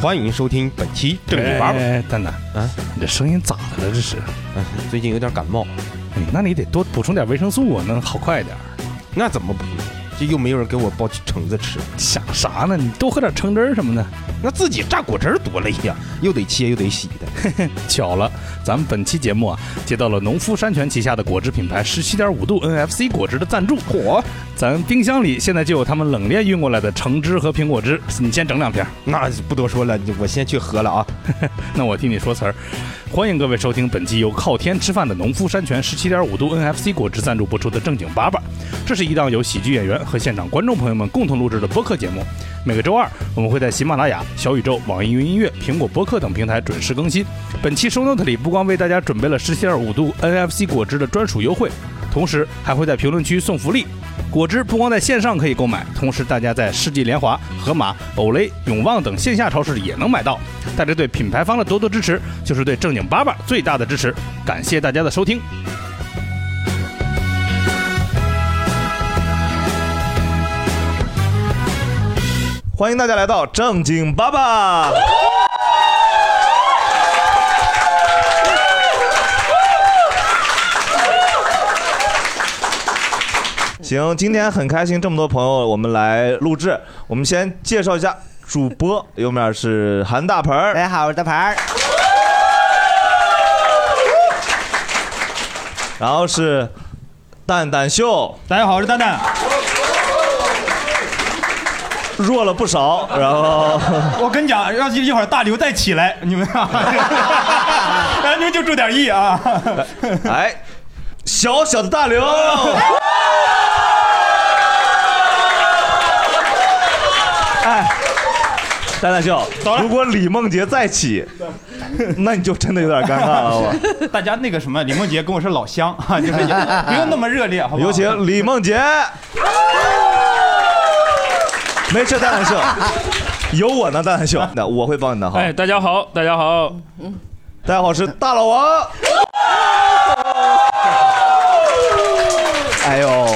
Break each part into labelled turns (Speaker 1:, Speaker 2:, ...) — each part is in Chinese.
Speaker 1: 欢迎收听本期正经八百。
Speaker 2: 哎，蛋蛋，
Speaker 1: 啊，
Speaker 2: 你这声音咋的了？这是？
Speaker 1: 嗯，最近有点感冒，
Speaker 2: 哎那你得多补充点维生素啊，能好快点儿。
Speaker 1: 那怎么不？这又没有人给我剥橙子吃，
Speaker 2: 想啥呢？你多喝点橙汁儿什么的。
Speaker 1: 那自己榨果汁儿多累呀，又得切又得洗的。
Speaker 2: 巧了，咱们本期节目啊，接到了农夫山泉旗下的果汁品牌十七点五度 NFC 果汁的赞助。
Speaker 1: 嚯，
Speaker 2: 咱冰箱里现在就有他们冷链运过来的橙汁和苹果汁，你先整两瓶儿，
Speaker 1: 那不多说了，我先去喝了啊。
Speaker 2: 那我替你说词儿。欢迎各位收听本期由靠天吃饭的农夫山泉十七点五度 NFC 果汁赞助播出的《正经八百》，这是一档由喜剧演员和现场观众朋友们共同录制的播客节目。每个周二，我们会在喜马拉雅、小宇宙、网易云音乐、苹果播客等平台准时更新。本期 show note 里不光为大家准备了十七点五度 NFC 果汁的专属优惠，同时还会在评论区送福利。果汁不光在线上可以购买，同时大家在世纪联华、盒马、欧莱、永旺等线下超市也能买到。大家对品牌方的多多支持，就是对正经八百最大的支持。感谢大家的收听。
Speaker 3: 欢迎大家来到正经爸爸。行，今天很开心，这么多朋友，我们来录制。我们先介绍一下主播，右面是韩大盆儿，大哎家好，我是大盆儿。然后是蛋蛋秀，大家好，我是蛋蛋。弱了不少，然后
Speaker 4: 我跟你讲，要是一会儿大刘再起来，你们 啊，然后你们就注点意啊。
Speaker 3: 哎， 小小的大刘，蛋蛋哎秀，如果李梦洁再起，那你就真的有点尴尬了好吧。
Speaker 4: 哎
Speaker 3: 啊
Speaker 4: 大家那个什么，李梦洁跟我是老乡啊，就是也不用那么热烈，好不好？
Speaker 3: 有请李梦洁。没事，蛋蛋秀，有我呢，蛋蛋秀，那我会帮你的哈。
Speaker 5: 哎，大家好，大家好，
Speaker 3: 啊大家好，我是大老王。哎呦，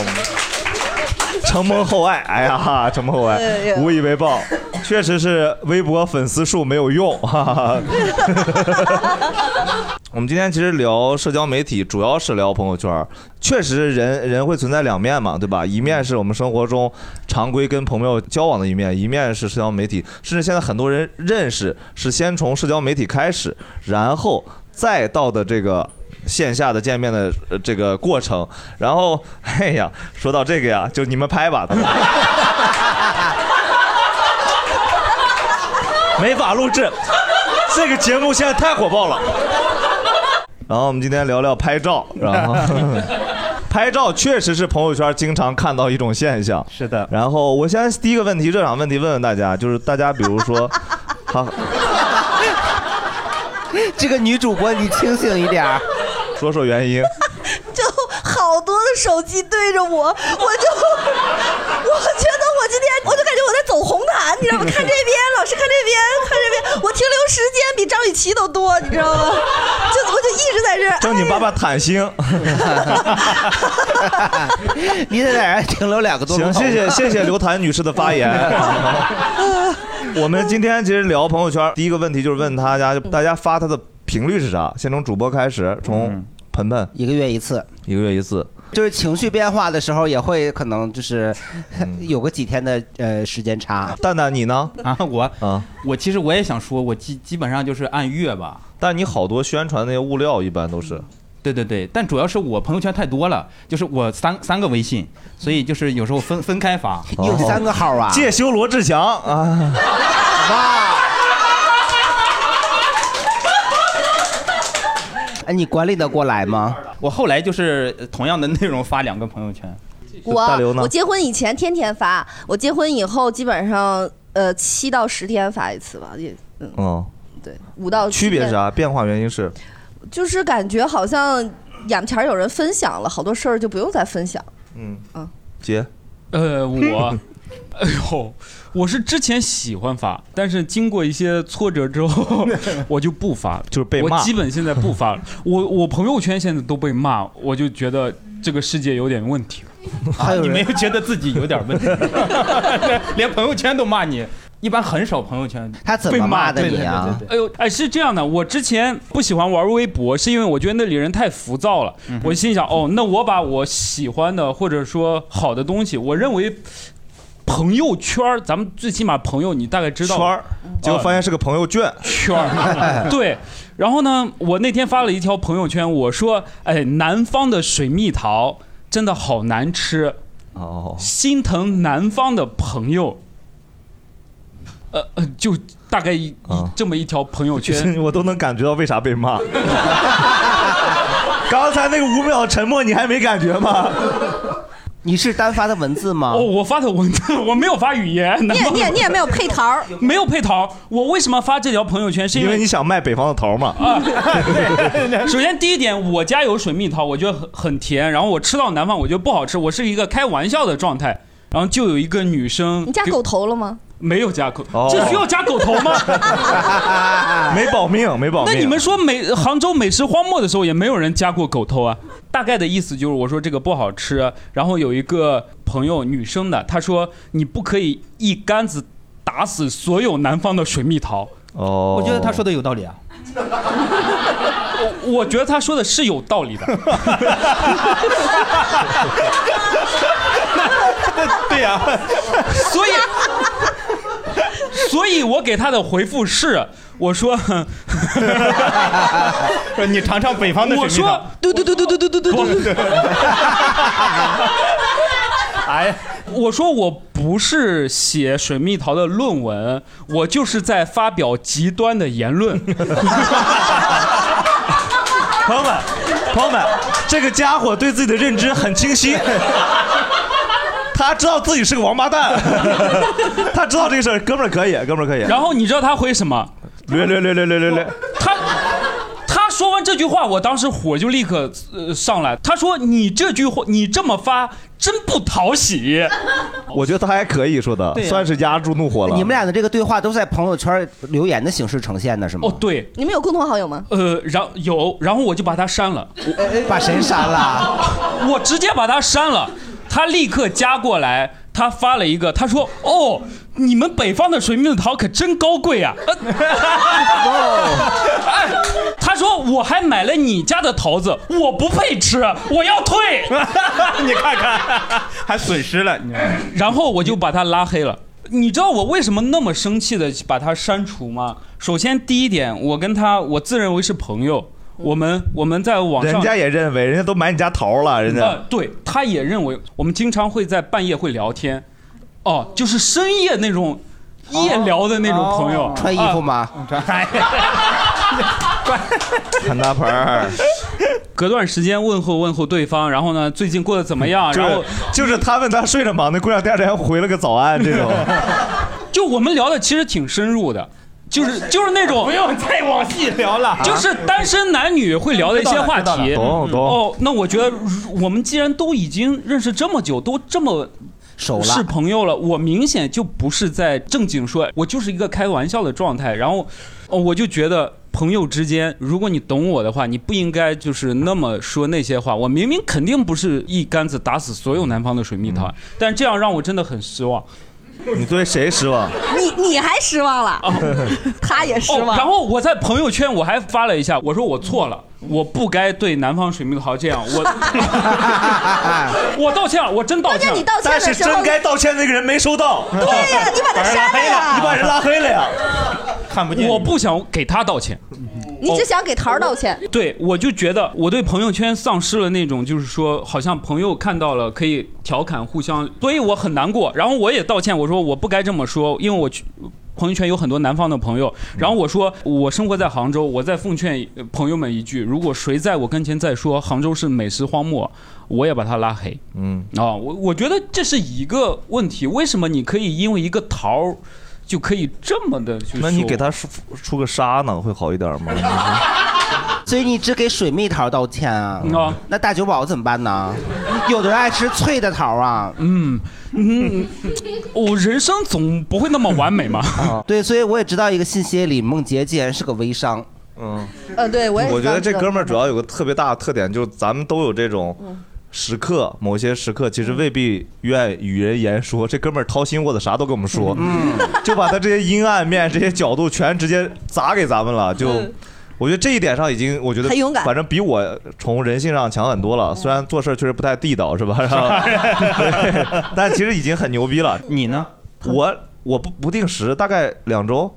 Speaker 3: 承蒙厚爱，哎呀，承蒙厚爱
Speaker 6: 哎呀，
Speaker 3: 无以为报，确实是微博粉丝数没有用，哈哈。我们今天其实聊社交媒体，主要是聊朋友圈儿。确实人，人会存在两面嘛，对吧？一面是我们生活中常规跟朋友交往的一面，一面是社交媒体。甚至现在很多人认识是先从社交媒体开始，然后再到的这个线下的见面的呃这个过程。然后，哎呀，说到这个呀，就你们拍吧。没法录制，这个节目现在太火爆了。然后我们今天聊聊拍照，然 后拍照确实是朋友圈经常看到一种现象。
Speaker 4: 是的。
Speaker 3: 然后我先第一个问题，热场问题问问大家，就是大家比如 说，哈，
Speaker 7: 这个女主播，你清醒一点。
Speaker 3: 说说原 因。
Speaker 8: 就好多的手机对着我，我就 我觉得我今天我就感觉我在走红毯，你知道吗？看这边，老师看这边，看这边，我停留时间比张雨绮都多，你知道吗？就我就一直在这儿。
Speaker 3: 正经八百坦星，
Speaker 7: 你在哪儿停留两个多
Speaker 3: 行，
Speaker 7: 钟头？
Speaker 3: 谢谢谢谢刘谭女士的 发言。 我们今天其实聊朋友圈，第一个问题就是问大家，大家发它的频率是啥？先从主播开始，
Speaker 5: 嗯
Speaker 3: 从盆盆
Speaker 7: 一个月一次，
Speaker 3: 一个月一次。
Speaker 7: 就是情绪变化的时候，也会可能就是 有个几天的呃时间差。
Speaker 3: 嗯蛋蛋，你呢？
Speaker 4: 啊，我
Speaker 3: 啊，
Speaker 4: 我其实我也想说，我基基本上就是按月吧。
Speaker 3: 但你好多宣传那些物料一般都是，
Speaker 4: 对对对，但主要是我朋友圈太多了，就是我三三个微信，所以就是有时候分分开发。
Speaker 5: 哦
Speaker 7: 你有三个号啊？
Speaker 3: 借修罗志祥啊，
Speaker 7: 哎，你管理得过来吗？
Speaker 4: 我后来就是呃同样的内容发两个朋友圈。
Speaker 8: 我
Speaker 3: 大刘呢
Speaker 8: 我结婚以前天天发，我结婚以后基本上呃七到十天发一次吧，也嗯
Speaker 3: 嗯，
Speaker 8: 对，五到七
Speaker 3: 区别
Speaker 8: 天
Speaker 3: 是啥？变化原因是
Speaker 8: 就是感觉好像眼前儿有人分享了好多事儿，就不用再分享。
Speaker 3: 嗯姐，
Speaker 5: 呃，我， 哎呦，我是之前喜欢发，但是经过一些挫折之后，我就不发了，
Speaker 3: 就是被
Speaker 5: 我
Speaker 3: 骂
Speaker 5: 基本现在 不发了。我我朋友圈现在都被骂，我就觉得这个世界有点问题了。
Speaker 3: 啊
Speaker 7: 还有
Speaker 4: 你没
Speaker 7: 人
Speaker 4: 有觉得自己有点问题，连朋友圈都骂你。一般很少朋友圈
Speaker 7: 他
Speaker 4: 怎么骂的你啊
Speaker 5: 哎呦，哎，是这样的，我之前不喜欢玩微博，是因为我觉得那里人太浮躁了。
Speaker 4: 嗯哼
Speaker 5: 我心想，哦，那我把我喜欢的或者说好的东西，我认为朋友圈儿，咱们最起码朋友，你大概知道哦
Speaker 3: 圈儿
Speaker 5: 嗯
Speaker 3: 结果发现是个朋友圈
Speaker 5: 圈 儿对。然后呢，我那天发了一条朋友圈，我说，哎，南方的水蜜桃真的好难吃，
Speaker 3: 哦，
Speaker 5: 心疼南方的朋友。呃呃，就大概一、一这么一条朋友 圈，
Speaker 3: 我都能感觉到为啥被骂。 刚才那个五秒沉默，你还没感觉吗？
Speaker 7: 你是单发的文字吗？
Speaker 5: 哦，我发的 文字，我没有发语言。
Speaker 8: 你也你也你也没有配桃儿，
Speaker 5: 没有配桃儿，我为什么发这条朋友圈？是因
Speaker 3: 因
Speaker 5: 为
Speaker 3: 为你想 卖北方的桃嘛。
Speaker 5: 啊，对。首先第一点，我家有水蜜桃，我觉得很很甜，然后我吃到南方，我觉得不好吃，我是一个开玩笑的状态。然后就有一个女生，
Speaker 8: 你加狗头了吗？
Speaker 5: 没有加狗
Speaker 3: 哦，
Speaker 5: 这需要加狗头吗？
Speaker 3: 没保命，没保命。
Speaker 5: 那你们说美杭州美食荒漠的时候，也没有人加过狗头啊？大概的意思就是，我说这个不好吃，然后有一个朋友女生的，她说你不可以一竿子打死所有南方的水蜜桃。
Speaker 3: 哦，
Speaker 4: 我觉得他说的有道理啊。
Speaker 5: 我我觉得她说的是有道理的。
Speaker 3: 对呀、
Speaker 5: 所以，所以我给他的回复是，我说，
Speaker 4: 说你尝尝北方的水
Speaker 5: 我
Speaker 4: 蜜
Speaker 5: 说
Speaker 4: 桃，，
Speaker 5: 对对对对对对对对对对，
Speaker 4: 哎呀，
Speaker 5: 我说我不是写水蜜桃的论文，我就是在发表极端的言论。
Speaker 3: 朋友们， 朋友们，这个家伙对自己的认知很清晰，他知道自己是个王八蛋，他知道这个事儿，哥们儿可以，哥们儿可以，
Speaker 5: 然后你知道他回什么？
Speaker 3: 略略略略略略略，
Speaker 5: 他。他说完这句话，我当时火就立刻呃上来。他说：“你这句话，你这么发，真不讨喜。
Speaker 3: 我觉得他还可以说的，
Speaker 7: 对呀啊
Speaker 3: 算是压住怒火了。
Speaker 7: 你们俩的这个对话都在朋友圈留言的形式呈现的，是”吗？
Speaker 5: 哦，对，
Speaker 8: 你们有共同好友吗？
Speaker 5: 呃，然有，然后我就把他删了。
Speaker 7: 把谁删了？
Speaker 5: 我直接把他删了，他立刻加过来，他发了一个，他说：“哦，你们北方的水蜜桃可真高贵啊！”呃 哎，他说：“我还买了你家的桃子，我不配吃，我要退。
Speaker 4: 你看看，还损失了，你知道吗”
Speaker 5: 然后我就把他拉黑了。你知道我为什么那么生气的把他删除吗？首先第一点，我跟他我自认为是朋友，我们我们在网上
Speaker 3: 人家也认为，人家都买你家桃了，人
Speaker 5: 呃
Speaker 3: 家，
Speaker 5: 对，他也认为我们经常会在半夜会聊天，哦，就是深夜那种夜聊的那种朋友，
Speaker 7: 穿衣服
Speaker 5: 啊
Speaker 7: 吗？
Speaker 3: 潘大盆儿，
Speaker 5: 隔段时间问候问候对方，然后呢，最近过得怎么样？
Speaker 3: 就
Speaker 5: 然后
Speaker 3: 是就是他问他睡了吗？那姑娘第二天还回了个早安， 这种
Speaker 5: 就我们聊的其实挺深入的，就是就是那种
Speaker 4: 不用再往细聊了。
Speaker 5: 就是单身男女会聊的一些话
Speaker 4: 知道了
Speaker 5: 题
Speaker 4: 知。
Speaker 3: 懂懂。
Speaker 5: 哦，那我觉得如我们既然都已经认识这么久，都这么
Speaker 7: 手
Speaker 5: 是
Speaker 7: 了。
Speaker 5: 朋友了，我明显就不是在正经说，我就是一个开玩笑的状态。然后，哦，我就觉得朋友之间，如果你懂我的话，你不应该就是那么说那些话。我明明肯定不是一竿子打死所有南方的水蜜桃，但这样让我真的很失望。
Speaker 3: 你对谁失望？
Speaker 8: 你你还失望了， 他也失
Speaker 5: 哦，
Speaker 8: 望。
Speaker 5: 然后我在朋友圈我还发了一下，我说我错了，
Speaker 3: 嗯
Speaker 5: 我不该对南方水蜜桃这样，啊 我我道歉了，啊我真道啊
Speaker 8: 关
Speaker 5: 歉
Speaker 8: 键
Speaker 5: 了
Speaker 8: 你。道歉
Speaker 3: 但
Speaker 8: 的
Speaker 3: 是
Speaker 8: 时候
Speaker 3: 真，该道歉的那个人没收到，
Speaker 8: 对呀，你把他删了
Speaker 3: 你
Speaker 8: 呀，
Speaker 3: 把人拉黑了呀。
Speaker 4: 看不见
Speaker 5: 我不想给他道歉，
Speaker 8: 你只想给桃儿道歉。
Speaker 5: 对，我就觉得我对朋友圈丧失了那种，就是说，好像朋友看到了可以调侃，互相，所以我很难过。然后我也道歉，我说我不该这么说，因为我去朋友圈有很多南方的朋友。然后我说我生活在杭州，我再奉劝呃朋友们一句：如果谁在我跟前再说杭州是美食荒漠，我也把他拉黑。
Speaker 3: 嗯，
Speaker 5: 啊、我我觉得这是一个问题，为什么你可以因为一个桃儿就可以这么的去说？
Speaker 3: 那你给他出出个沙呢，会好一点吗？
Speaker 7: 所以你只给水蜜桃道歉啊？
Speaker 5: 嗯啊
Speaker 7: 那大酒保怎么办呢？有的人爱吃脆的桃啊。
Speaker 5: 嗯我人生总不会那么完 美嘛。
Speaker 7: 哦对，所以我也知道一个信息里，梦洁竟然是个微商。
Speaker 3: 嗯，
Speaker 8: 呃，对我也。嗯
Speaker 3: 我觉得这哥们儿主要有个特别大的特点，就是咱们都有这种时刻，某些时刻其实未必愿与人言说。这哥们儿掏心窝子，啥都跟我们说，
Speaker 8: 嗯
Speaker 3: 嗯就把他这些阴暗面、这些角度全直接砸给咱们了。就我觉得这一点上已经，我觉得
Speaker 8: 嗯很勇敢嗯
Speaker 3: 反正比我从人性上强很多了。虽然做事儿确实不太地道，是吧？然后 对但其实已经很牛逼了。
Speaker 4: 你呢？
Speaker 8: 嗯
Speaker 3: 我我不不定时，大概两周，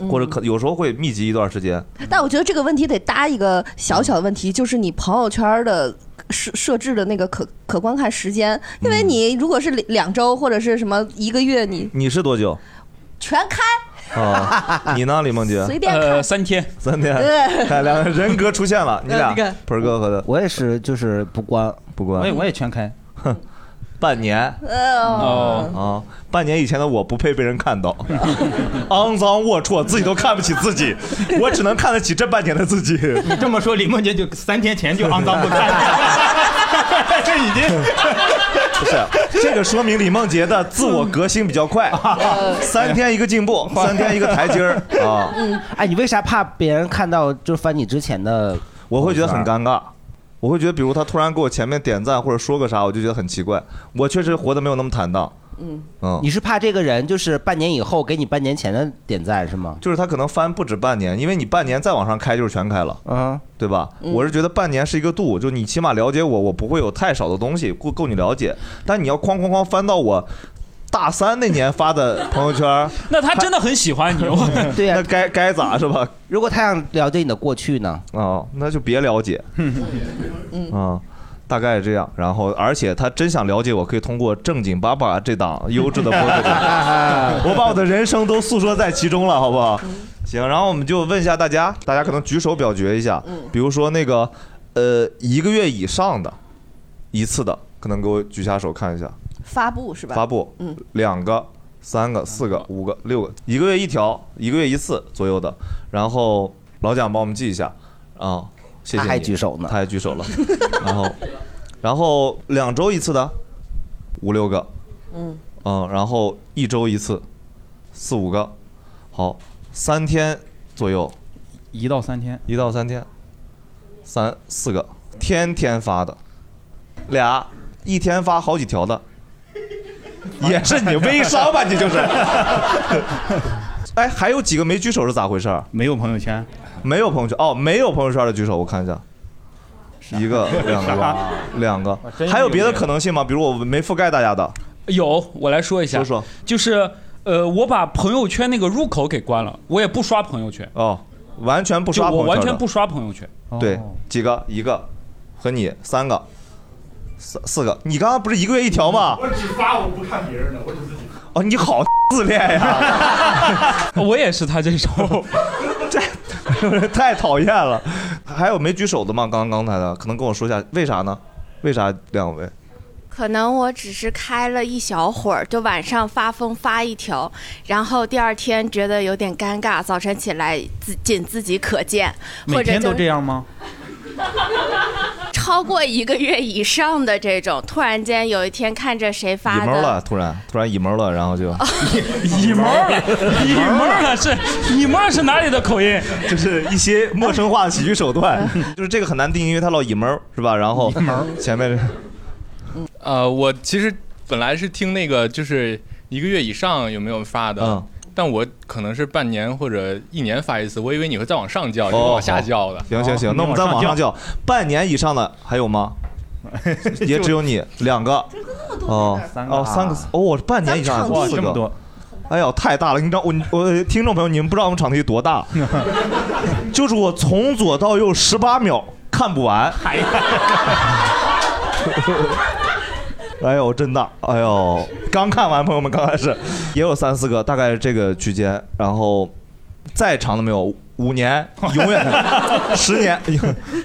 Speaker 8: 嗯
Speaker 3: 或者可有时候会密集一段时间。
Speaker 8: 但我觉得这个问题得搭一个小小的问题，就是你朋友圈的设设置的那个可可观看时间，因为你如果是两两周或者是什么一个月，你
Speaker 3: 你是多久
Speaker 8: 全 开，
Speaker 3: 啊？你呢，李梦洁？
Speaker 8: 随便看
Speaker 5: 呃三天，
Speaker 3: 三天
Speaker 8: 对，
Speaker 3: 看两个人格出 现了，你俩
Speaker 8: 嗯你看，
Speaker 3: 盆儿哥和他
Speaker 7: 我也是，就是不关
Speaker 3: 不
Speaker 4: 我也
Speaker 3: 关，
Speaker 4: 我也全开，
Speaker 3: 半年
Speaker 6: 哦
Speaker 5: 哦
Speaker 8: 呃，
Speaker 4: 哦
Speaker 3: 啊，半年以前的我不配被人看到， 肮脏龌龊，自己都看不起自己， 我只能看得起这半年的自己。
Speaker 4: 你这么说，李梦洁就三天前就肮脏不堪了，这已经
Speaker 3: 不是，这个说明李梦洁的自我革新比较 快，
Speaker 8: 嗯
Speaker 3: 三天一个进步，三天一个台阶 儿啊，
Speaker 7: 哎，你为啥怕别人看到就翻你之前的？
Speaker 3: 我会觉得很尴尬。我会觉得，比如他突然给我前面点赞或者说个啥，我就觉得很奇怪。我确实活得没有那么坦荡，嗯嗯，
Speaker 7: 你是怕这个人就是半年以后给你半年前的点赞是吗？
Speaker 3: 就是他可能翻不止半年，因为你半年再往上开就是全开了，
Speaker 7: 嗯，
Speaker 3: 对吧？我是觉得半年是一个度，就你起码了解我，我不会有太少的东西够够你了解。但你要哐哐哐翻到我大三那年发的朋友圈，
Speaker 5: 那他真的 很喜欢你，我
Speaker 7: 对呀、
Speaker 3: 那该该咋是吧？
Speaker 7: 如果他想了解你的过去呢？
Speaker 3: 哦，那就别了解，嗯啊。大概这样，然后而且他真想了解我，可以通过正经八百这档优质的播客节目。我把我的人生都诉说在其中了，好不好？行，然后我们就问一下大家，大家可能举手表决一下，比如说那个呃一个月以上的一次的，可能给我举下手看一下，
Speaker 8: 发布是吧？
Speaker 3: 发布，
Speaker 8: 嗯
Speaker 3: 两个、三个、四个、五个、六个，一个月一条，一个月一次左右的，然后老蒋帮我们记一下啊，谢谢
Speaker 7: 他还
Speaker 3: 你
Speaker 7: 举手呢
Speaker 3: 他还举手了，然后然后两周一次的，五六个，
Speaker 8: 嗯
Speaker 3: 嗯，然后一周一次，四五个，好，三天左右，
Speaker 4: 一到三天，
Speaker 3: 一到三天，三四个，天天发的，俩一天发好几条的， 也是你微商吧，你就是。哎，还有几个没举手是咋回事儿？
Speaker 4: 没有朋友圈，
Speaker 3: 没有朋友圈哦，没有朋友圈的举手，我看一下，一个、两个、两个，还有别的可能性吗？比如我没覆盖大家的，
Speaker 5: 有，我来说一下，
Speaker 3: 说说
Speaker 5: 就是呃，我把朋友圈那个入口给关了，我也不刷朋友圈，
Speaker 3: 哦，完全不
Speaker 5: 就
Speaker 3: 刷朋
Speaker 5: 我
Speaker 3: 友圈
Speaker 5: 完
Speaker 3: 的
Speaker 5: 全不刷朋友圈。
Speaker 3: 对
Speaker 4: 哦，
Speaker 3: 几个？一个，和你三个，四四个。你刚刚不是一个月一条吗？我只发，我不看别人的，我只自己。哦，你好 自恋呀，
Speaker 5: 我也是他这 种，
Speaker 3: 太讨厌了。还有没举手的吗？刚刚才的，可能跟我说一下为啥呢？为啥两位？
Speaker 6: 可能我只是开了一小会儿，就晚上发疯发一条，然后第二天觉得有点尴尬，早晨起来自仅自己可见，
Speaker 4: 每
Speaker 6: 或者
Speaker 4: 天都
Speaker 6: 就
Speaker 4: 这样吗？
Speaker 6: 超过一个月以上的这种，突然间有一天看着谁
Speaker 3: 乙
Speaker 6: 发
Speaker 3: 毛了，
Speaker 6: 的，
Speaker 3: 突然突然乙毛了，然后 就
Speaker 5: 乙
Speaker 9: 哦
Speaker 5: 妹儿 了，乙妹儿了是乙妹儿是哪里的口音？
Speaker 3: 啊就是一些陌生化的喜剧手 段，就是这个很难定义，因为他老乙毛是吧？然后前面
Speaker 10: 呃，我其实本来是听那个就是一个月以上有没有发的，
Speaker 3: 嗯
Speaker 10: 但我可能是半年或者一年发一次，我以为你会再往上叫，你会
Speaker 3: 哦
Speaker 10: 往下叫的。哦
Speaker 3: 行行行，那我们再往上叫，半年以上的还 有吗？也只有你两个，哦
Speaker 4: 三个
Speaker 3: 哦三个哦，我半年以上
Speaker 8: 哇
Speaker 4: 哇，
Speaker 3: 四
Speaker 4: 这么
Speaker 3: 个，
Speaker 4: 多，
Speaker 3: 哎呦太大了！你知道我我听众朋友，你们不知道我们场地多 大，就是我从左到右十八秒看不完， 哎呦真大，哎呦刚看完，朋友们刚开始也有三四个，大概是这个区间，然后再长的没有，五年永远 十年，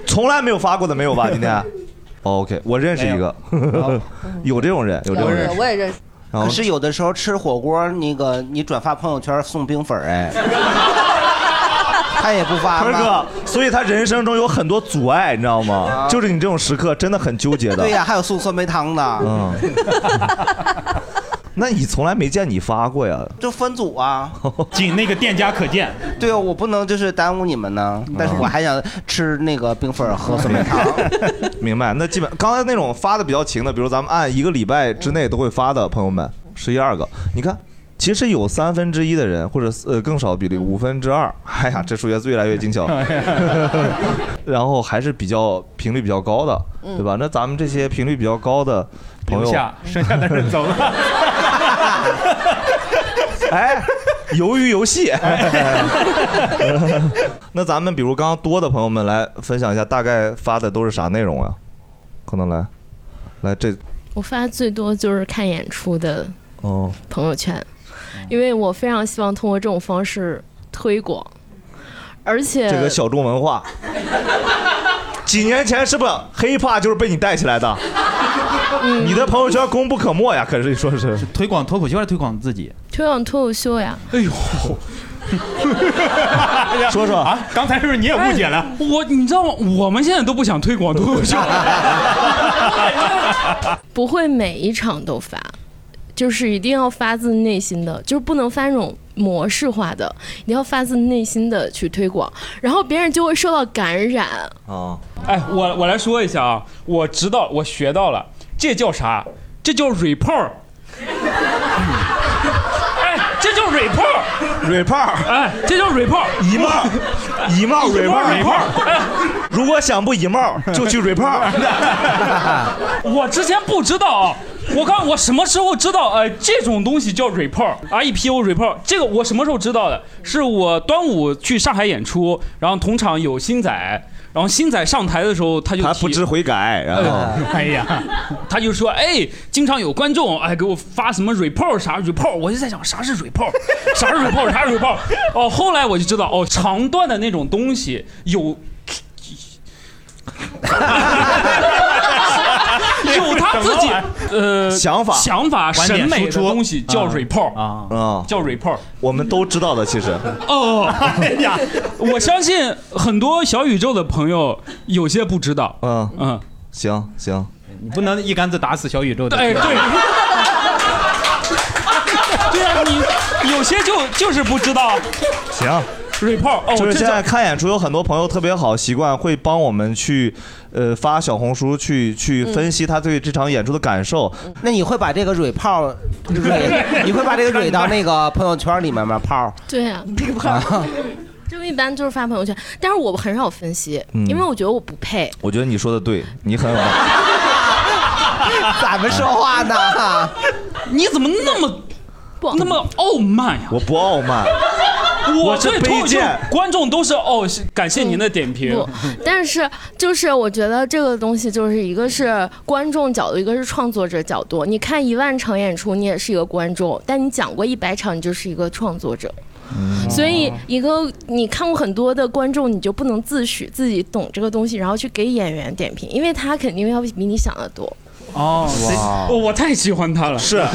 Speaker 3: 从来没有发过的没有吧？ 今天。OK，我认识一个， 有这嗯种人，有这种人，
Speaker 8: 我也认识，
Speaker 3: 然后
Speaker 7: 可是有的时候吃火锅，那个你转发朋友圈送冰粉儿， 哎，他也不发
Speaker 3: 坤
Speaker 7: 吗？
Speaker 3: 哥，啊所以他人生中有很多阻碍，你知 道吗？就是你这种时刻真的很纠结的。
Speaker 7: 对呀、还有送酸梅汤的。
Speaker 3: 嗯。 那你从来没见你发过呀？
Speaker 7: 就分组 啊，仅那个店家可见。 对啊，我不能就是耽误你们呢，
Speaker 3: 嗯
Speaker 7: 但是我还想吃那个冰粉儿喝酸梅汤。
Speaker 3: 明白？那基本刚才那种发的比较勤的，比如咱们按一个礼拜之内都会发的，朋友们，十一二个，你看。其实有三分之一的人，或者呃更少比例，五分之二。哎呀，这数学越来越精 巧。
Speaker 2: 哎
Speaker 3: 然后还是比较频率比较高的，
Speaker 2: 嗯
Speaker 3: 对吧？那咱们这些频率比较高的朋
Speaker 2: 留
Speaker 3: 友，
Speaker 2: 下，剩下的人走了。
Speaker 3: 哎，鱿鱼游 戏。那咱们比如刚刚多的朋友们来分享一下，大概发的都是啥内容啊？可能来，来这
Speaker 11: 我发最多就是看演出的
Speaker 3: 哦，
Speaker 11: 朋友圈，因为我非常希望通过这种方式推广，而且
Speaker 3: 这个小众文化，几年前是不是黑怕就是被你带起来的？
Speaker 11: 嗯
Speaker 3: 你的朋友圈功不可没呀，可是你说是
Speaker 4: 推广脱口秀还是推广自己？
Speaker 11: 推广脱口秀呀。
Speaker 5: 哎呦，哎
Speaker 3: 说说啊，
Speaker 5: 刚才是不是你也误解了？哎我，你知道吗？我们现在都不想推广脱 口秀。
Speaker 11: 不会每一场都发，就是一定要发自内心的，就是不能发那种模式化的，一定要发自内心的去推广，然后别人就会受到感染。
Speaker 3: 啊，
Speaker 5: 哎，我我来说一下啊，我知道，我学到了，这叫啥？这叫 report。哎，这叫 report。
Speaker 3: report，
Speaker 5: 哎，这叫 report。
Speaker 3: 一帽，一帽 report
Speaker 5: report。
Speaker 3: 如果想不一帽，就去 report。
Speaker 5: 我之前不知道啊，我刚我什么时候知道？呃，这种东西叫 report，R E P O report，这个我什么时候知道的？是我端午去上海演出，然后同场有新仔，然后新仔上台的时候他就
Speaker 3: 他不知悔改，然后
Speaker 5: 哎呀， 他就说哎，经常有观众哎给我发什么 report 啥 report，我就在想啥是 report，啥是 report，啥是 report。哦，后来我就知道哦，长段的那种东西有 有他自己呃
Speaker 3: 想法、
Speaker 5: 想法、审美的东西叫 report
Speaker 3: 啊啊，
Speaker 5: 叫 report，
Speaker 3: 我们都知道的，其实
Speaker 5: 哦，哎呀， 我相信很多小宇宙的朋友有些不知道，
Speaker 3: 嗯
Speaker 5: 嗯，
Speaker 3: 行行，
Speaker 4: 你不能一竿子打死小宇宙的。
Speaker 5: 哎对。 对啊，你有些就就是不 知道
Speaker 3: 行。
Speaker 5: report 哦，
Speaker 3: 就是
Speaker 5: 这
Speaker 3: 现
Speaker 5: 叫
Speaker 3: 在看演出，有很多朋友特别好习惯，会帮我们去，呃，发小红书去去
Speaker 11: 嗯
Speaker 3: 分析他对这场演出的感受。
Speaker 7: 那你会把这个蕊泡儿， 蕊你会把这个蕊到那个朋友圈里面吗？泡儿
Speaker 11: 对呀、这个
Speaker 7: 啊
Speaker 11: 就一般就是发朋友圈，但是我很少分析，
Speaker 3: 嗯
Speaker 11: 因为我觉得我不配。
Speaker 3: 我觉得你说的对，你很有。
Speaker 7: 咋们说话呢？
Speaker 5: 你怎么那么那么傲慢呀？
Speaker 3: 我不傲慢，
Speaker 5: 我
Speaker 3: 我是
Speaker 5: 对脱口
Speaker 3: 卑
Speaker 5: 秀
Speaker 3: 贱
Speaker 5: 观众都是哦，是感谢您的点评。
Speaker 11: 不，但是就是我觉得这个东西就是一个是观众角度，一个是创作者角度。你看一万场演出，你也是一个观众，但你讲过一百场，你就是一个创作者。所以，一个你看过很多的观众，你就不能自诩自己懂这个东西，然后去给演员点评，因为他肯定要比你想的多。
Speaker 5: 哦，谁哦我太喜欢他了。
Speaker 3: 是，
Speaker 8: 你会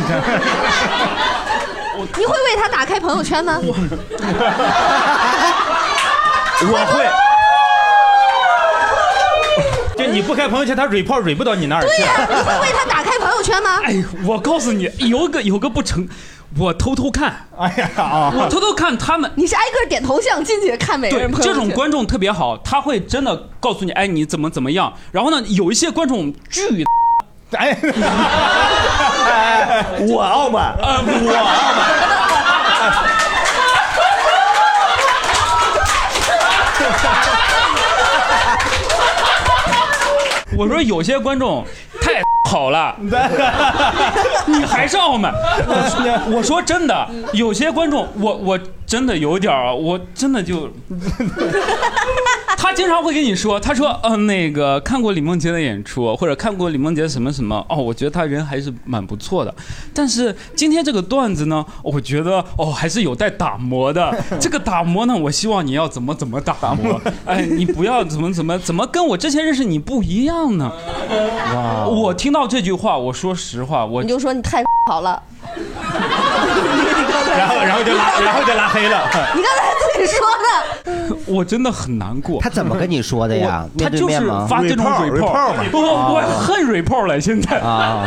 Speaker 8: 为他打开朋友圈 吗？
Speaker 3: 我会。
Speaker 4: 就你不开朋友圈，他 report re 不到你那儿去。
Speaker 8: 你会为他打开朋友圈吗？
Speaker 5: 哎，我告诉你，有个有个不成，我偷偷看，
Speaker 4: 哎呀啊！
Speaker 5: 我偷偷看他们。
Speaker 8: 你是挨个点头像进去看每个
Speaker 5: 对
Speaker 8: 人，朋友
Speaker 5: 这
Speaker 8: 圈。
Speaker 5: 种观众特别好，他会真的告诉你，哎，你怎么怎么样。然后呢，有一些观众巨，
Speaker 4: 哎，
Speaker 3: 我傲慢，
Speaker 5: 呃，我 我说有些观众太好了，你还是傲慢。我说我说真的，有些观众，我我真的有点儿啊，我真的就， 他经常会跟你说，他说，嗯、那个看过李梦洁的演出，或者看过李梦洁什么什么，哦，我觉得他人还是蛮不错的。但是今天这个段子呢，我觉得哦还是有待打 磨的。这个打磨呢，我希望你要怎么怎么打磨，哎，你不要怎么怎么怎么跟我之前认识你不一样呢。我听到这句话，我说实话，我
Speaker 8: 你就说你太好了。
Speaker 4: 然呃后然后就 拉，然后就拉黑了。
Speaker 8: 你刚才自己说的，
Speaker 5: 我真的很难过。
Speaker 7: 他怎么跟你说的呀
Speaker 5: 我？他
Speaker 7: 面对
Speaker 5: 就是
Speaker 7: 面吗？
Speaker 5: 发这种
Speaker 3: report，report 嘛
Speaker 5: 哎
Speaker 3: 啊
Speaker 5: 我我恨 report 了，现在。
Speaker 7: 啊，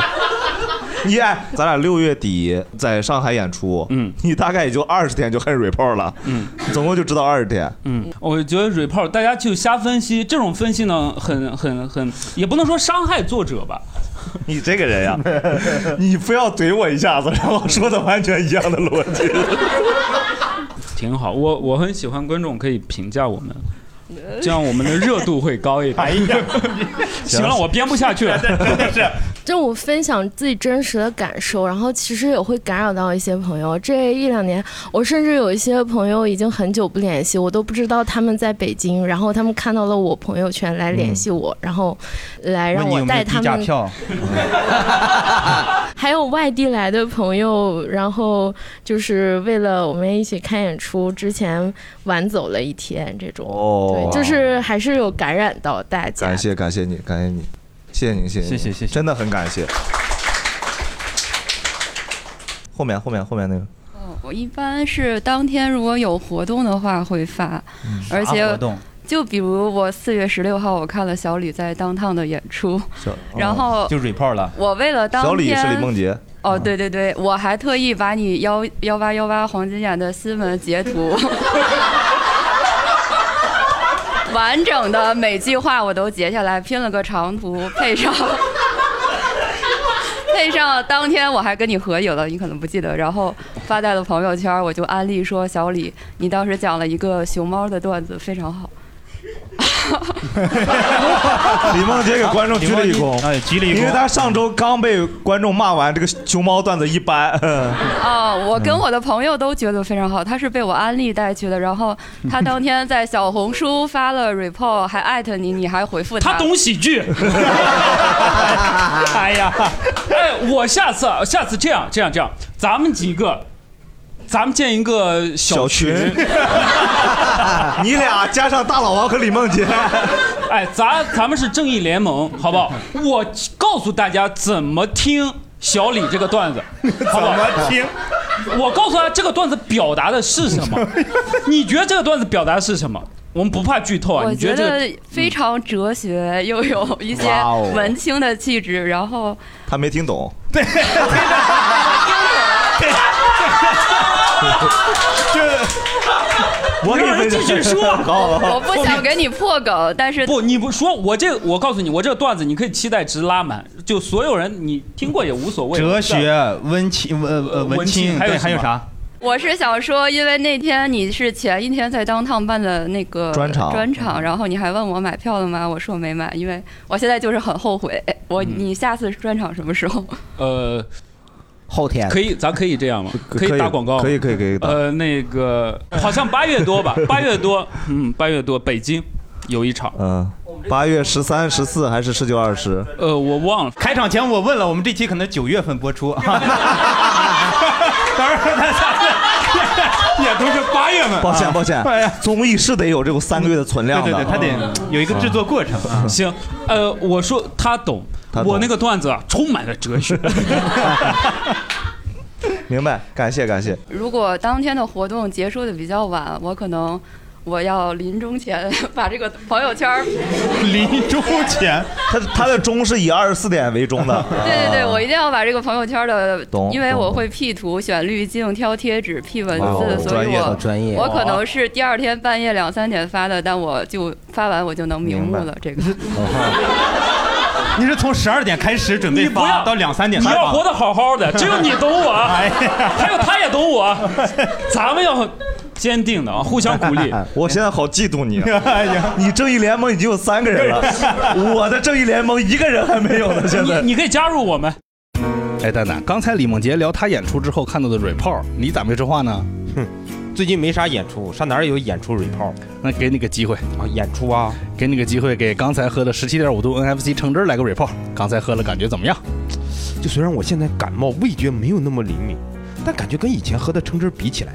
Speaker 3: 你哎，咱俩六月底在上海演出，嗯，你大概也就二十天就开始 report 了，嗯，总共就知道二十天，
Speaker 5: 嗯，我觉得 report 大家就瞎分析，这种分析呢，很很很，也不能说伤害作者 吧。
Speaker 3: 你这个人呀、 你非要怼我一下子，然后说的完全一样的逻辑。
Speaker 5: 挺好，我我很喜欢观众可以评价我们，这样我们的热度会高一点。哎呀， 行了，我编不下去 了，
Speaker 11: 就我分享自己真实的感受，然后其实也会感染到一些朋友。这一两年，我甚至有一些朋友已经很久不联系，我都不知道他们在北京，然后他们看到了我朋友圈来联系我，然后来让我带他们。
Speaker 3: 嗯
Speaker 11: 还有外地来的朋友，然后就是为了我们一起看演出，之前晚走了一天，这种，
Speaker 3: 哦
Speaker 11: 对，就是还是有感染到大家。
Speaker 3: 感谢感谢你，感谢你，谢谢你，谢谢
Speaker 11: 谢谢
Speaker 3: 谢谢，真的很感谢。后面后面后面那个，
Speaker 12: 我一般是当天如果有活动的话会发，而且
Speaker 3: 嗯啥活动
Speaker 12: 就比如我四月十六号我看了小李在当趟的演出，
Speaker 3: 小
Speaker 12: 然
Speaker 3: 哦
Speaker 12: 后
Speaker 7: 就 report 了。
Speaker 12: 我为了当天
Speaker 3: 小李是李梦洁，嗯
Speaker 12: 哦，对对对，我还特意把你幺幺八幺八黄金眼的新闻截图， 完整的每句话我都截下来，拼了个长图，配上 配上当天我还跟你合影了，你可能不记得，然后发在了朋友圈，我就安利说小李，你当时讲了一个熊猫的段子，非常好。
Speaker 3: 李梦洁给观众鞠了一躬，
Speaker 2: 哎，鞠了一躬
Speaker 3: 因为他上周刚被观众骂完，这个熊猫段子一 般。嗯
Speaker 12: 哦，我跟我的朋友都觉得非常好，他是被我安利带去的，然后他当天在小红书发了 report，还艾特你，你还回复
Speaker 5: 嗯他懂喜 剧。哎呀，哎，我下次啊下次这样这样这样，咱们几个，咱们建一个小群，
Speaker 3: 你俩加上大老王和李梦洁，
Speaker 5: 哎，咱咱们是正义联盟，好不好？我告诉大家怎么听小李这个段子，好 不好？
Speaker 2: 怎么听？
Speaker 5: 我告诉他这个段子表达的是什 么？你觉得这个段子表达的是什么？我们不怕剧透啊，
Speaker 12: 我
Speaker 5: 你觉
Speaker 12: 觉
Speaker 5: 得这个
Speaker 12: 得非常哲学，又有一些
Speaker 3: 哇哦
Speaker 12: 文青的气质，然后
Speaker 3: 他没听懂。
Speaker 5: 我给你继 续说，
Speaker 12: 我不想给你破梗，但是
Speaker 5: 不，你不说，我这个我告诉你，我这个段子你可以期待值拉满，就所有人你听过也无所谓。
Speaker 7: 哲学、温情、文呃
Speaker 5: 文
Speaker 7: 文青，
Speaker 5: 青还有
Speaker 7: 对
Speaker 5: 什
Speaker 7: 还
Speaker 5: 么
Speaker 7: 有啥？
Speaker 12: 我是想说，因为那天你是前一天在当趟办的那个
Speaker 7: 专场
Speaker 12: 专
Speaker 5: 嗯
Speaker 12: 场，然后你还问我买票了吗？我说没买，因为我现在就是很后悔。我
Speaker 5: 嗯
Speaker 12: 你下次专场什么时候？
Speaker 5: 呃，
Speaker 13: 后天
Speaker 5: 可以，咱可以这样吗？可以打广告吗，
Speaker 3: 可以可以可以打
Speaker 5: 呃，那个好像八月 多吧，八月多，嗯，八月多，北京有一场，
Speaker 3: 嗯，八月十三、十四还是十九、二十？
Speaker 5: 呃，我忘了。
Speaker 7: 开场前我问了，我们这期可能九月份播出， 到时候他下次也都是八月份。
Speaker 3: 抱歉
Speaker 7: 啊
Speaker 3: 抱歉
Speaker 7: 哎呀，
Speaker 3: 综艺是得有这个三个月的存量啊嗯的，
Speaker 7: 对对对他得有一个制作过程啊
Speaker 5: 行， 呃，我说他懂，我那个段子啊，充满了哲 学。
Speaker 3: 明白，感谢感谢。
Speaker 12: 如果当天的活动结束的比较晚，我可能我要临终前 把这个朋友
Speaker 3: 啊
Speaker 12: 圈儿。
Speaker 7: 临终前，
Speaker 3: 他他的钟是以二十四点为钟的。
Speaker 12: 对 对对，我一定要把这个朋友圈的
Speaker 3: 懂，
Speaker 12: 因为
Speaker 3: 懂
Speaker 12: 我会 P 图、选滤镜、挑贴纸、P 文
Speaker 3: 哇哦
Speaker 12: 字，所
Speaker 3: 专
Speaker 12: 以
Speaker 3: 业好
Speaker 12: 我
Speaker 3: 专业
Speaker 12: 我可能是第二天半夜两三点发的，但我就发完我就能明
Speaker 7: 明
Speaker 12: 目了
Speaker 7: 白。
Speaker 12: 这 个
Speaker 7: 你是从十二点开始准备
Speaker 5: 你不要
Speaker 7: 发，到两三点
Speaker 5: 你
Speaker 7: 才发
Speaker 5: 要
Speaker 7: 哎
Speaker 5: 活。得好 好的，只有你懂我，啊
Speaker 3: 哎
Speaker 5: 还有他也懂我，啊咱们要坚定的啊，互相鼓励。
Speaker 3: 哎我现在好嫉妒你 啊，
Speaker 7: 哎
Speaker 3: 你正义联盟已经有三个人了，我的正义联盟一个人还没有呢。现在
Speaker 5: 你可以加入我们。
Speaker 2: 哎，蛋蛋，刚才李梦洁聊她演出之后看到的 report，你咋没说话呢？哼，
Speaker 4: 最近没啥演出，上哪儿有演出 report？
Speaker 2: 那给你个机会
Speaker 4: 啊，演出啊，
Speaker 2: 给你个机会，给刚才喝的十七点五度 NFC 橙汁儿来个 report。刚才喝了，感觉怎么样？
Speaker 4: 就虽然我现在感冒，味觉没有那么灵敏，但感觉跟以前喝的橙汁比起来，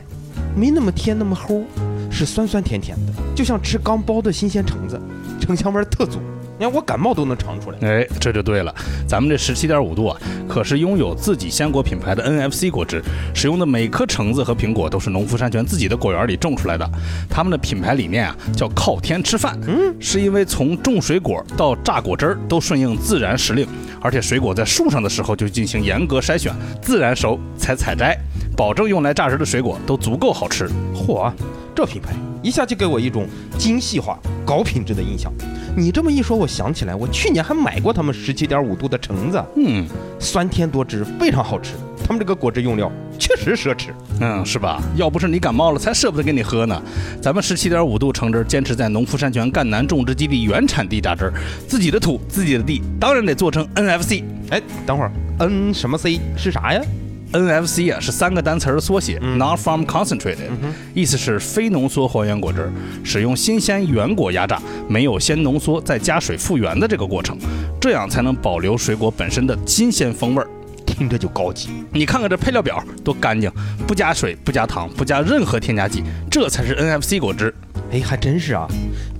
Speaker 4: 没那么甜，那么 齁，是酸酸甜甜的，就像吃刚剥的新鲜橙子，橙香味儿特足。
Speaker 14: 你看我感冒都能尝出来。
Speaker 2: 哎，这就对了。咱们这十七点五度啊，可是拥有自己鲜果品牌的 NFC 果汁，使用的每颗橙子和苹果都是农夫山泉自己的果园里种出来的。他们的品牌理念啊，叫靠天吃饭。嗯，是因为从种水果到榨果汁儿都顺应自然时令，而且水果在树上的时候就进行严格筛选，自然熟才采摘，保证用来榨汁的水果都足够好吃。
Speaker 14: 嚯啊，这品牌一下就给我一种精细化、高品质的印象。你这么一说，我想起来，我去年还买过他们十七点五度的橙子，
Speaker 2: 嗯，
Speaker 14: 酸甜多汁，非常好吃。他们这个果汁用料确实奢侈。
Speaker 2: 嗯，是吧？要不是你感冒了，才舍不得给你喝呢。咱们十七点五度橙汁坚持在农夫山泉赣南种植基地原产地榨汁儿，自己的土，自己的地，当然得做成 NFC。
Speaker 14: 哎，等会儿 N 什么 C 是啥呀嗯
Speaker 2: ？NFC 啊是三个单词儿的缩写、n o n farm concentrated，、意思是非浓缩还原果汁，使用新鲜原果压榨，没有先浓缩再加水复原的这个过程，这样才能保留水果本身的新鲜风味儿。
Speaker 14: 听着就高级。
Speaker 2: 你看看这配料表多干净，不加水，不加糖，不加任何添加剂，这才是 NFC 果汁。
Speaker 14: 哎，还真是啊！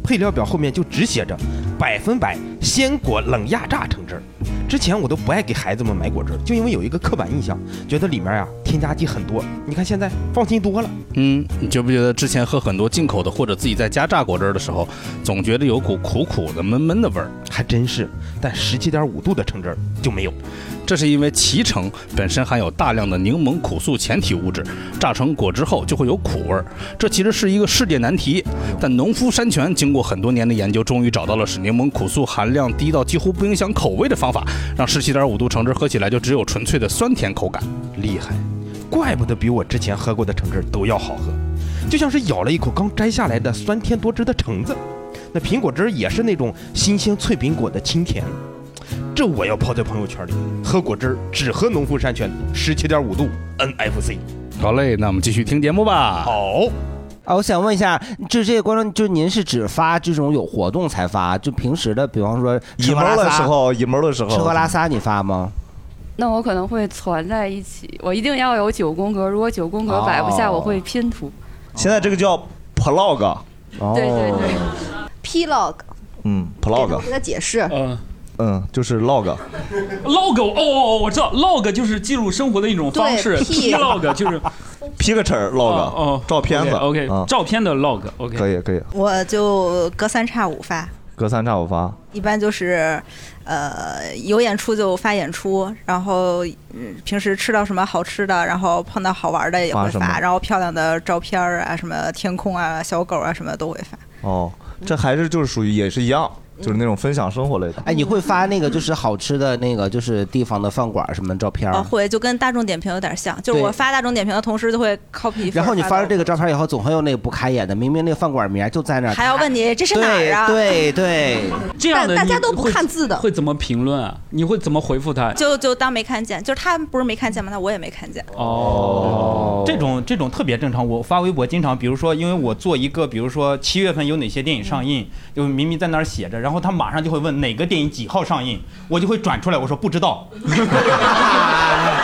Speaker 14: 配料表后面就只写着百分百鲜果冷压榨橙汁儿。之前我都不爱给孩子们买果汁儿，就因为有一个刻板印象，觉得里面啊添加剂很多。你看现在放心多了。
Speaker 2: 嗯，你觉不觉得之前喝很多进口的或者自己在家榨果汁儿的时候，总觉得有股苦苦的、闷闷的味儿？
Speaker 14: 还真是，但十七点五度的橙汁儿就没有。
Speaker 2: 这是因为脐橙本身含有大量的柠檬苦素前体物质，榨成果汁后就会有苦味儿。这其实是一个世界难题，但农夫山泉经过很多年的研究，终于找到了使柠檬苦素含量低到几乎不影响口味的方法，让十七点五度橙汁喝起来就只有纯粹的酸甜口感。
Speaker 14: 厉害，怪不得比我之前喝过的橙汁儿都要好 喝，就像是咬了一口刚摘下来的酸甜多汁的橙子。那苹果汁儿也是那种新鲜脆苹果的清甜，这我要抛在朋友圈里。喝果汁儿只喝农夫山泉十七点五度 NFC。
Speaker 2: 好嘞，那我们继续听节目吧。
Speaker 14: 好。
Speaker 7: 啊，我想问一下，就这些观众，就是您是只发这种有活动才发，就平时的，比方说吃喝拉撒
Speaker 3: 的时候，引门的时候，
Speaker 7: 吃喝拉撒你发吗？
Speaker 15: 那我可能会攒在一起，我一定要有九宫格，如果九宫格摆不下，
Speaker 3: 哦
Speaker 15: 我会拼图。
Speaker 3: 现在这个叫 plog，哦
Speaker 15: 对对对，
Speaker 8: Plog，
Speaker 3: 嗯
Speaker 8: 给
Speaker 3: plog，
Speaker 8: 他解释。
Speaker 5: 嗯
Speaker 3: 嗯，就是 log，
Speaker 5: log 哦哦，我知道 log 就是记录生活的一种方式
Speaker 8: 对，P
Speaker 5: ，P log 就是
Speaker 3: picture log，
Speaker 5: 哦，
Speaker 3: 照片子
Speaker 5: OK，
Speaker 3: 啊
Speaker 5: 照片的 log OK，
Speaker 3: 可以可以，
Speaker 8: 我就隔三差五发，
Speaker 3: 隔三差五发。
Speaker 8: 一般就是，呃，有演出就发演出，然后、嗯、平时吃到什么好吃的，然后碰到好玩的也
Speaker 3: 发
Speaker 8: 会
Speaker 3: 什
Speaker 8: 发，
Speaker 3: 么
Speaker 8: 然后漂亮的照片儿啊，什么天空啊、小狗啊什么都会发。
Speaker 3: 哦，这还是就是属于也是一样，就是那种分享生活类的。
Speaker 7: 嗯哎，你会发那个就是好吃的那个就是地方的饭馆什么照片儿
Speaker 8: 啊，会就跟大众点评有点像，就是
Speaker 7: 对
Speaker 8: 我发大众点评的同时就会 copy 一份
Speaker 7: 然
Speaker 8: 儿
Speaker 7: 后你发
Speaker 8: 到
Speaker 7: 了这个照片以后，总会有那个不开眼的，明明那个饭馆名儿就在那儿，哎
Speaker 8: 还要问你这是哪儿啊？
Speaker 7: 对对对，
Speaker 5: 这样的
Speaker 8: 大大家
Speaker 5: 你
Speaker 8: 都不
Speaker 5: 会
Speaker 8: 看字的
Speaker 5: 会怎么评 论啊？你会怎么回复他？
Speaker 8: 就就当没看见，就是他不是没看见吗？那我也没看见。
Speaker 5: 哦，
Speaker 4: 这种这种特别正常。我发微博经常，比如说，因为我做一个，比如说七月份有哪些电影上映，就明明在那儿写着，然后他马上就会问哪个电影几号上映，我就会转出来，我说不知道。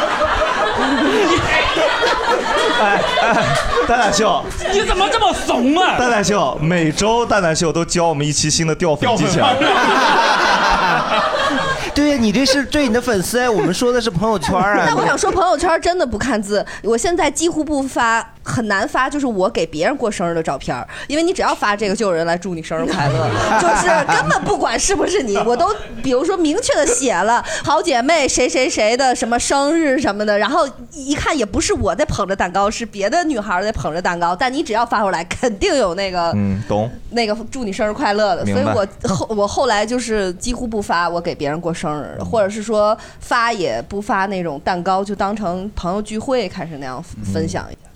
Speaker 3: 哎哎，蛋蛋秀，
Speaker 5: 你怎么这么怂啊？
Speaker 3: 蛋蛋秀每周蛋蛋秀都教我们一期新的掉粉技巧。
Speaker 4: 哦
Speaker 7: 对呀，你这是对你的粉丝哎，我们说的是朋友圈儿啊。
Speaker 8: 那
Speaker 7: 你
Speaker 8: 我
Speaker 7: 这
Speaker 8: 想说
Speaker 16: 朋友圈真的不看字，我现在几乎不发，很难发，就是我给别人过生日的照片儿，因为你只要发这个，就有人来祝你生日快乐，就是根本不管是不是你，我都比如说明确的写了好姐妹谁谁谁的什么生日什么的，然后一看也不是我在捧着蛋糕，是别的女孩儿在捧着蛋糕，但你只要发过来，肯定有那个
Speaker 3: 嗯，懂。
Speaker 16: 那个祝你生日快乐的，所以
Speaker 3: 明白
Speaker 16: 我后我后来就是几乎不发我给别人过生日
Speaker 3: 嗯
Speaker 16: 的，或者是说发也不发那种蛋糕，就当成朋友聚会开始那样分享一下。
Speaker 3: 嗯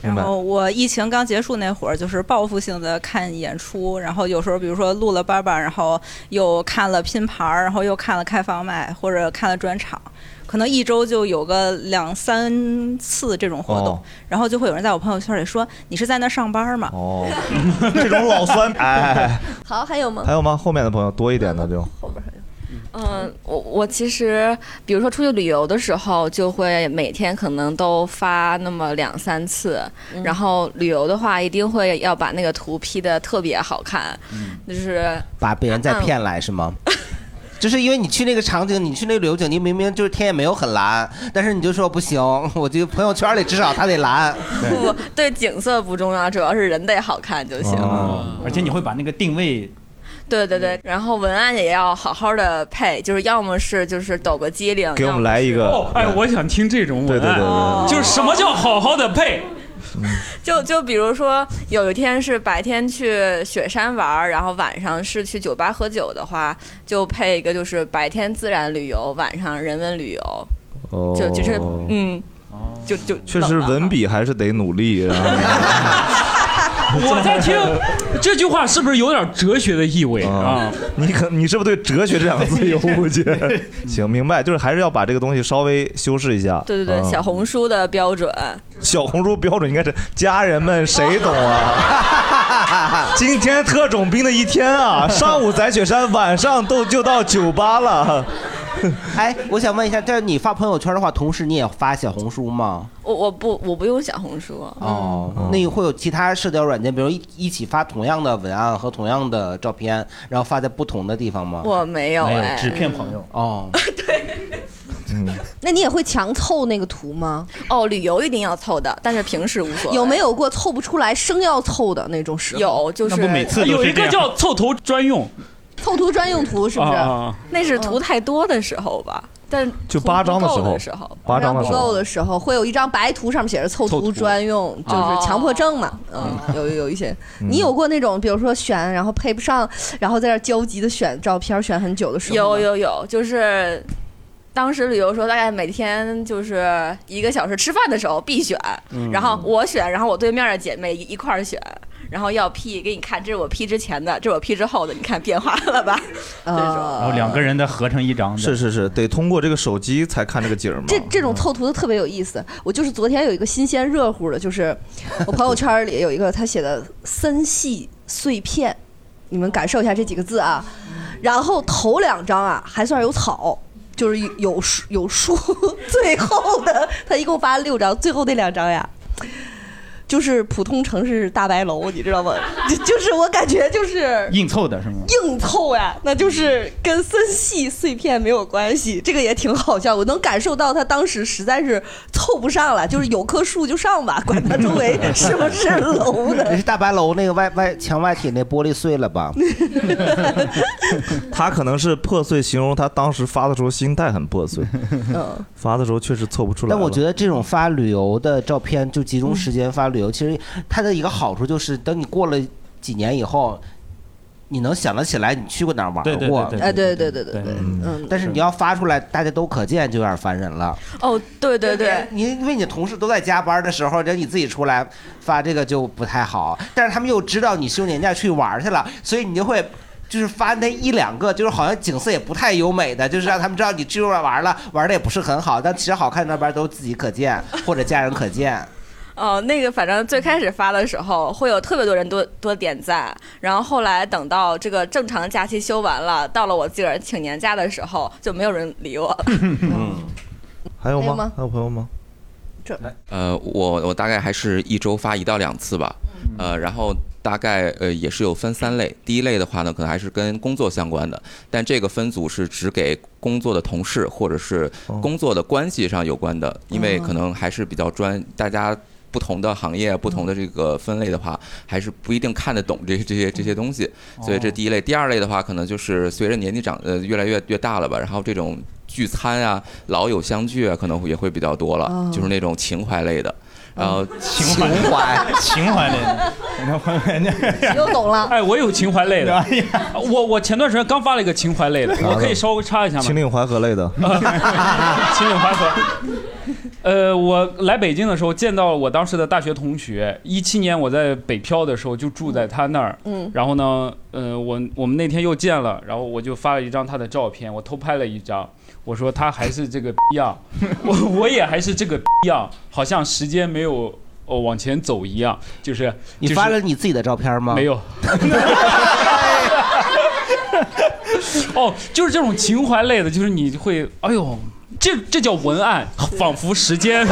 Speaker 3: 明白
Speaker 8: 然。后我疫情刚结束那会儿，就是报复性的看演出，然后有时候比如说录了班班，然后又看了拼盘儿，然后又看了开放麦或者看了专场，可能一周就有个两三次这种活动，
Speaker 3: 哦
Speaker 8: 然后就会有人在我朋友圈里说：“你是在那上班吗？”
Speaker 3: 哦， 这种老酸哎，哎
Speaker 16: 好，还有吗？
Speaker 3: 还有吗？后面的朋友多一点的这种。
Speaker 17: 嗯，我我其实，比如说出去旅游的时候，就会每天可能都发那么两三次。然后旅游的话，一定会要把那个图 P 的特别好看，就是
Speaker 7: 把别人再骗来是吗？就是因为你去那个场景，你去那个旅游景，你明明就是天也没有很蓝，但是你就说不行， 我就朋友圈里至少它得蓝。
Speaker 17: 不对景色不重要，主要是人得好看就行。
Speaker 3: 哦啊
Speaker 4: 而且你会把那个定位
Speaker 17: 对对对，然后文案也要好好的配，就是要么是就是抖个机灵，
Speaker 3: 给我们来一个。
Speaker 5: 哦，哎，我想听这种文案，哦就是什么叫好好的配？
Speaker 17: 就就比如说，有一天是白天去雪山玩儿，然后晚上是去酒吧喝酒的话，就配一个就是白天自然旅游，晚上人文旅游，
Speaker 3: 哦
Speaker 17: 就就是嗯，就就
Speaker 3: 确实文笔还是得努力。啊然后
Speaker 5: 我 在听这句话是不是有点哲学的意味啊？
Speaker 3: 你可你是不是对哲学这两个字有误 解？行，明白，就是还是要把这个东西稍微修饰一下。
Speaker 17: 对对对，
Speaker 3: 嗯
Speaker 17: 小红书的标准。
Speaker 3: 小红书标准应该是家人们谁懂 啊？今天特种兵的一天啊，上午在雪山，晚上都就到酒吧了。
Speaker 7: 哎，我想问一下，这你发朋友圈的话，同时你也发小红书吗？
Speaker 17: 我我不我不用小红书，
Speaker 4: 嗯
Speaker 7: 哦，那会有其他社交软件，比如一一起发同样的文案和同样的照片，然后发在不同的地方吗？
Speaker 17: 我没有哎，
Speaker 4: 朋友。
Speaker 7: 哦，
Speaker 16: 那你也会强凑那个图吗？
Speaker 17: 哦，旅游一定要凑的，但是平时无所谓。
Speaker 16: 有没有过凑不出来生要凑的那种时候？
Speaker 17: 有，就是
Speaker 5: 哎有一个叫凑头专用，
Speaker 16: 凑图专用图，是不是？
Speaker 5: 啊啊啊
Speaker 17: 那是图太多的时候吧，但
Speaker 3: 就八张的时
Speaker 17: 图
Speaker 3: 候
Speaker 17: 不够时候，
Speaker 3: 八张的
Speaker 16: 不
Speaker 3: 时候
Speaker 16: 够的时候，会有一张白图，上面写着“凑图专用”，就
Speaker 17: 哦
Speaker 16: 是强迫症嘛。嗯，有有一些，你有过那种，比如说选，然后配不上，然后在那儿焦急的选照片，选很久的时候。
Speaker 17: 有。有有，就是当时旅游时候，大概每天就是一个小时吃饭的时候必选，
Speaker 16: 嗯
Speaker 17: 然后我选，然后我对面的姐妹一块儿选，然后要 P 给你看，这是我 P 之前的，这是我 P 之后的，你看变化了 吧？
Speaker 16: 哦
Speaker 4: 然后哦两个人再合成一张的。
Speaker 3: 是是是，得通过这个手机才看这个景儿嘛。
Speaker 16: 这这种凑图的特别有意思。我就是昨天有一个新鲜热乎的，就是我朋友圈里有一个他写的“森系碎片”，你们感受一下这几个字啊。然后头两张啊还算有草，就是有树有树。 最后的他一共发了六张，最后那两张呀。就是普通城市大白楼，你知道吗？ 就就是我感觉就是
Speaker 4: 硬凑的是吗？
Speaker 16: 硬凑呀，那就是跟森系碎片没有关系，这个也挺好笑。我能感受到他当时实在是凑不上了，就是有棵树就上吧，管它周围是不是 楼
Speaker 7: 那
Speaker 16: 的。
Speaker 7: 是大白楼那个外外墙外体那玻璃碎了 吧？
Speaker 3: 他可能是破碎，形容他当时发的时候心态很破碎，
Speaker 16: 嗯
Speaker 3: 发的时候确实凑不出来了。
Speaker 7: 但我觉得这种发旅游的照片，就集中时间发旅游，其实它的一个好处就是，等你过了几年以后，你能想得起来你去过哪儿玩过。
Speaker 16: 对对 对对哎对对对对对对嗯
Speaker 7: 但是你要发出来，大家都可见，就有点烦人了。
Speaker 17: 哦，对对对，
Speaker 7: 你因为你同事都在加班的时候，然后你自己出来发这个就不太好，但是他们又知道你休年假去玩去了，所以你就会。就是发那一两个，就是好像景色也不太优美的，就是让他们知道你去外玩了，玩的也不是很好，但其实好看的照片都自己可见或者家人可见。
Speaker 17: 哦，那个反正最开始发的时候会有特别多人多多点赞，然后后来等到这个正常假期休完了，到了我自个儿请年假的时候，就没有人理我了。
Speaker 3: 嗯
Speaker 7: 嗯
Speaker 3: 还有
Speaker 16: 还有
Speaker 3: 吗
Speaker 16: 吗？
Speaker 3: 还有朋友吗？
Speaker 16: 这
Speaker 18: 呃，我我大概还是一周发一到两次吧，呃，然后大概呃也是有分三类，第一类的话呢，可能还是跟工作相关的，但这个分组是只给工作的同事或者是工作的关系上有关的，因为可能还是比较专，大家。不同的行业、不同的这个分类的话，还是不一定看得懂这这些这些东西，所以这第一类。第二类的话，可能就是随着年纪长，呃，越来越越大了吧，然后这种聚餐啊、老友相聚啊，可能也会比较多了
Speaker 16: 哦，
Speaker 18: 就是那种情怀类的。然后
Speaker 1: 哦
Speaker 4: 情怀 情怀情怀类 的，你看朋友圈
Speaker 16: 又懂了。
Speaker 5: 哎，我有情怀类的，我我前段时间刚发了一个情怀类的，我可以稍微插一下吗？
Speaker 3: 秦岭淮河 类的，
Speaker 7: 啊
Speaker 5: 秦岭淮河。呃，我来北京的时候见到我当时的大学同学。一七年我在北漂的时候就住在他那儿，
Speaker 16: 嗯
Speaker 5: 然后呢，呃，我我们那天又见了，然后我就发了一张他的照片，我偷拍了一张，我说他还是这个逼样，我我也还是这个逼样，好像时间没有、哦、往前走一样，就是
Speaker 7: 你发了你自己的照片吗？
Speaker 5: 没有，哦，就是这种情怀类的，就是你会，哎呦，这这叫文案，仿佛时间，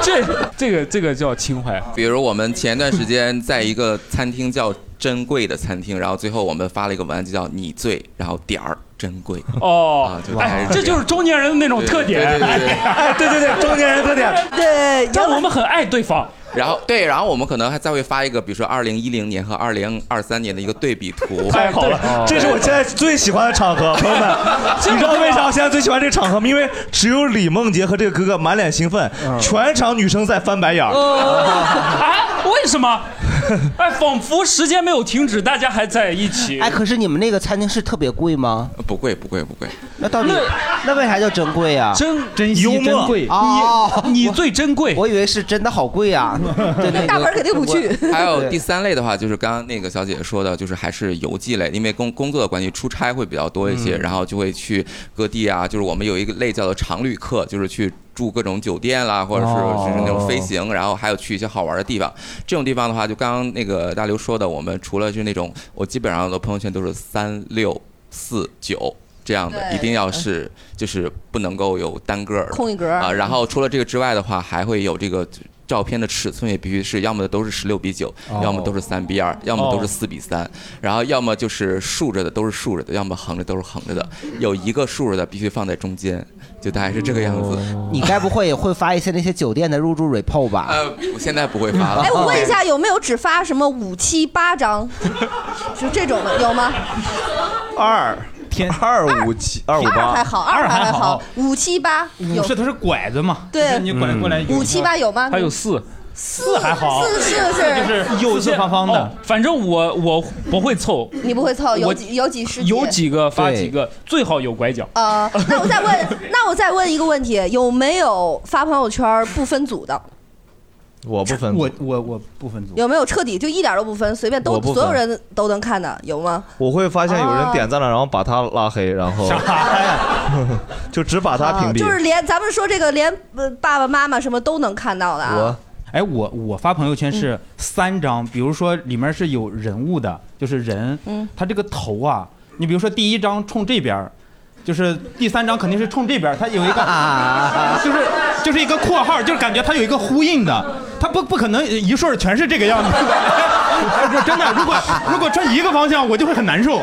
Speaker 5: 这这个这个叫情怀。
Speaker 18: 比如我们前段时间在一个餐厅叫“珍贵”的餐厅，然后最后我们发了一个文案，就叫“你醉”，然后点儿珍贵。
Speaker 5: 哦，
Speaker 18: 就大概
Speaker 5: 哎
Speaker 18: 是，
Speaker 5: 这
Speaker 18: 这
Speaker 5: 就是中年人的那种特
Speaker 18: 对
Speaker 5: 点，
Speaker 18: 对对对对
Speaker 5: 哎，对对对，中年人特点，
Speaker 16: 对，
Speaker 5: 让我们很爱对方。
Speaker 18: 然后对，然后我们可能还再会发一个，比如说二零一零年和二零二三年的一个对比图。
Speaker 1: 太好
Speaker 7: 哦
Speaker 1: 了，这是我现在最喜欢的场 合，朋友们。
Speaker 18: 你
Speaker 1: 你
Speaker 18: 知
Speaker 1: 知
Speaker 18: 道
Speaker 1: 道
Speaker 18: 为
Speaker 1: 为
Speaker 18: 啥
Speaker 1: 啥
Speaker 18: 我
Speaker 1: 我现在最喜欢这个场合吗？因为只有李梦洁和这个哥哥满脸兴奋，
Speaker 7: 嗯
Speaker 1: 全场女生在翻白眼
Speaker 7: 哦
Speaker 5: 哎，为什么？哎，仿佛时间没有停止，大家还在一起。
Speaker 7: 哎，可是你们那个餐厅是特别贵吗？
Speaker 18: 不贵，不贵，不贵。
Speaker 7: 那到底那为啥叫珍贵啊？
Speaker 5: 真珍惜幽默珍贵
Speaker 7: 哦，
Speaker 5: 你最珍贵。
Speaker 7: 我以为是真的好贵 啊。对那个
Speaker 18: 还有第
Speaker 7: 对
Speaker 18: 三类的话，就是刚刚那个小姐姐说的，就是还是邮寄类，因为工工作的关系，出差会比较多一些，
Speaker 19: 嗯
Speaker 18: 然后就会去各地啊，就是我们有一个类叫做常旅客，就是去。住各种酒店啦，或者是
Speaker 19: 哦
Speaker 18: 就是那种飞行，然后还有去一些好玩的地方。这种地方的话，就刚刚那个大刘说的，我们除了是那种，我基本上我的朋友圈都是三六四九这样的，
Speaker 16: 对
Speaker 18: 一定要是就是不能够有单个儿的
Speaker 16: 空一格
Speaker 19: 嗯
Speaker 18: 啊。然后除了这个之外的话，还会有这个照片的尺寸也必须是，要么都是十六比九、
Speaker 19: 哦
Speaker 18: 要么都是三比二，要么都
Speaker 19: 哦
Speaker 18: 是四比三，然后要么就是竖着的都是竖着的，要么横着都是横着的，有一个竖着的必须放在中间，就大概是这个样子。
Speaker 19: 哦
Speaker 7: 你该不会也会发一些那些酒店的入住 report 吧？
Speaker 18: 呃，我现在不会发了。
Speaker 16: 哎，我问一下，有没有只发什么五七八张， 就这种的有吗？
Speaker 3: 二天二五七二五八
Speaker 16: 二还好，二还好，五七八有
Speaker 4: 五是它是拐子嘛，
Speaker 16: 对
Speaker 4: 就是你拐过来有
Speaker 16: 五七八有吗？
Speaker 5: 还有四。
Speaker 16: 四
Speaker 5: 还好
Speaker 16: 四是是，
Speaker 5: 有些方方的、反正我我不会凑，
Speaker 16: 你不会凑，有
Speaker 5: 我
Speaker 16: 几有几十
Speaker 5: 有几个发几个，最好有拐角。
Speaker 16: 呃，那我再问，那我再问一个问题，有没有发朋友圈不分组的？
Speaker 3: 我不分，
Speaker 4: 我我我不分组，
Speaker 16: 有没有彻底就一点都不分，随便都
Speaker 3: 我不分
Speaker 16: 所有人都能看的，有吗？
Speaker 3: 我会发现有人点赞了，然后把他拉黑，然后 就只把他屏
Speaker 16: 啊，
Speaker 3: 蔽。
Speaker 16: 就是连咱们说这个连呃爸爸妈妈什么都能看到的啊。
Speaker 4: 哎，我我发朋友圈
Speaker 16: 嗯
Speaker 4: 是三张，比如说里面是有人物的，就是人，
Speaker 16: 嗯
Speaker 4: 他这个头啊，你比如说第一张冲这边儿，就是第三张肯定是冲这边儿，它有一
Speaker 3: 啊
Speaker 4: 个， 就是就是一个括号，就是感觉它有一个呼应的，它不不可能一顺儿全是这个样子。哎真的，如果如果穿一个方向，我就会很难受，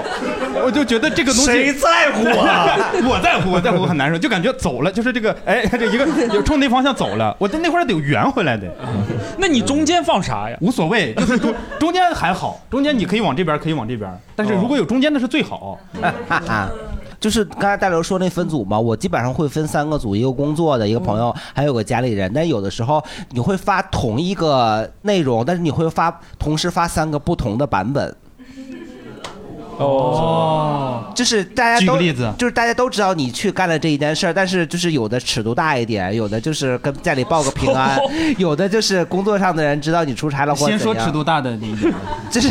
Speaker 4: 我就觉得这个东西
Speaker 1: 谁在乎啊
Speaker 4: 我在乎，我在乎，我很难受，就感觉走了，就是这个，哎，这一个有冲那方向走了，我在那块儿得圆回来的。
Speaker 5: 那你中间放啥呀？
Speaker 4: 无所谓，就是中 中间还好，中间你可以往这边，可以往这边，但是
Speaker 1: 哦
Speaker 4: 如果有中间的是 最好。
Speaker 7: 啊，就是刚才大刘说那分组嘛，我基本上会分三个组，一个工作的，一个朋
Speaker 18: 嗯
Speaker 7: 友，还有个家里人。但有的时候你会发同一个内容，但是你会发同时发三个不同的版本。
Speaker 4: 哦，
Speaker 7: 就是大家都
Speaker 4: 举个例子
Speaker 7: 就是大家都知道你去干了这一件事儿，但是就是有的尺度大一点，有的就是跟家里报个平安，有的就是工作上的人知道你出差了或者
Speaker 4: 先
Speaker 7: 怎样
Speaker 4: 说尺度，大的那一 点，
Speaker 7: 就是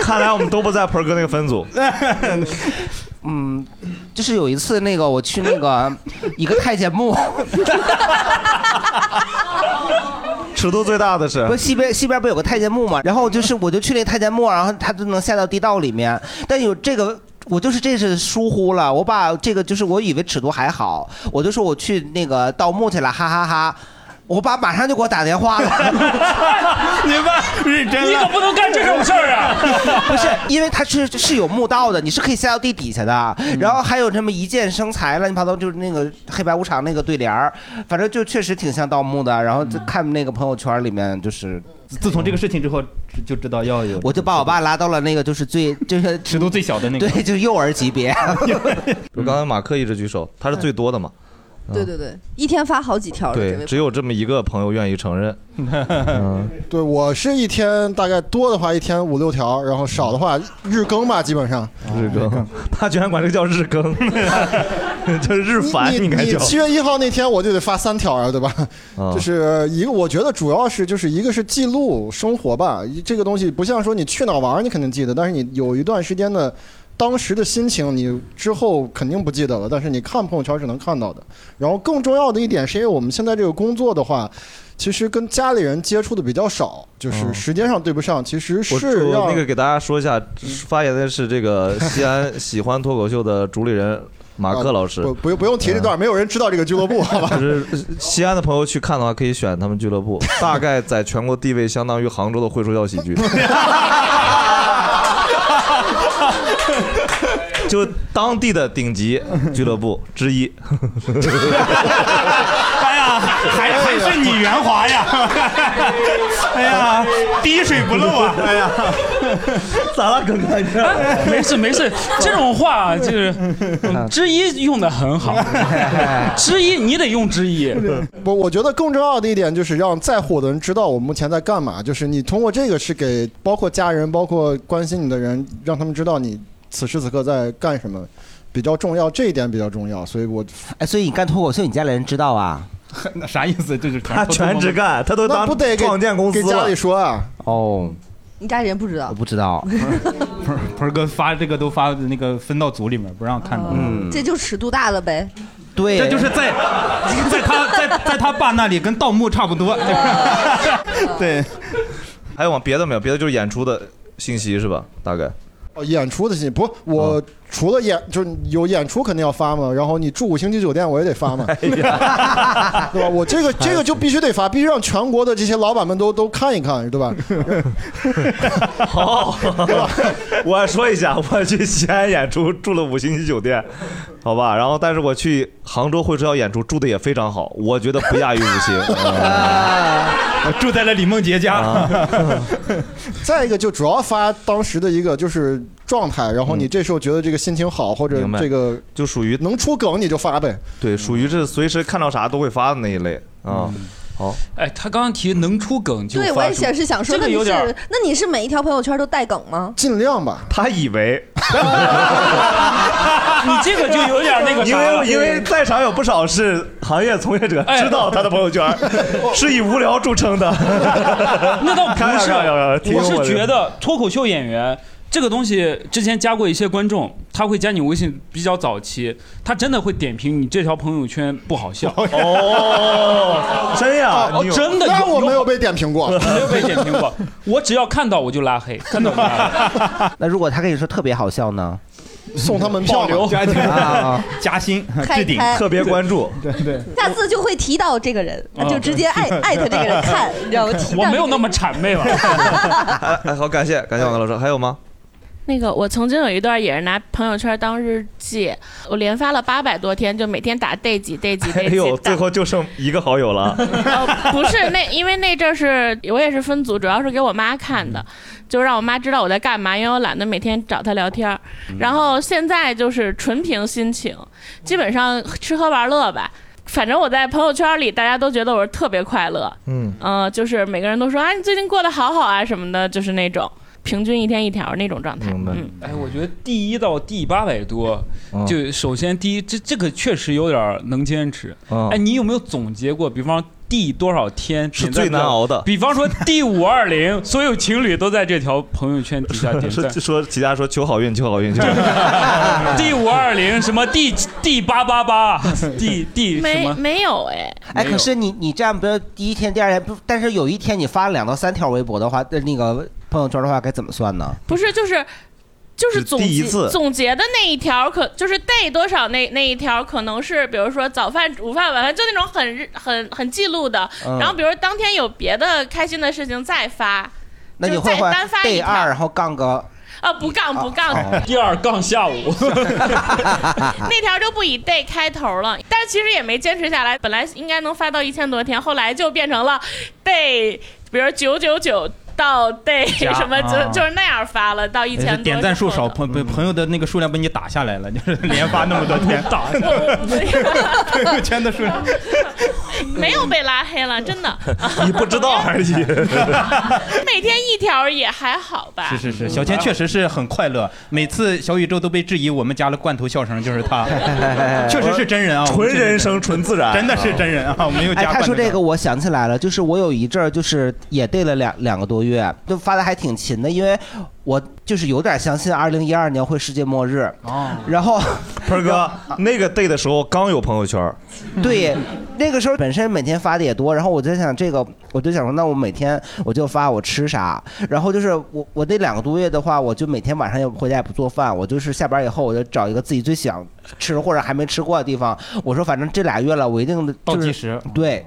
Speaker 3: 看来我们都不在盆儿哥那个分组。
Speaker 7: 嗯，就是有一次那个我去那个一个太监墓，
Speaker 3: 尺度最大的是
Speaker 7: 不西边西边不有个太监墓嘛，然后 就是我就去那太监墓，然后他就能下到地道里面，但有这个。我就是这是疏忽了，我把这个就是我以为尺度还好，我就说我去那个盗墓去了，哈哈哈我爸马上就给我打电话了，
Speaker 4: 你爸认真
Speaker 5: 了你可不能干这种事儿啊
Speaker 7: 不是，因为它是是有墓道的，你是可以下到地底下的，然后还有这么一箭生财，乱七八糟，就是那个黑白无常那个对联儿，反正就确实挺像盗墓的。然后就看那个朋友圈里面，就是
Speaker 4: 自从这个事情之后，就知道要有。
Speaker 7: 我就把我爸拉到了那个就是最 就是
Speaker 4: 尺度最小的那
Speaker 7: 个，对，就是幼儿级 别。
Speaker 3: 就刚才马克一直举手，他是最多的嘛？
Speaker 19: 嗯
Speaker 16: 对对对，一天发好几
Speaker 19: 啊
Speaker 16: 条的这
Speaker 3: 对，
Speaker 16: 位。
Speaker 3: 只有这么一个朋友愿意承认。嗯
Speaker 19: 对我是一天大概多的话一天五六条，然后少的话日更吧，基本上。
Speaker 3: 日更，嗯 他居然管这叫日更， 这日繁
Speaker 19: 你
Speaker 3: 应该叫。
Speaker 19: 七月一号那天我就得发三条啊，对吧？
Speaker 3: 啊
Speaker 19: 就是一个，我觉得主要是就是一个是记录生活吧，一这个东西不像说你去哪儿玩儿你肯定记得，但是你有一段时间的当时的心情，你之后肯定不记得了，但是你看朋友圈是能看到的。然后更重要的一点是因为我们现在这个工作的话。其实跟家里人接触的比较少，就是时间上对不上，其实
Speaker 3: 啊我
Speaker 19: 是
Speaker 3: 我
Speaker 19: 让
Speaker 3: 那个给大家说一下，发言的是这个西安喜欢脱口秀的主理人马
Speaker 7: 啊
Speaker 3: 克老师。
Speaker 19: 啊
Speaker 3: 嗯
Speaker 19: 不不用不用提这
Speaker 7: 嗯
Speaker 19: 段，没有人知道这个俱乐部，好吧？
Speaker 3: 就 是西安的朋友去看的话，可以选他们俱乐部，大概在全国地位相当于杭州的会说笑喜 剧。就当地的顶级俱乐部之一。
Speaker 4: 哎呀，还还是你圆滑呀！哎呀，滴水不漏啊！哎呀，
Speaker 1: 咋了，耿哥？
Speaker 5: 没事没事，这种话啊就是嗯之一用的很好，之一你得用之一。
Speaker 19: 我我觉得更重要的一点就是让在乎的人知道我目前在干嘛，就是你通过这个是给包括家人、包括关心你的人，让他们知道你此时此刻在干什么，比较重要，这一点比较重要。所以我，
Speaker 7: 哎，所以你干脱口秀，你家里人知道啊？
Speaker 4: 那啥意思？这就是
Speaker 3: 他全职干，他都
Speaker 19: 那
Speaker 3: 当
Speaker 19: 不得给
Speaker 3: 创建公司
Speaker 19: 给家里说啊？
Speaker 7: 哦，
Speaker 16: 你家里人不知道
Speaker 7: 我，不知 道。
Speaker 4: 鹏哥发这个都发那个分到组里面，不让看到。嗯
Speaker 16: 这就尺度大了呗。
Speaker 7: 对
Speaker 4: 这就是在在他在在他爸那里跟盗墓差不多。 对，
Speaker 3: 还有往别的没有？别的就是演出的信息是吧？大概。
Speaker 19: 哦，演出的信息不，
Speaker 3: 哦
Speaker 19: 我除了演就是有演出肯定要发嘛，然后你住五星级酒店我也得发嘛，
Speaker 3: 哎
Speaker 19: 对吧？我这个这个就必须得发，必须让全国的这些老板们都都看一看，对吧？
Speaker 3: 好，哦我说一下，我去西安演出住了五星级酒店，好吧，然后但是我去杭州会说笑演出住的也非常好，我觉得不亚于五星。
Speaker 4: 我 住在了李梦洁
Speaker 3: 啊
Speaker 4: 家。
Speaker 19: 再一个就主要发当时的一个就是状态，然后你这时候觉得这个心情好或者
Speaker 3: 嗯明白
Speaker 19: 这个
Speaker 3: 就属于
Speaker 19: 能出梗你就发呗。
Speaker 3: 对，属于是随时看到啥都会发的那一类
Speaker 4: 嗯
Speaker 3: 啊。好，
Speaker 5: 哎，他刚刚提能出梗就
Speaker 16: 对，我
Speaker 5: 发
Speaker 16: 也
Speaker 5: 出
Speaker 16: 想是想说，
Speaker 5: 这
Speaker 16: 那
Speaker 5: 个
Speaker 16: 你
Speaker 5: 有点儿
Speaker 16: 是那你是每一条朋友圈都带梗吗？
Speaker 19: 尽量吧。
Speaker 3: 他以为，
Speaker 5: 你这个就有点那个
Speaker 3: 因
Speaker 5: 啥了
Speaker 3: 为因为在场有不少是行业从业者，
Speaker 5: 哎
Speaker 3: 知道他的朋友圈 是以无聊著称的。
Speaker 5: 那倒
Speaker 3: 开玩笑开玩笑
Speaker 5: 不是，啊
Speaker 3: 听
Speaker 5: 我是
Speaker 3: 我这
Speaker 5: 觉得脱口秀演员这个东西，之前加过一些观众，他会加你微信比较早期，他真的会点评你这条朋友圈不好笑。
Speaker 3: 哦， 真呀
Speaker 5: 哦，真的有，
Speaker 19: 那我没
Speaker 5: 有
Speaker 19: 有被点评过，
Speaker 5: 没有被点评过，我只要看到我就拉黑，看到我就拉黑。
Speaker 7: 那如果他跟你说特别好笑呢？
Speaker 19: 送他门票嘛
Speaker 4: 加
Speaker 7: 啊
Speaker 4: 加薪
Speaker 16: 开置顶开特别
Speaker 3: 关注，
Speaker 4: 对对。
Speaker 16: 下次就会提到这个人，就直接艾艾特这个人看，你知 道吗？提到
Speaker 5: 我没有那么谄媚了。
Speaker 3: 哎哎，好，感谢感谢王刚老师，还有吗？
Speaker 20: 那个，我曾经有一段也是拿朋友圈当日记，我连发了八百多天，就每天打 day 几 day 几
Speaker 3: 哎
Speaker 20: day 几。
Speaker 3: 呦，最后就剩一个好友了。啊
Speaker 20: 不是那，因为那阵儿是我也是分组，主要是给我妈看的，
Speaker 3: 嗯
Speaker 20: 就让我妈知道我在干嘛，因为我懒得每天找她聊天儿。
Speaker 3: 嗯
Speaker 20: 然后现在就是纯凭心情，基本上吃喝玩乐吧。反正我在朋友圈里，大家都觉得我是特别快乐，
Speaker 3: 嗯
Speaker 20: 嗯、就是每个人都说啊，你最近过得好好啊什么的，就是那种平均一天一条那种状态。嗯，
Speaker 5: 哎，我觉得第一到第八百多，
Speaker 3: 嗯
Speaker 5: 就首先第一，这这个确实有点儿能坚持
Speaker 3: 嗯。
Speaker 5: 哎，你有没有总结过？比方第多少天
Speaker 3: 是最难熬的
Speaker 5: 比方说第 五 二 零，所有情侣都在这条朋友圈底下点
Speaker 3: 说
Speaker 5: 赞。
Speaker 3: 说其他说求好运，求好运，求好运。
Speaker 5: 第五二零什么第第八八八， 第第什
Speaker 20: 没
Speaker 5: 么？
Speaker 20: 没有哎，
Speaker 7: 哎，可是你你这样，比如第一天、第二天，不，但是有一天你发了两到三条微博的话，呃那个朋友圈的话，该怎么算呢？
Speaker 20: 不是，就是就是
Speaker 7: 只
Speaker 20: 总
Speaker 7: 第一
Speaker 20: 结
Speaker 7: 次
Speaker 20: 总结的那一条可，就是 day 多少那那一条，可能是比如说早饭、午饭、晚饭，就那种很日很很记录的。
Speaker 7: 嗯
Speaker 20: 然后比如当天有别的开心的事情再发，
Speaker 7: 那你
Speaker 20: 就
Speaker 7: 会
Speaker 20: 再
Speaker 7: 不会
Speaker 20: 单发一
Speaker 7: day
Speaker 20: 条
Speaker 7: 二，然哦后杠个
Speaker 20: 啊，不杠不杠，
Speaker 5: 第二杠 下午。
Speaker 20: 那条就不以 day 开头了。但是其实也没坚持下来，本来应该能发到一千多天，后来就变成了 day，比如九九九到 day
Speaker 4: 加
Speaker 20: 什么，就
Speaker 4: 啊
Speaker 20: 就是那样发了到一 千多。
Speaker 4: 点赞数少，朋朋朋友的那个数量被你打下来了，就是连发那么多 天，
Speaker 5: 打
Speaker 4: 朋友圈的数量。
Speaker 20: 没有被拉黑了，真的。
Speaker 3: 你不知道 而已。
Speaker 20: 每天一条也还好吧。
Speaker 4: 是是是，小千确实是很快乐。每次小宇宙都被质疑我们家的罐头笑声就是 他，确实是真人啊，我们
Speaker 3: 纯
Speaker 4: 是
Speaker 3: 人声，纯自然，
Speaker 4: 真的是真人啊，我没有
Speaker 7: 哎，
Speaker 4: 加罐
Speaker 7: 他
Speaker 4: 头
Speaker 7: 说
Speaker 4: 笑。
Speaker 7: 这个，我想起来了，就是我有一阵儿就是也 day 了两两个多月，就发的还挺勤的，因为我就是有点相信二零一二年会世界末日。哦，然后
Speaker 3: 鹏哥那个 day 的时候刚有朋友圈，
Speaker 4: 嗯
Speaker 7: 对，那个时候本身每天发的也多，然后我在想这个，我就想说，那我每天我就发我吃啥，然后就是我我那两个多月的话，我就每天晚上也回家也不做饭，我就是下班以后我就找一个自己最想吃或者还没吃过的地方，我说反正这俩月了，我一定
Speaker 4: 倒
Speaker 7: 就是
Speaker 4: 计时
Speaker 7: 对。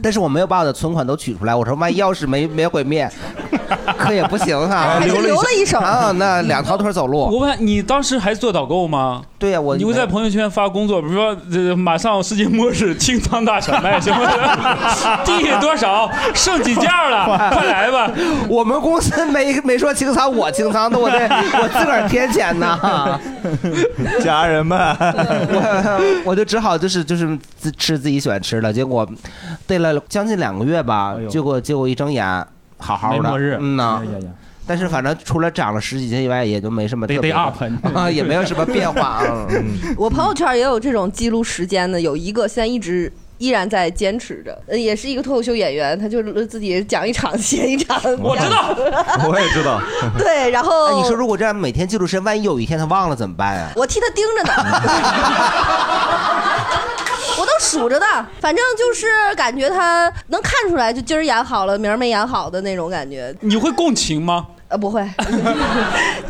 Speaker 7: 但是我没有把我的存款都取出来，我说万一要是没没毁灭，可也不行啊，
Speaker 5: 还是留了一手
Speaker 7: 啊，那两条腿走路。
Speaker 5: 我问你，当时还做导购吗？
Speaker 7: 对呀、我
Speaker 5: 你会在朋友圈发工作，比如说、呃、马上世界末日，清仓大甩卖什么的， 地多少，剩几件 了，快来吧！
Speaker 7: 我们公司没没说清仓，我清仓的，我这我自个儿贴钱呢。
Speaker 3: 家人们，
Speaker 7: 我我就只好就是就是自吃自己喜欢吃的，结果对了将近两个月吧，结果结果一睁眼好好
Speaker 4: 没
Speaker 7: 的，
Speaker 4: 末日
Speaker 7: 嗯呐
Speaker 4: 哎呀呀。
Speaker 7: 但是反正除了长了十几斤以外，也就没什么特别
Speaker 4: day up
Speaker 7: 啊，也没有什么变化啊。嗯
Speaker 16: 我朋友圈也有这种记录时间的，有一个现在一直。依然在坚持着，呃也是一个脱口秀演员，他就是自己讲一场写一场。
Speaker 7: 我知道
Speaker 3: 我也知道。
Speaker 16: 对，然后
Speaker 7: 哎你说如果这样每天记录时间，万一有一天他忘了怎么办啊呀？
Speaker 16: 我替他盯着呢， 我都数着呢。反正就是感觉他能看出来，就今儿演好了，明儿没演好的那种感觉。
Speaker 5: 你会共情吗？
Speaker 16: 呃，不会，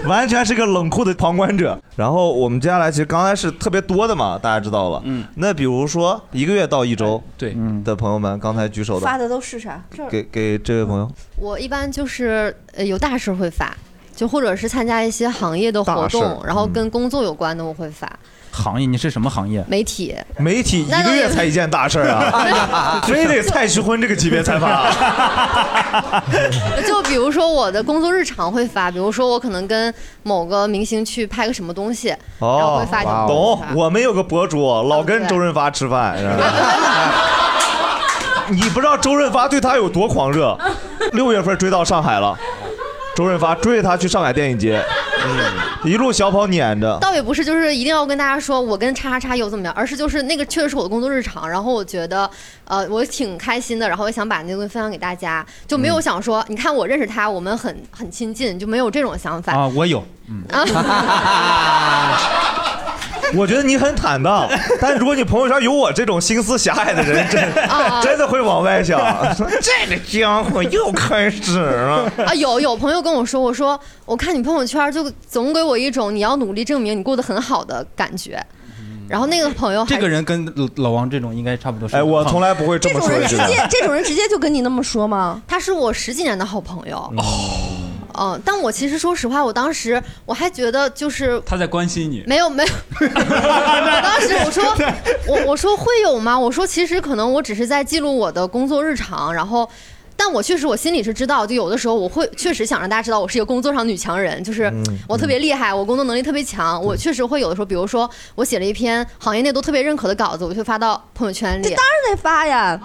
Speaker 3: 完全是个冷酷的旁观者。然后我们接下来其实刚才是特别多的嘛，大家知道了。嗯，那比如说一个月到一周，
Speaker 5: 对
Speaker 4: 嗯
Speaker 3: 的朋友们，刚才举手
Speaker 16: 发
Speaker 3: 的，
Speaker 16: 的都是啥？这儿
Speaker 3: 给给这位朋友，
Speaker 21: 我一般就是呃有大事会发，就或者是参加一些行业的活
Speaker 4: 大事
Speaker 21: 动，然后
Speaker 4: 嗯
Speaker 21: 跟工作有关的我会发。
Speaker 4: 行业，你是什么行业？
Speaker 21: 媒体
Speaker 3: 媒体
Speaker 21: 那
Speaker 3: 一个月才一件大事儿啊， 非得蔡徐坤这个级别才发。
Speaker 21: 就比如说我的工作日常会发，比如说我可能跟某个明星去拍个什么东西，然后
Speaker 3: 哦
Speaker 21: 会发这，种
Speaker 3: 懂。我们有个博主老跟周润发吃饭， 是吧你不知道周润发对他有多狂热。六月份追到上海了，周润发追着他去上海电影节，嗯，一路小跑撵着。
Speaker 21: 倒也不是，就是一定要跟大家说我跟叉叉叉有怎么样，而是就是那个确实是我的工作日常，然后我觉得呃我挺开心的，然后也想把那个东西分享给大家，就没有想说、你看我认识他，我们很很亲近，就没有这种想法
Speaker 4: 啊，我有。
Speaker 3: 哎我觉得你很坦荡，但如果你朋友圈有我这种心思狭隘的人， 真
Speaker 21: 哦
Speaker 3: 真的会往外想。这个家伙又开始了。
Speaker 21: 啊，有有朋友跟我说，我说我看你朋友圈就总给我一种你要努力证明你过得很好的感觉。然后那个朋友还
Speaker 4: 嗯这个人跟老老王这种应该差不多是。
Speaker 3: 哎我从来不会这么
Speaker 16: 这种人直接这种人直接就跟你那么说吗？
Speaker 21: 他是我十几年的好朋友。
Speaker 4: 哦
Speaker 21: 哦，嗯，但我其实说实话，我当时我还觉得就是
Speaker 5: 他在关心你，
Speaker 21: 没有没有，我当时我说我我说会有吗？我说其实可能我只是在记录我的工作日常，然后。但我确实，我心里是知道，就有的时候我会确实想让大家知道我是一个工作上女强人，
Speaker 3: 哦
Speaker 21: 就是
Speaker 4: 嗯
Speaker 3: 嗯
Speaker 21: 我
Speaker 16: 嗯
Speaker 21: 特别厉害，我工作能力特别强。我确实会有的时候，比如说我写了一篇行业内都特别认可的稿子，我就发到朋友圈里。哦
Speaker 16: 这当然得发呀，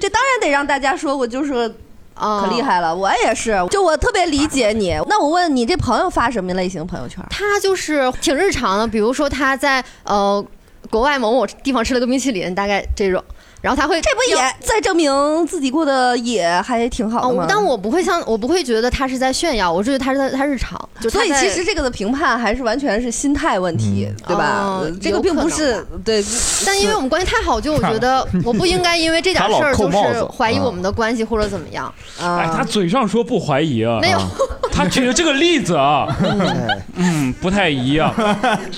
Speaker 16: 这当然得让大家说我就是。可厉害了，我也是，就我特别理解你。那我问你，这朋友发什么类型朋友圈？
Speaker 21: 他就是挺日常的，比如说他在呃国外某某地方吃了个冰淇淋，大概这种。然后他会，
Speaker 16: 这不也在证明自己过得也还挺好的吗
Speaker 21: 哦？但我不会像，我不会觉得他是在炫耀，我就觉得他是在他日常。就
Speaker 16: 所以
Speaker 21: 他在
Speaker 16: 其实这个的评判还是完全是心态问题，对吧
Speaker 21: 嗯？
Speaker 16: 这个并不是对。
Speaker 21: 但因为我们关系太好，就我觉得我不应该因为这点事儿就
Speaker 5: 他老扣帽
Speaker 21: 是
Speaker 5: 子嗯
Speaker 21: 怀疑我们的关系或者怎么样。
Speaker 5: 哎，他
Speaker 21: 啊，
Speaker 5: 嘴上说不怀疑啊，
Speaker 21: 没有，
Speaker 5: 他举的这个例子啊，嗯，不太一样，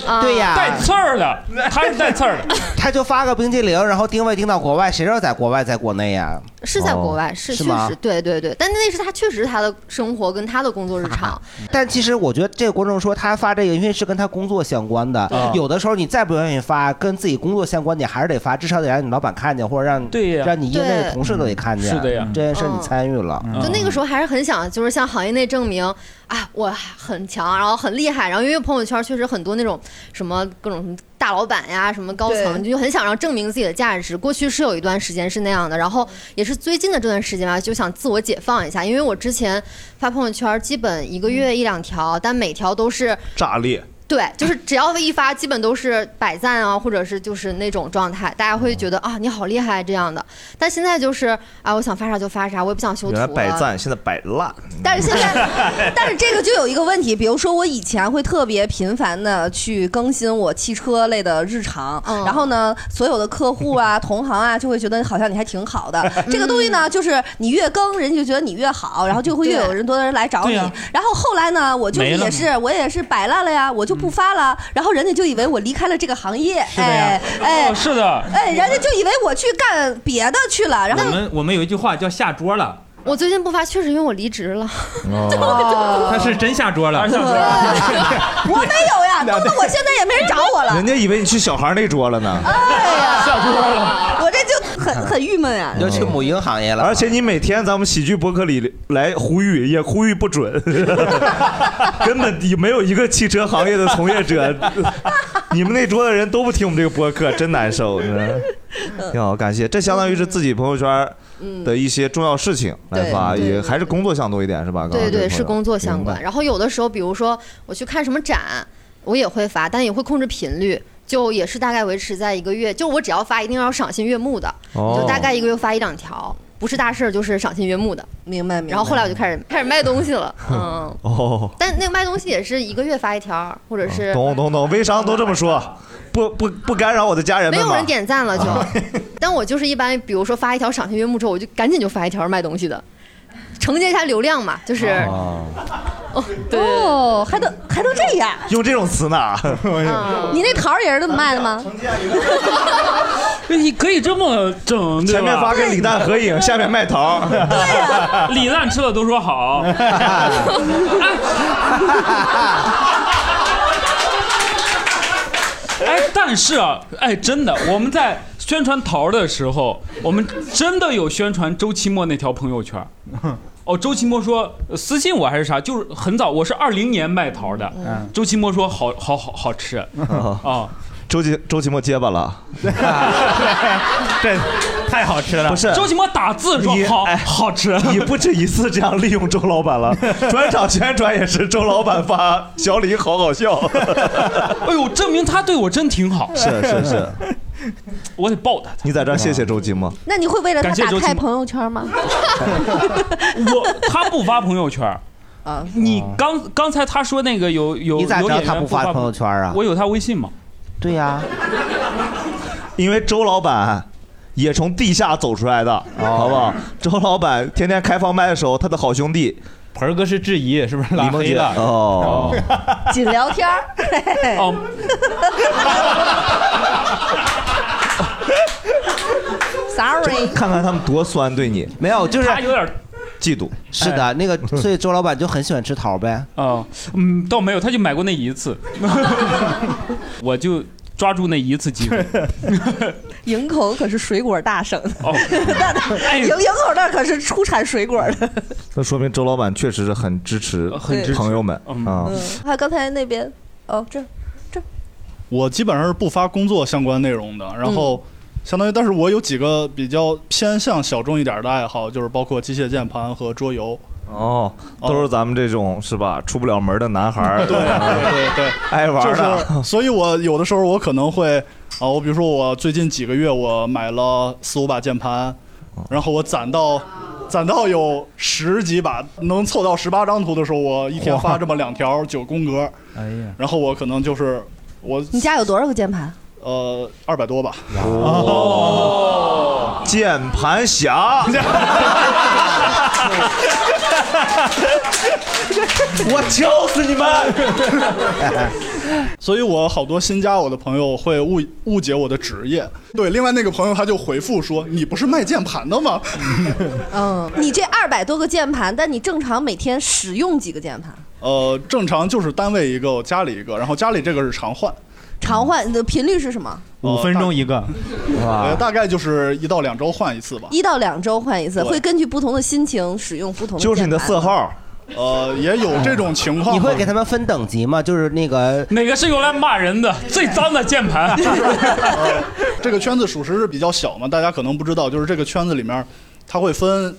Speaker 21: 啊
Speaker 7: 对呀
Speaker 5: 带刺儿的，他是带刺儿的，
Speaker 7: 他就发个冰激凌，然后定位定到国外，谁知道在国外在国内呀？
Speaker 21: 是在国外，
Speaker 7: 哦
Speaker 21: 是
Speaker 7: 是
Speaker 21: 确
Speaker 7: 吗
Speaker 21: 实，对对对。但那是他确实是他的生活跟他的工作日 常。
Speaker 7: 但其实我觉得这个观众说他发这个，因为是跟他工作相关的
Speaker 5: 对，
Speaker 7: 有的时候你再不愿意发，跟自己工作相关，你还是得发，至少得让你老板看见，或者让
Speaker 5: 对呀
Speaker 7: 让你业内的
Speaker 21: 对嗯
Speaker 7: 同事都得看见。
Speaker 5: 是的呀
Speaker 7: 这件事你参与了。
Speaker 21: 就那个时候还是很想，就是向行业内证明啊，我很强，然后很厉害，然后因为朋友圈确实很多那种什么各种什么大老板呀，什么高层，
Speaker 16: 对
Speaker 21: 就很想要证明自己的价值。过去是有一段时间是那样的，然后也是最近的这段时间吧，就想自我解放一下，因为我之前发朋友圈基本一个月一两条，但每条都是
Speaker 3: 炸裂。
Speaker 21: 对，就是只要一发，基本都是百赞啊，或者是就是那种状态，大家会觉得啊你好厉害这样的。但现在就是啊，我想发啥就发啥，我也不想修图
Speaker 3: 原
Speaker 21: 了。
Speaker 3: 来百赞，现在百烂。
Speaker 16: 但是 现在，但是这个就有一个问题，比如说我以前会特别频繁的去更新我汽车类的日常，
Speaker 21: 嗯
Speaker 16: 然后呢，所有的客户啊、同行啊就会觉得好像你还挺好的。
Speaker 21: 嗯
Speaker 16: 这个东西呢，就是你越更，人家就觉得你 越好，然后就会越有人多的人来找
Speaker 22: 对
Speaker 16: 你
Speaker 21: 啊
Speaker 22: 呀。
Speaker 16: 然后后来呢，我就是
Speaker 22: 没了
Speaker 16: 也
Speaker 22: 嘛
Speaker 16: 是我也是摆烂了呀，我就不发了，
Speaker 21: 嗯
Speaker 16: 然后人家就以为我离开了这个行业，哎哎
Speaker 4: 哦，是的
Speaker 16: 哎，人家就以为我去干别的去了，然后
Speaker 4: 我们我们有一句话叫下桌了，
Speaker 21: 我最近不发，确实因为我离职 了。
Speaker 3: 哦
Speaker 4: 他是真 下桌了，
Speaker 16: 我没有呀，弄得我现在也没人找我了。
Speaker 3: 人家以为你去小孩那桌了呢。
Speaker 21: 啊
Speaker 16: 下播了，我这就很很郁闷啊呀。
Speaker 3: 要去
Speaker 7: 母婴行业了。
Speaker 3: 而且你每天咱们喜剧博客里来呼吁，也呼吁不 准，根本没有一个汽车行业的从业 者。你们那桌的人都不听我们这个播客，真难受。嗯挺好，感谢。这相当于是自己朋友圈的一些重要事情来发，
Speaker 21: 嗯对
Speaker 3: 也还是工作向多一点是吧？刚刚
Speaker 21: 对
Speaker 3: 这位
Speaker 21: 对，
Speaker 3: 朋友
Speaker 21: 是工作相
Speaker 3: 明
Speaker 21: 关。
Speaker 3: 白
Speaker 21: 然后有的时候，比如说我去看什么展，我也会发，但也会控制频率，就也是大概维持在一个月，就我只要发，一定要赏心悦目的，
Speaker 16: 哦
Speaker 21: 就大概一个月发一两条，不是大事儿就是赏心悦目的。
Speaker 16: 明白明白。
Speaker 21: 然后后来我就开始开始卖东 西了，嗯，
Speaker 3: 哦，
Speaker 21: 但那个卖东西也是一个月发一条，或者是
Speaker 3: 懂懂懂，微商都这么说，不不不干扰我的家人
Speaker 21: 没
Speaker 3: 们啊吧。
Speaker 21: 有人 点赞了就。但我就是一般，比如说发一条赏心悦目之后，我就赶紧就发一条卖东西的，承接一下流量嘛，就是
Speaker 3: 哦
Speaker 21: 对
Speaker 16: 哦，还能还能这样？
Speaker 3: 用这种词呢？
Speaker 16: 你那桃儿也是这么卖的吗？
Speaker 5: 你可以这么 整，哎
Speaker 3: 前面发跟李诞合影，下面卖桃。 对
Speaker 5: 呀，李诞吃了都说好。哎，但是啊，哎，真的，我们在宣传桃儿的时候，我们真的有宣传周奇墨那条朋友圈。哦，周奇墨说呃私信我还是啥，就是很早，我是二零年卖桃儿的。
Speaker 3: 嗯
Speaker 5: 周奇墨说好好好好吃啊、哦
Speaker 3: 周奇周奇墨结巴了，
Speaker 5: 对，
Speaker 3: 太
Speaker 5: 哎
Speaker 3: 好吃了不是哎
Speaker 5: 周奇墨打字说好好吃，
Speaker 3: 你不止一次这样利用周老板 了，转场宣传也是周老板发小李好好笑，
Speaker 5: 哎呦，证明他 对我真挺好。
Speaker 3: 是是是，
Speaker 5: 我得报答他。
Speaker 3: 你在这儿谢谢周奇墨，
Speaker 16: 那你会为了他
Speaker 5: 感谢
Speaker 16: 打
Speaker 5: 周奇
Speaker 16: 开
Speaker 5: 墨
Speaker 16: 朋友圈吗？
Speaker 5: 我他不发朋友圈儿
Speaker 16: 啊。
Speaker 5: 你刚刚才他说那个有有
Speaker 7: 哦你咋知道
Speaker 5: 有演员
Speaker 7: 他不
Speaker 5: 不
Speaker 7: 发朋友圈啊
Speaker 5: 我有他微信吗？
Speaker 7: 对呀、
Speaker 5: 嗯
Speaker 3: 因为周老板。也从地下走出来的，
Speaker 5: 哦
Speaker 3: 好不好？周老板天天开放麦的时候，他的好兄弟
Speaker 4: 盆儿哥是质疑，是不是
Speaker 3: 李
Speaker 4: 拉
Speaker 3: 梦
Speaker 4: 黑
Speaker 3: 洁
Speaker 4: 了？
Speaker 3: 哦，
Speaker 16: 仅聊天儿。
Speaker 5: 哦，
Speaker 16: Sorry，
Speaker 3: 看看他们多酸对你，
Speaker 7: 没有，就是
Speaker 5: 嗯他有点
Speaker 3: 嫉妒。
Speaker 7: 嗯
Speaker 3: 哎
Speaker 7: 是的，那个，
Speaker 23: 嗯
Speaker 7: 所以周老板就很喜欢吃桃呗。
Speaker 5: 哦，嗯，倒没有，他就买过那一 次，我就抓住那一次机会。
Speaker 16: 营口可是水果大省，
Speaker 5: 哦，
Speaker 16: 营营口那儿可是出产水果的。
Speaker 3: 那说明周老板确实是很支持
Speaker 5: 呃
Speaker 16: 很支持
Speaker 3: 朋友们
Speaker 5: 哦
Speaker 3: 啊。
Speaker 16: 嗯，还有刚才那边，哦，这儿
Speaker 23: 我基本上是不发工作相关内容的，然
Speaker 10: 嗯
Speaker 23: 后相当于，但是我有几个比较偏向小众一点的爱好，就是包括机械键盘和桌游。
Speaker 3: 哦，都是咱们这种是吧？出不了门的男孩儿，
Speaker 23: 对对对，
Speaker 3: 爱玩
Speaker 23: 就
Speaker 3: 的。
Speaker 23: 是，所以我有的时候我可能会啊，我比如说我最近几个月我买了四五把键盘，
Speaker 4: 哦
Speaker 23: 然后我攒到攒到有十几把，能凑到十八张图的时候，我一天发这么两条九宫格，
Speaker 4: 哎呀，
Speaker 23: 然后我可能就是我
Speaker 16: 你家有多少个键盘？
Speaker 23: 呃二百多吧。
Speaker 3: 啊
Speaker 5: 嗯
Speaker 3: 哦，键盘 侠，我敲死你
Speaker 23: 们！所以我好多新加我的朋友会误误解我的职业。对，另外那个朋友他就回复说：“你不是卖键盘的吗
Speaker 16: 嗯，你这二百多个键盘，但你正常每天使用几个键盘？？”
Speaker 23: 呃，正常就是单位一个，我家里一个，然后家里这个是常换，
Speaker 16: 常换你的频率是什么？
Speaker 23: 五分钟
Speaker 4: 一个，
Speaker 23: 呃，大概就是一到两周换一次吧。
Speaker 16: 一到两周换一次，
Speaker 23: 嗯对
Speaker 16: 会根据不同的心情使用不同的键盘。
Speaker 3: 号，
Speaker 23: 呃，也有这种情况。
Speaker 7: 你会给他们分等级吗？就是那个
Speaker 5: 哪个是用来骂人的？最脏的键盘。
Speaker 23: 这个圈子属实是比较小嘛，大家可能不知道，就是这个圈子里面，它会分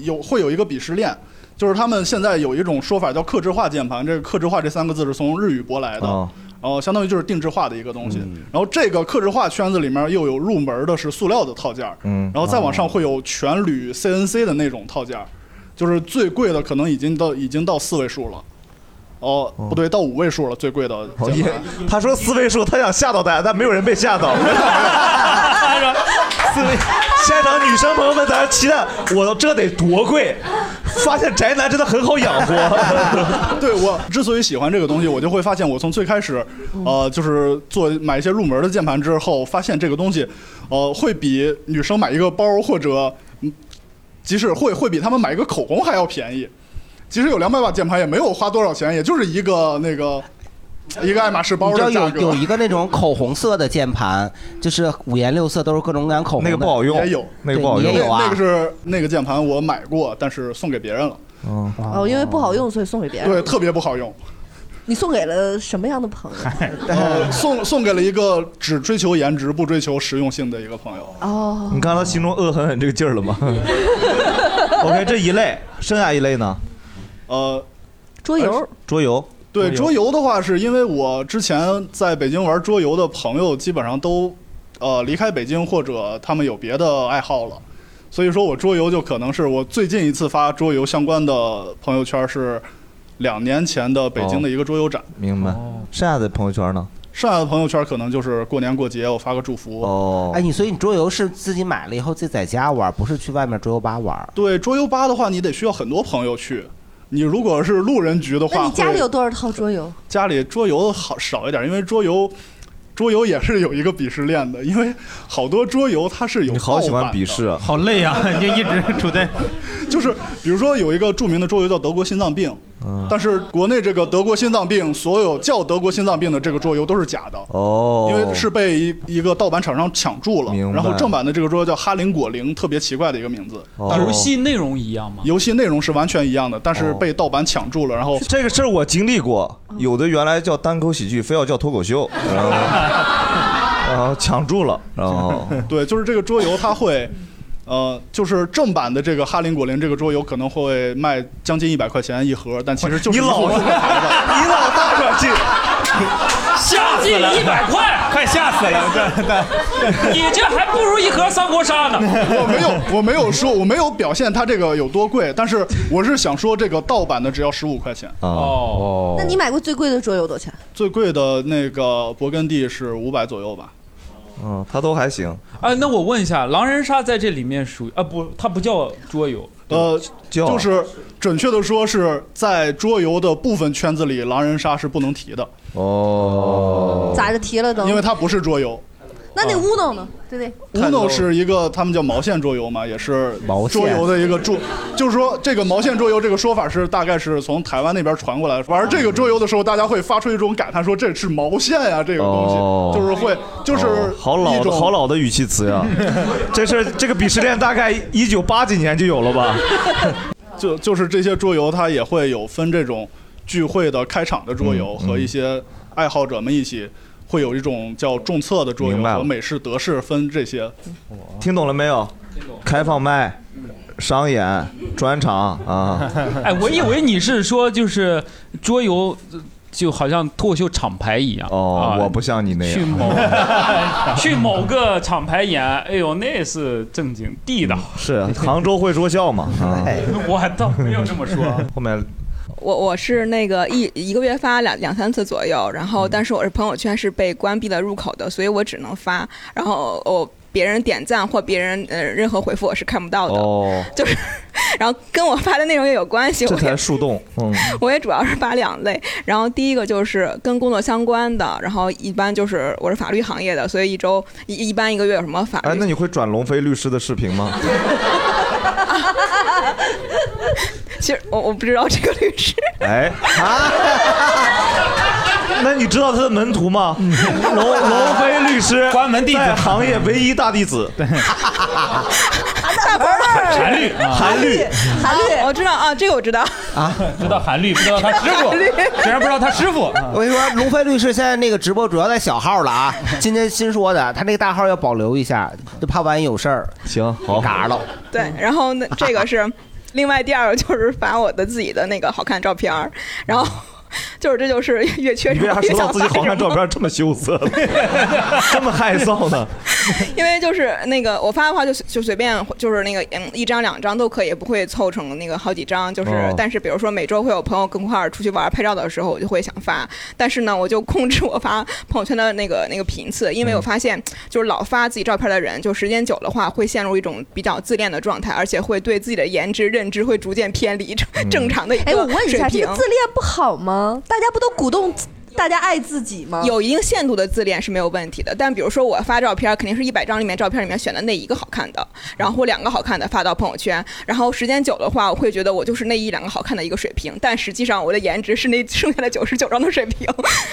Speaker 23: 有会有一个鄙视链，就是他们现在有一种说法叫克制化键盘，这个克制化这三个字是从日语舶来的。
Speaker 3: 哦
Speaker 23: 然后相当于就是定制化的一个东西。然后这个客制化圈子里面又有入门的是塑料的套件儿，
Speaker 3: 嗯
Speaker 23: 然后再往上会有全铝 CNC 的那种套件儿，就是最贵的可能已经到已经到四位数了。哦，不对，到五位数了，最贵的键盘。
Speaker 1: 哦他说四位数，他想吓到大家，但没有人被吓到。
Speaker 23: 他说
Speaker 1: 四位，现场女生朋友们在那期待，我这得多贵？发现宅男真的很好养活。
Speaker 23: 对我之所以喜欢这个东西，我就会发现，我从最开始，呃，就是做买一些入门的键盘之后，发现这个东西，呃，会比女生买一个包或者，嗯即使会会比他们买一个口红还要便宜。即使有两百把键盘，也没有花多少钱，也就是一个那个一个爱马仕包
Speaker 7: 你知道
Speaker 23: 的价
Speaker 7: 有
Speaker 23: 格。
Speaker 7: 有一个那种口红色的键盘，就是五颜六色都是各种各样口红的，
Speaker 23: 那个不好用也有
Speaker 7: 对你也有啊。
Speaker 23: 那个是那个键盘我买过，但是送给别人了。
Speaker 3: 嗯，
Speaker 16: 哦，因为不好用，所以送给别人。
Speaker 23: 对，特别不好用。
Speaker 16: 你送给了什么样的朋友？
Speaker 1: 哦
Speaker 23: 呃送送给了一个只追求颜值不追求实用性的一个朋友。
Speaker 16: 哦，
Speaker 1: 你看他心中恶狠狠这个劲儿了吗？OK，这一类，剩下一类呢？
Speaker 23: 呃，
Speaker 16: 桌游。
Speaker 1: 桌游。
Speaker 23: 对
Speaker 1: 桌
Speaker 23: 桌
Speaker 1: 游
Speaker 23: 游的话，是因为我之前在北京玩桌游的朋友基本上都呃离开北京或者他们有别的爱好了，所以说我桌游就可能是我最近一次发桌游相关的朋友圈是两年前的北京的一个桌游
Speaker 1: 哦
Speaker 23: 展，
Speaker 3: 明白。
Speaker 23: 哦
Speaker 3: 剩下的朋友圈呢？
Speaker 23: 剩下的朋友圈可能就是过年过节我发个祝福
Speaker 3: 哦
Speaker 7: 哎，你所以你桌游是自己买了以后自己在家玩，不是去外面桌游吧玩？
Speaker 23: 对桌游吧的话，你得需要很多朋友去。你如果是路人局的
Speaker 16: 那
Speaker 23: 话，
Speaker 16: 你家里
Speaker 23: 会
Speaker 16: 有多少套桌游？
Speaker 23: 家里桌游好少一点，因为桌游。桌游也是有一个鄙视链的，因为好多桌游它是有
Speaker 3: 你好喜欢
Speaker 23: 盗版
Speaker 3: 鄙
Speaker 23: 的
Speaker 3: 视啊
Speaker 23: 好累 啊，你就一直处在， 就是比如说有一个著名的桌游叫《德国心脏病》，
Speaker 3: 嗯
Speaker 23: 但是国内这个《德国心脏病》所有叫《德国心脏病》的这个桌游都是假的，
Speaker 3: 哦，
Speaker 23: 因为是被一一个盗版厂商抢注了
Speaker 3: 明，白
Speaker 23: 然后正版的这个桌游叫《哈林果零》，特别奇怪的一个名字，但是
Speaker 5: 游戏内容一样吗？
Speaker 23: 游戏内容是完全一样的，但是被盗版抢注了，然后
Speaker 3: 哦
Speaker 23: 哦
Speaker 3: 这个事儿我经历过，有的原来叫单口喜剧，非要叫脱口秀，然 后然后抢注了，然后啊
Speaker 23: 对，就是这个桌游它会，呃，就是正版的这个《哈林果林》这个桌游可能会卖将近一百块钱一盒，但其实就是
Speaker 1: 你老
Speaker 23: 一副牌子
Speaker 1: 你老 大转 进，
Speaker 5: 吓死了！一百 块，
Speaker 23: 快吓死 了！对对，
Speaker 5: 你这还不如一盒三国杀呢。
Speaker 23: 我没有， 我没有说，我没有表现它这个有多贵，但是我是想说，这个盗版的只要十五块钱。
Speaker 3: 哦
Speaker 16: 那你买过最贵的桌游多少钱？
Speaker 23: 最贵的那个勃艮第是五百左右吧？
Speaker 3: 嗯，它都还行。
Speaker 5: 啊，那我问一下，狼人杀在这里面属于啊不，它不叫桌游，
Speaker 23: 呃，
Speaker 5: 叫
Speaker 23: 就是准确的说是在桌游的部分圈子里，狼人杀是不能提的，
Speaker 3: 哦啊
Speaker 16: 咋着提了都？
Speaker 23: 因为它不啊是桌游。
Speaker 16: 那那乌弄呢？对不对？
Speaker 23: Uno 是一个他们叫毛线桌游嘛，也是
Speaker 7: 毛线
Speaker 23: 桌游的一个注，就是说这个毛线桌游这个说法是大概是从台湾那边传过来的。玩这个桌游的时候，大家会发出一种感叹，说这是毛线呀、这个东西、
Speaker 3: 哦
Speaker 23: 就是会就是、
Speaker 3: 哦好老
Speaker 23: 一
Speaker 3: 的
Speaker 23: 种
Speaker 3: 好老的语气词 呀，
Speaker 1: 这事儿这个鄙视链大概一九八几年就有了吧？
Speaker 23: 就就是这些桌游，它也会有分这种聚会的开场的桌游
Speaker 3: 嗯嗯
Speaker 23: 和一些爱好者们一起。会有一种叫重测的桌游
Speaker 3: 明白了
Speaker 23: 和美式、德式分这些，
Speaker 3: 听懂了没有？开放麦、商演、专场啊。
Speaker 5: 哎，我以为你是说就是桌游，呃就好像脱口秀厂牌一样。
Speaker 3: 哦，
Speaker 5: 啊
Speaker 3: 我不像你那
Speaker 5: 去
Speaker 3: 样。
Speaker 5: 某 去某个厂牌演，哎呦，那是正经地道。
Speaker 3: 嗯是啊杭州会说笑 嘛？啊，
Speaker 5: 我倒没有这么说。
Speaker 3: 后面
Speaker 22: 我我是那个一一个月发两两三次左右，然
Speaker 3: 嗯
Speaker 22: 后但是我是朋友圈是被关闭了入口的，所以我只能发，然后我别人点赞或别人呃任何回复我是看不到的，
Speaker 3: 哦，
Speaker 22: 就是， 然后跟我发的内容也有关系，
Speaker 3: 这
Speaker 22: 我
Speaker 3: 才
Speaker 22: 也
Speaker 3: 树洞。嗯，
Speaker 22: 我也主要是发两类，然后第一个就是跟工作相关的，然后一般就是我是法律行业的，所以一周一一般一个月有什么法
Speaker 3: 哎，
Speaker 22: 律
Speaker 3: 那你会转龙飞律师的视频吗？啊
Speaker 22: 其实我我不知道这个律师，
Speaker 3: 哎，
Speaker 1: 那你知道他的门徒吗？龙龙飞律师，嗯 关门弟子，行业唯一大弟子。 对，
Speaker 22: 啊大官儿
Speaker 1: 韩 律韩律
Speaker 22: 韩律，我知道啊，这个我知道。
Speaker 7: 啊，
Speaker 5: 知道韩律， 不知道他师 傅
Speaker 22: 韩律
Speaker 5: 虽然不知道他师傅。
Speaker 7: 我跟你说，龙飞律师现在那个直播主要在小号了 啊，今天新说的，他那个大号要保留一下，就怕万一有事儿。
Speaker 3: 行，好，
Speaker 7: 嘎了。
Speaker 22: 对，然后呢，这个是另外第二个就是发我的自己的那个好看照片儿，然后 就是 这就是越缺
Speaker 3: 你为
Speaker 22: 少
Speaker 3: 啥
Speaker 22: 越
Speaker 3: 收到
Speaker 22: 想
Speaker 3: 自己好
Speaker 22: 发
Speaker 3: 看照片这么羞涩 呢？这么害臊呢？
Speaker 22: 因为就是那个我发的话就随就随便就是那个嗯一张两张都可以，不会凑成那个好几张。就是、
Speaker 9: 哦
Speaker 22: 但是比如说每周会有朋友跟我一块儿出去玩儿拍照的时候，我就会想发，但是呢我就控制我发朋友圈的那个那个频次，因为我发现就是老发自己照片的人，就时间久的话会陷入一种比较自恋的状态，而且会对自己的颜值认知会逐渐偏离正正常的一个
Speaker 16: 哎，我问一下，这
Speaker 22: 水
Speaker 16: 个
Speaker 22: 平
Speaker 16: 自恋不好吗？大家不都鼓动大家爱自己吗？
Speaker 22: 有一定限度的自恋是没有问题的，但比如说我发照片，肯定是一百张里面照片里面选的那一个好看的，然后或两个好看的发到朋友圈，然后时间久的话，我会觉得我就是那一两个好看的一个水平，但实际上我的颜值是那剩下的九十九张的水平，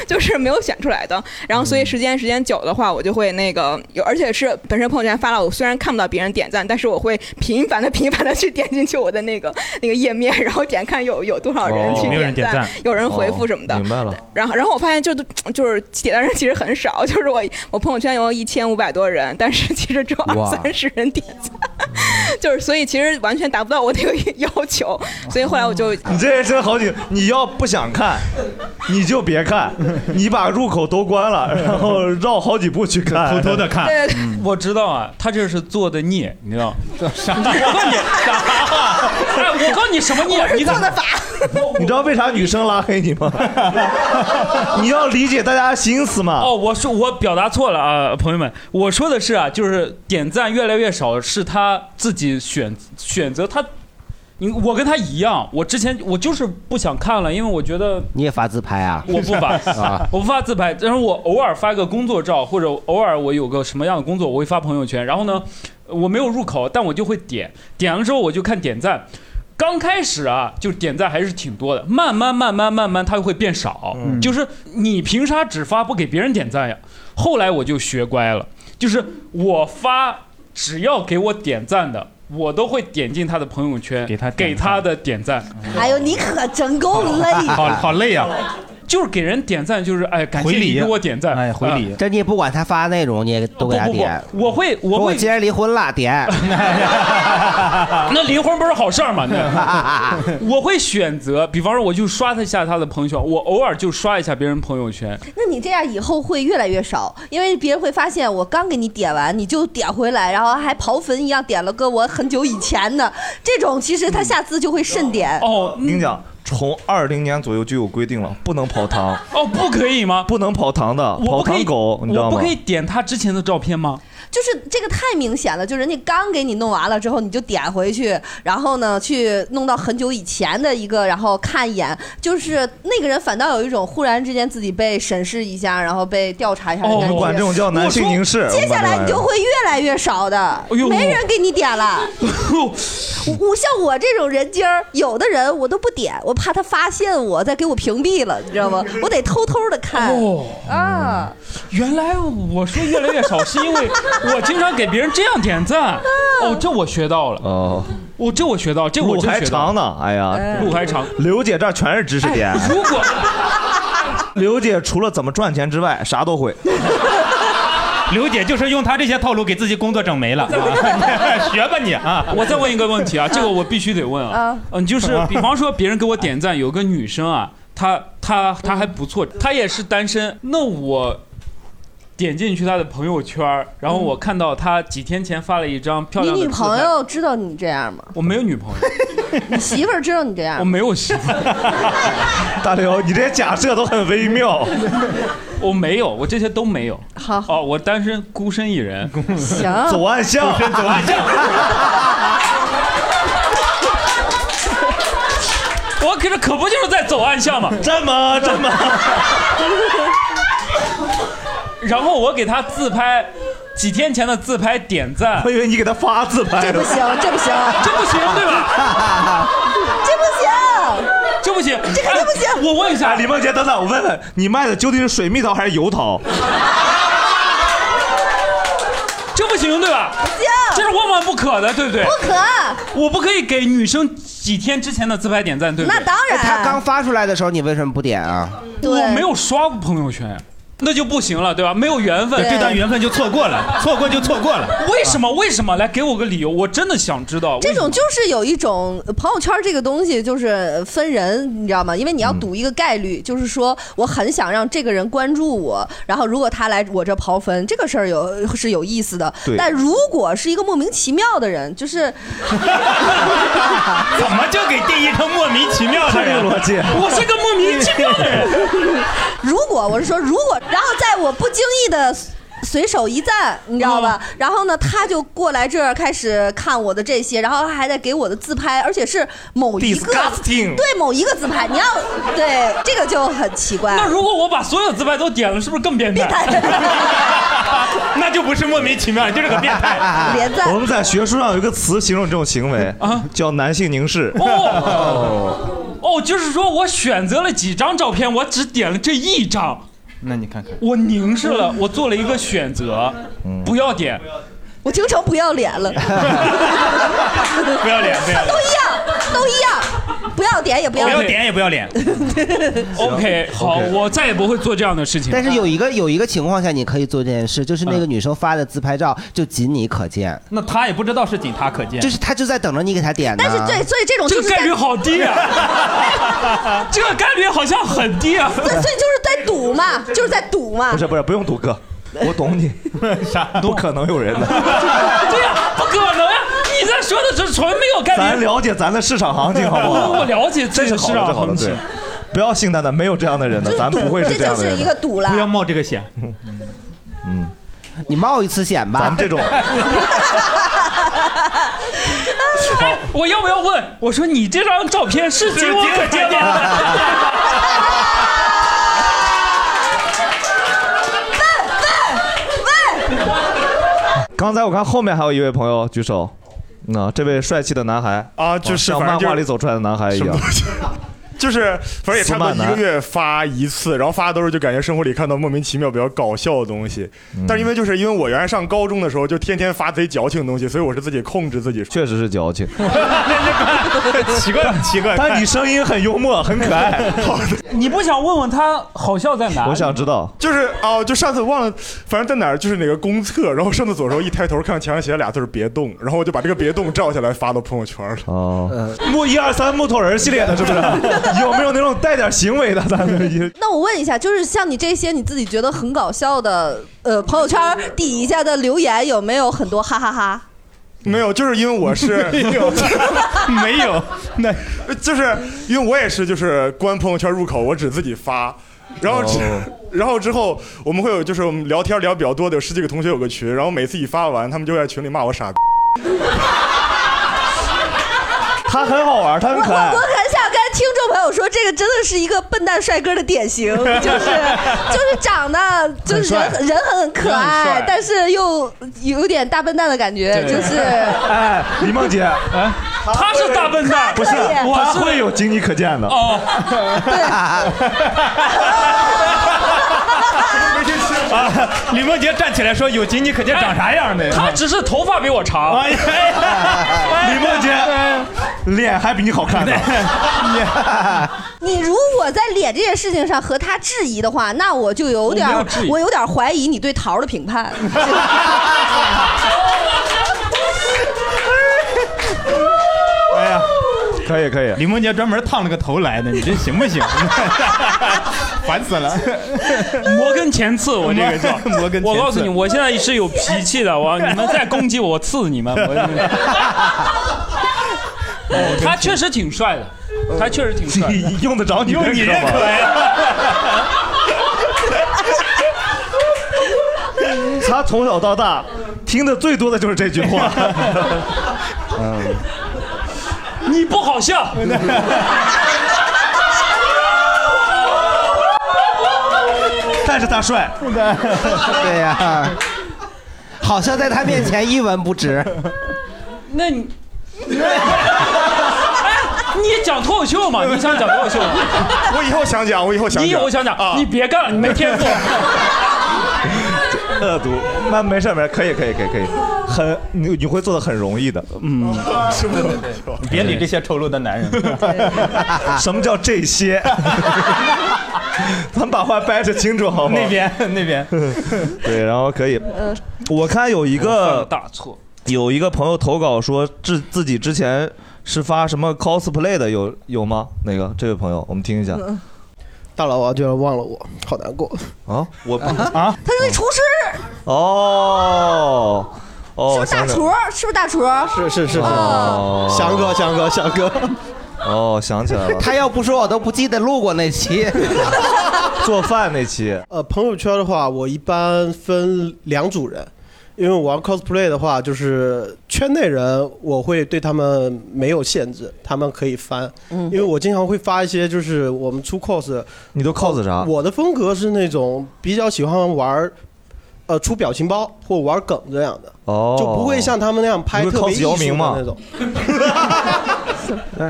Speaker 22: 就是没有选出来的。然后所以时间时间久的话，我就会那个有，而且是本身朋友圈发了，我虽然看不到别人点赞，但是我会频繁的频繁的去点进去我的那个那个页面，然后点看有有多少人去
Speaker 3: 哦
Speaker 22: 点赞，嗯有人回复什么的。
Speaker 3: 哦明白了。
Speaker 22: 然后，然后我发现就就是点赞人其实很少，就是我我朋友圈有一千五百多人，但是其实只有二
Speaker 3: 哇
Speaker 22: 三十人点赞， 就是所以其实完全达不到我那个 要求，所以后来我 就
Speaker 3: 你这人真好几，你要不想看，你就别看，你把入口都 关了，然后绕好几步去看，
Speaker 5: 偷偷地看对对对
Speaker 3: 我知道啊，
Speaker 5: 他这是做的孽，你知道？啥？我告 你，哎，我告你什么孽？你看，
Speaker 3: 你知道为啥女生拉黑你 吗？你要理解大家心思嘛。
Speaker 5: 哦，我说我表达错了啊，朋友们，我说的是啊，就是点赞越来越少，是他自己选选择他。你我跟他一样，我之前我就是不想看了，因为我觉得
Speaker 7: 你也发自拍啊？
Speaker 5: 我不发
Speaker 7: 啊，
Speaker 5: 我不发自拍，但是我偶尔发个工作照，或者偶尔我有个什么样的工作，我会发朋友圈。然后呢，我没有入口，但我就会点，点了之后我就看点赞。刚开始啊，就是点赞还是挺多的，慢慢慢慢慢慢，它会变少。
Speaker 24: 嗯
Speaker 5: 就是你凭啥只发不给别人点赞呀？后来我就学乖了，就是我发只要给我点赞的，我都会点进他的朋友圈，给他给他的点赞。
Speaker 16: 哎呦，你可真够累的。
Speaker 5: 累啊！就是给人点赞，就是哎，感
Speaker 7: 回
Speaker 5: 谢
Speaker 7: 礼
Speaker 5: 你给我点赞，哎，
Speaker 7: 回礼，啊这你也不管他发那种，你也都给他
Speaker 5: 不不
Speaker 7: 点。
Speaker 5: 我会，我
Speaker 7: 我既然离婚了，点。
Speaker 5: 那离婚不是好事儿吗？那 我会选择，比方说，我就刷一下他的朋友圈，我偶尔就刷一下别人朋友圈。
Speaker 16: 那你这样以后会越来越少，因为别人会发现我刚给你点完，你就点回来，然后还刨坟一样点了个我很久以前的，这种其实他下次就会慎点。
Speaker 5: 哦，
Speaker 3: 跟你讲，从二零年左右就有规定了，不能跑堂。
Speaker 5: 哦，不可以吗？
Speaker 3: 不能跑堂的，
Speaker 5: 我
Speaker 3: 跑
Speaker 5: 不可
Speaker 3: 堂
Speaker 5: 以，
Speaker 3: 狗，你知道
Speaker 5: 我
Speaker 3: 吗？
Speaker 5: 不可以点他之前的照片吗？
Speaker 16: 就是这个太明显了，就人家刚给你弄完了之后，你就点回去，然后呢去弄到很久以前的一个，然后看一眼，就是那个人反倒有一种忽然之间自己被审视一下，然后被调查一下的
Speaker 3: 哦
Speaker 16: 感觉。
Speaker 3: 我管这种叫男性凝视我说
Speaker 16: 接下来你就会越来越少的，
Speaker 3: 哎呦
Speaker 16: 没人给你点 了。我我像我这种人精儿，有的人我都不点，我怕他发现我，再给我屏蔽了，你知道吗？我得偷偷的看。
Speaker 5: 哦
Speaker 16: 啊，
Speaker 5: 原来我说越来越少，是 因为我经常给别人这样点赞。哦，这我学到了。
Speaker 3: 哦，
Speaker 5: 我这我学到，这我
Speaker 3: 路
Speaker 5: 真
Speaker 3: 还
Speaker 5: 学到
Speaker 3: 长
Speaker 5: 了。
Speaker 3: 呢，哎呀，
Speaker 16: 嗯
Speaker 5: 路还长。
Speaker 3: 刘姐这儿全是知识点。
Speaker 5: 哎如果
Speaker 3: 刘姐除了怎么赚钱之外，啥都 会。
Speaker 4: 刘姐就是用她这些套路给自己工作整没了， 啊学吧你啊！
Speaker 5: 我再问一个问题啊，这个 我必须得问啊
Speaker 4: 啊，
Speaker 5: 嗯，就是 比方说别人给我点赞，有个女生啊，她她她还不
Speaker 16: 嗯
Speaker 5: 错，她也是单身，那我。点进去她的朋友圈儿，然后我看到她几天前发了一张漂
Speaker 16: 嗯你
Speaker 5: 亮的
Speaker 16: 女
Speaker 5: 自拍
Speaker 16: 朋，友知道你这样吗？
Speaker 5: 我没有女朋友，
Speaker 16: 你媳妇儿知道你这样
Speaker 5: 我
Speaker 16: 吗？
Speaker 5: 没有媳妇儿，
Speaker 3: 大刘，你这些假设都很微妙。
Speaker 5: 我没有，我这些都没有。
Speaker 16: 好，
Speaker 5: 哦，我单身孤身一人，
Speaker 16: 行
Speaker 3: 走暗巷
Speaker 5: 孤身走暗巷。我可是可不就是在走暗巷吗？
Speaker 3: 这么这么。
Speaker 5: 然后我给他自拍，几天前的自拍点赞。
Speaker 3: 我以为你给他发自拍
Speaker 16: 这不行，这不行，
Speaker 5: 这不行，对吧？
Speaker 16: 这不行，
Speaker 5: 这不行，哎
Speaker 16: 这肯定不行。
Speaker 5: 我问一下，
Speaker 3: 哎李梦洁，等等，我问问你卖的究竟是水蜜桃还是油桃？
Speaker 5: 这不行，对吧？不
Speaker 16: 行，
Speaker 5: 这是万万不可的，对不对？
Speaker 16: 不可。
Speaker 5: 我不可以给女生几天之前的自拍点赞，对不对？
Speaker 7: 哎他刚发出来的时候，你为什么不点啊？
Speaker 5: 我没有刷过朋友圈。那就不行了，对吧？没有缘分，
Speaker 4: 对这段缘分就错过 了，错过就错过了。
Speaker 5: 为什么？为什么？来给我个理由，我真的想知道。
Speaker 16: 这种
Speaker 5: 为什么
Speaker 16: 就是有一种呃朋友圈这个东西，就是分人，你知道吗？因为你要赌一个概率，就是说我很想让这个人关注我，然后如果他来我这刨分，这个事儿有是有意思的
Speaker 4: 对。
Speaker 16: 但如果是一个莫名其妙的人， 就是
Speaker 4: 怎么就给定义成莫名其妙的人？
Speaker 1: 逻辑，
Speaker 5: 我是个莫名其妙的人。
Speaker 16: 如果我是说，如果然后在我不经意的。随手一赞，你知道吧？然后呢，他就过来这儿开始看我的这些，然后还在给我的自拍，而且是某一个
Speaker 5: Disgusting
Speaker 16: 对某一个自拍，你要对这个就很奇怪。
Speaker 5: 那如果我把所有自拍都点了，是不是更变态？
Speaker 4: 那就不是莫名其妙，就是个变
Speaker 5: 啊
Speaker 4: 态。
Speaker 16: 连
Speaker 3: 我们在学术上有一个词形容这种行为叫男性凝视。
Speaker 5: 哦，哦，就是说我选择了几张照片，我只点了这一张，
Speaker 4: 那你看嗯看，
Speaker 5: 我凝视了，我做了一个选择，不要点。
Speaker 16: 我经常不要脸了，
Speaker 4: 不要脸，不要脸，
Speaker 16: 都一样，都一样，不要点也不
Speaker 4: 不
Speaker 16: 要
Speaker 4: 要点也不要脸。
Speaker 5: OK，好，我再也不会做这样的事情。
Speaker 7: 但是有一个有一个情况下你可以做这件事，就是那个
Speaker 5: 嗯
Speaker 7: 女生发的自拍照就仅你可见，
Speaker 4: 那他也不知道是仅他可见，
Speaker 7: 就是她就在等着你给她点呢。
Speaker 16: 但是对，所以这种
Speaker 5: 这
Speaker 16: 就
Speaker 5: 个
Speaker 16: 是
Speaker 5: 概率
Speaker 16: 在
Speaker 5: 好 低啊，这个概率好像很低啊。
Speaker 16: 所以所以就是在赌嘛，就是在赌嘛。
Speaker 3: 不是不是，不用赌哥，我懂你。
Speaker 4: 啥？
Speaker 3: 不可能有人的。
Speaker 5: 对呀、不可能呀、你在说的是纯没有概率。
Speaker 3: 咱了解咱的市场行情好不好？
Speaker 5: 我了解这个
Speaker 3: 这是好的
Speaker 5: 市场
Speaker 3: 这是好的
Speaker 5: 行情
Speaker 3: 对不要信他的，没有这样的人的，咱不会是样的人的。
Speaker 16: 赌
Speaker 4: 了，不要冒这个险。
Speaker 3: 嗯，
Speaker 7: 你冒一次险吧。
Speaker 3: 咱们这 种，
Speaker 5: 哎，我要不要问？我说你这张照片是仅我可见吗？
Speaker 3: 刚才我看后面还有一位朋友举手，那这位帅气的男孩
Speaker 9: 啊就是
Speaker 3: 像
Speaker 9: 反正
Speaker 3: 漫
Speaker 9: 就是
Speaker 3: 画里走出来的男孩一样。
Speaker 9: 就是反正也差不多
Speaker 3: 斯曼
Speaker 9: 一
Speaker 3: 男
Speaker 9: 个月发一次，然后发的都是就感觉生活里看到莫名其妙比较搞笑的东西。
Speaker 3: 嗯
Speaker 9: 但是因为就是因为我原来上高中的时候就天天发贼矫情的东西，所以我是自己控制自己。
Speaker 3: 确实是矫情，
Speaker 9: 奇怪奇怪。哎
Speaker 3: 但你声音很幽默，很可爱。好的，
Speaker 5: 你不想问问他 好笑在哪？
Speaker 9: 我
Speaker 3: 想知道。
Speaker 9: 就是哦、就上次忘了，反正在哪儿，就是哪个公厕，然后上厕所的时候一抬头看到墙上写了俩字儿“别动”，然后我就把这个“别动”照下来发到朋友圈了。
Speaker 3: 哦，木一二三木头人系列的是不 是？有没有那种带点行为的？咱们也
Speaker 16: 那我问一下，就是像你这些你自己觉得很搞笑的，呃，朋友圈底下的留言有没有很多哈哈哈？
Speaker 9: 没有，就是因为我是
Speaker 16: 没有
Speaker 9: 没有，那就是因为我也是就是关朋友圈入口，我只自己发，然后之、
Speaker 3: 哦
Speaker 9: 然后之后我们会有就是我们聊天聊比较多的有十几个同学有个群，然后每次一发完，他们就在群里骂我傻逼。
Speaker 3: 他很好玩，他
Speaker 16: 我我我很想跟听众朋友说，这个真的是一个笨蛋帅哥的 典型，就是就是长得就是人
Speaker 7: 很帅
Speaker 16: 人很可
Speaker 7: 人很
Speaker 16: 爱
Speaker 7: 帅，
Speaker 16: 但是又有点大笨蛋的感觉，就是
Speaker 3: 哎，李梦姐，哎，
Speaker 5: 他是大笨蛋，
Speaker 3: 不是，
Speaker 16: 可以
Speaker 3: 他
Speaker 16: 我是
Speaker 3: 会有仅你可见的。
Speaker 5: 哦，
Speaker 4: 啊，李梦洁站起来说：“有仅你可见长啥样呗？”
Speaker 5: 他只是头发比我长。
Speaker 3: 哎
Speaker 5: 哎
Speaker 3: 李梦洁，脸还比你好看呢。
Speaker 5: 哎
Speaker 16: 你如果在脸这件事情上和他质疑的话，那我就有点
Speaker 3: 我没有质疑
Speaker 16: 我有点怀疑你对桃儿的评判。
Speaker 4: 哎呀，
Speaker 3: 可以可以，
Speaker 4: 李梦洁专门烫了个头来的，你这行不行？ 烦死了！
Speaker 5: 摩根前刺，我这个叫
Speaker 4: 摩根前刺
Speaker 5: 我告诉你，我现在是有脾气的，我 你们再攻击我，我刺你们。我哦 他确实挺帅的，他确实 挺帅的。
Speaker 3: 用得着
Speaker 5: 你
Speaker 9: 用你认可
Speaker 3: 他从小到大听的最多的就是这句话。嗯，
Speaker 5: 你不好笑。
Speaker 3: 但是他帅。
Speaker 7: 对呀、好像在他面前一文不值。
Speaker 5: 那你，哎，你讲脱口 秀嘛？你想讲脱口秀吗？
Speaker 9: 我以后想讲，我以后想讲。
Speaker 5: 你以后想讲，
Speaker 6: 啊
Speaker 5: 你别干了，你没 天赋。
Speaker 3: 恶毒，那没事没事，可以可以可以可以，很你你会做的很容易的。嗯，
Speaker 4: 是不是？ 你别理这些丑陋的男人。
Speaker 3: 什么叫这些？咱们把话掰扯清楚好吗？
Speaker 4: 那边那边，
Speaker 3: 对，然后可以。
Speaker 16: 呃
Speaker 3: 我看有一
Speaker 5: 我犯了
Speaker 3: 个
Speaker 5: 大错，
Speaker 3: 有一个朋友投稿说自自己之前是发什么 cosplay 的，有有吗？哪个？这位朋友，我们听一下。
Speaker 6: 大佬啊，居然忘了我，好难过
Speaker 16: 呃
Speaker 3: 啊！我
Speaker 6: 啊！
Speaker 16: 他是那厨师，
Speaker 3: 哦哦，
Speaker 16: 是大
Speaker 3: 想起来
Speaker 16: 厨，是不是大厨？
Speaker 6: 是是是是，
Speaker 3: 哦
Speaker 6: 翔哥翔哥翔哥，
Speaker 3: 哦，想起来了，
Speaker 6: 他要不说我都不记得录过那期。
Speaker 3: 做饭那期，
Speaker 6: 呃，朋友圈的话，我一般分两组人，因为我玩 cosplay 的话，就是圈内人，我会对他们没有限制，他们可以翻。因为我经常会发一些，就是我们出 cos，
Speaker 3: 你都 cos 啊啥
Speaker 6: 我的风格是那种比较喜欢玩，呃，出表情包或玩梗这样的，
Speaker 3: 哦，
Speaker 6: 就不会像他们那样拍
Speaker 3: 你会
Speaker 6: 特别
Speaker 3: cos
Speaker 6: 艺
Speaker 3: 姚
Speaker 6: 术
Speaker 3: 明
Speaker 6: 的
Speaker 3: 吗
Speaker 6: 那种。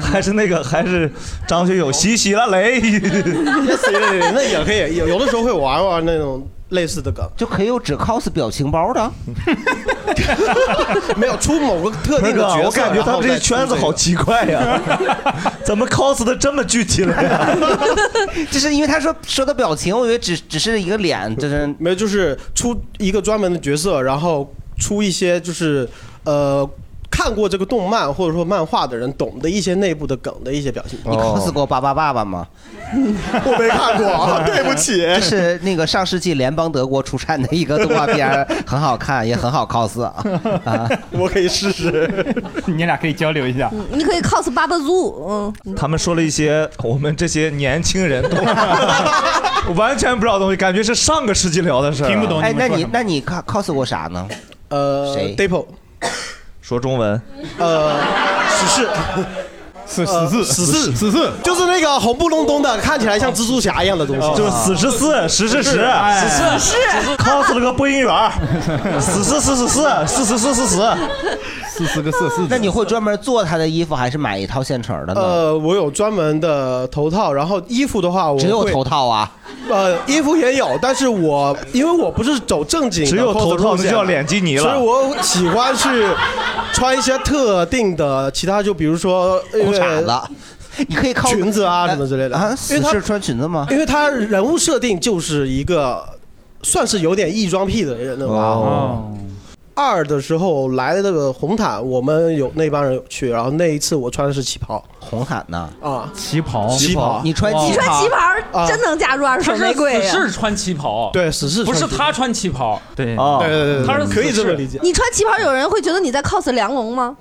Speaker 3: 还是那个还是张学友洗洗了雷，
Speaker 6: 那也可以，有有的时候会玩玩那种类似的梗，
Speaker 7: 就可以有只 cos 表情包 的。
Speaker 6: 没有出某个特定的角色。
Speaker 3: 我
Speaker 7: 啊
Speaker 3: 感觉他们这圈子好奇怪呀、怎么 cos 的这么具体了呀？
Speaker 6: 就是因 为他说说的表情，我以为只只是一个脸，就是没有，就是出一个专门的角色，然后出一些就是呃。看过这个动漫或者说漫画的人，懂得一些内部的梗的一些表情包。
Speaker 7: 你
Speaker 3: 哦
Speaker 7: cos 过
Speaker 6: 巴巴爸爸吗？
Speaker 7: 我
Speaker 6: 没看过 啊对不起
Speaker 7: 这是那个上世纪联邦德国出产的一个动画片儿，很好看，也很好 cos 啊。啊
Speaker 6: 我可以试试，
Speaker 4: 你俩可以交流一下。
Speaker 16: 你可以 cos 巴巴猪，嗯，
Speaker 3: 他们说了一些我们这些年轻人都 完全不知道的东西，感觉是上个世纪聊的事儿啊、
Speaker 7: 哎，那你那你 cos cos 过啥呢？
Speaker 6: 呃
Speaker 7: 谁
Speaker 6: d a p o
Speaker 3: 说中文，
Speaker 6: 呃，死 侍。
Speaker 4: 死
Speaker 3: 死侍
Speaker 6: 死侍，
Speaker 3: 死侍
Speaker 6: 就是那个红不隆咚的，看起来像蜘蛛侠一样的东西，
Speaker 3: 哦就是死十四十是十
Speaker 6: 哎
Speaker 3: 死侍是 cos 了个播音员儿，死四四四四四四四四四，
Speaker 6: 四四个四四。
Speaker 7: 那你会专门做他的衣服，还是买一套现成的呢？
Speaker 6: 呃，我有专门的头套，然后衣服的话我
Speaker 7: 只有
Speaker 6: 会
Speaker 7: 头套啊。
Speaker 6: 呃，衣服也有，但是我因为我不是走正经的 cos
Speaker 3: 只
Speaker 6: 路线，
Speaker 3: 有头套那叫脸基尼了
Speaker 6: 所以我喜欢去穿一些特定的，其他就比如说
Speaker 7: 裤衩子，
Speaker 6: 你可以靠裙子啊什么之类的。啊
Speaker 7: 死侍穿裙子吗？
Speaker 6: 因为他人物设定就是一个算是有点异装癖的人了吧。
Speaker 3: 哦
Speaker 6: 二的时候来的那个红毯，我们有那帮人有去，然后那一次我穿的是旗袍，
Speaker 7: 红毯呢？
Speaker 6: 啊，
Speaker 4: 旗袍
Speaker 6: 旗袍，
Speaker 7: 你穿
Speaker 6: 旗
Speaker 16: 你穿旗
Speaker 6: 啊
Speaker 16: 袍真能架入二手
Speaker 5: 他
Speaker 16: 玫瑰
Speaker 5: 啊
Speaker 16: 啊
Speaker 5: 是
Speaker 16: 呀。
Speaker 5: 死侍穿旗袍，
Speaker 6: 对，死侍
Speaker 5: 不是
Speaker 6: 穿旗袍
Speaker 5: 他穿旗袍，
Speaker 4: 对
Speaker 3: 啊
Speaker 6: 对对对，
Speaker 5: 他是
Speaker 6: 可以这么理解。
Speaker 16: 你穿旗袍，有人会觉得你在 cos 梁龙吗？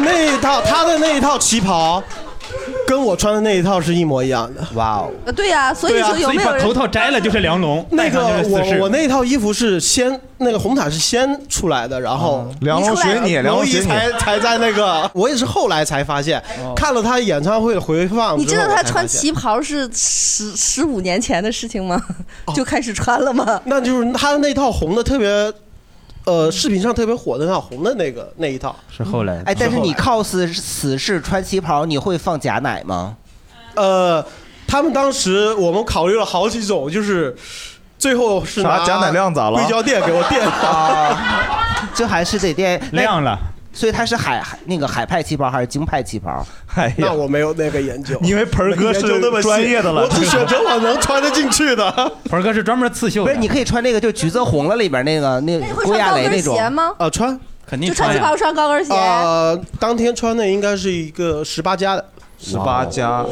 Speaker 6: 那一套他的那一套旗袍，跟我穿的那一套是一模一样的。啊
Speaker 7: 哇哦！
Speaker 16: 呃对呀，所以说有没有人？
Speaker 4: 摘了就是梁龙
Speaker 6: 那个
Speaker 4: 戴上就是死侍
Speaker 6: 我我那套衣服是先那个红毯是先出来的，然后
Speaker 3: 梁龙学你梁龙学
Speaker 6: 姨
Speaker 3: 你
Speaker 6: 才才在那个，我也是后来才发现，看了他演唱会的回放之后，
Speaker 16: 你知道他穿
Speaker 6: 我才发现
Speaker 16: 旗。袍是十十五年前的事情吗？就开始穿了吗？
Speaker 6: 那就是他那套红的特别，呃，视频上特别火的那套红的那个那一套
Speaker 4: 是后来
Speaker 7: 哎，但是你
Speaker 6: 看，
Speaker 7: cos 死侍穿旗袍，你会放假奶吗？
Speaker 6: 呃，他们当时我们考虑了好几种，就是最后是
Speaker 7: 啥
Speaker 6: 拿
Speaker 7: 贾乃亮咋了
Speaker 6: 硅胶垫给我垫
Speaker 3: 哎
Speaker 7: 啊这还是得垫
Speaker 6: 亮
Speaker 7: 了。所以他是海海那个海派旗袍还是京派旗袍？
Speaker 3: 哎呀
Speaker 6: 那我没有那个研究，
Speaker 3: 因为盆儿哥是专业的了
Speaker 6: 我只选 择我能穿得进 去的。
Speaker 4: 盆哥是专门刺绣
Speaker 7: 不是，你可以穿那个就橘子红了里边那个那
Speaker 16: 会
Speaker 7: 郭
Speaker 16: 穿
Speaker 7: 亚
Speaker 16: 高
Speaker 7: 蕾那
Speaker 16: 跟
Speaker 7: 种
Speaker 16: 鞋 吗？
Speaker 6: 啊，穿
Speaker 4: 肯
Speaker 16: 就穿 旗袍穿高跟鞋，
Speaker 6: 呃，当天穿的应该是一个十八加的。
Speaker 3: 十八加，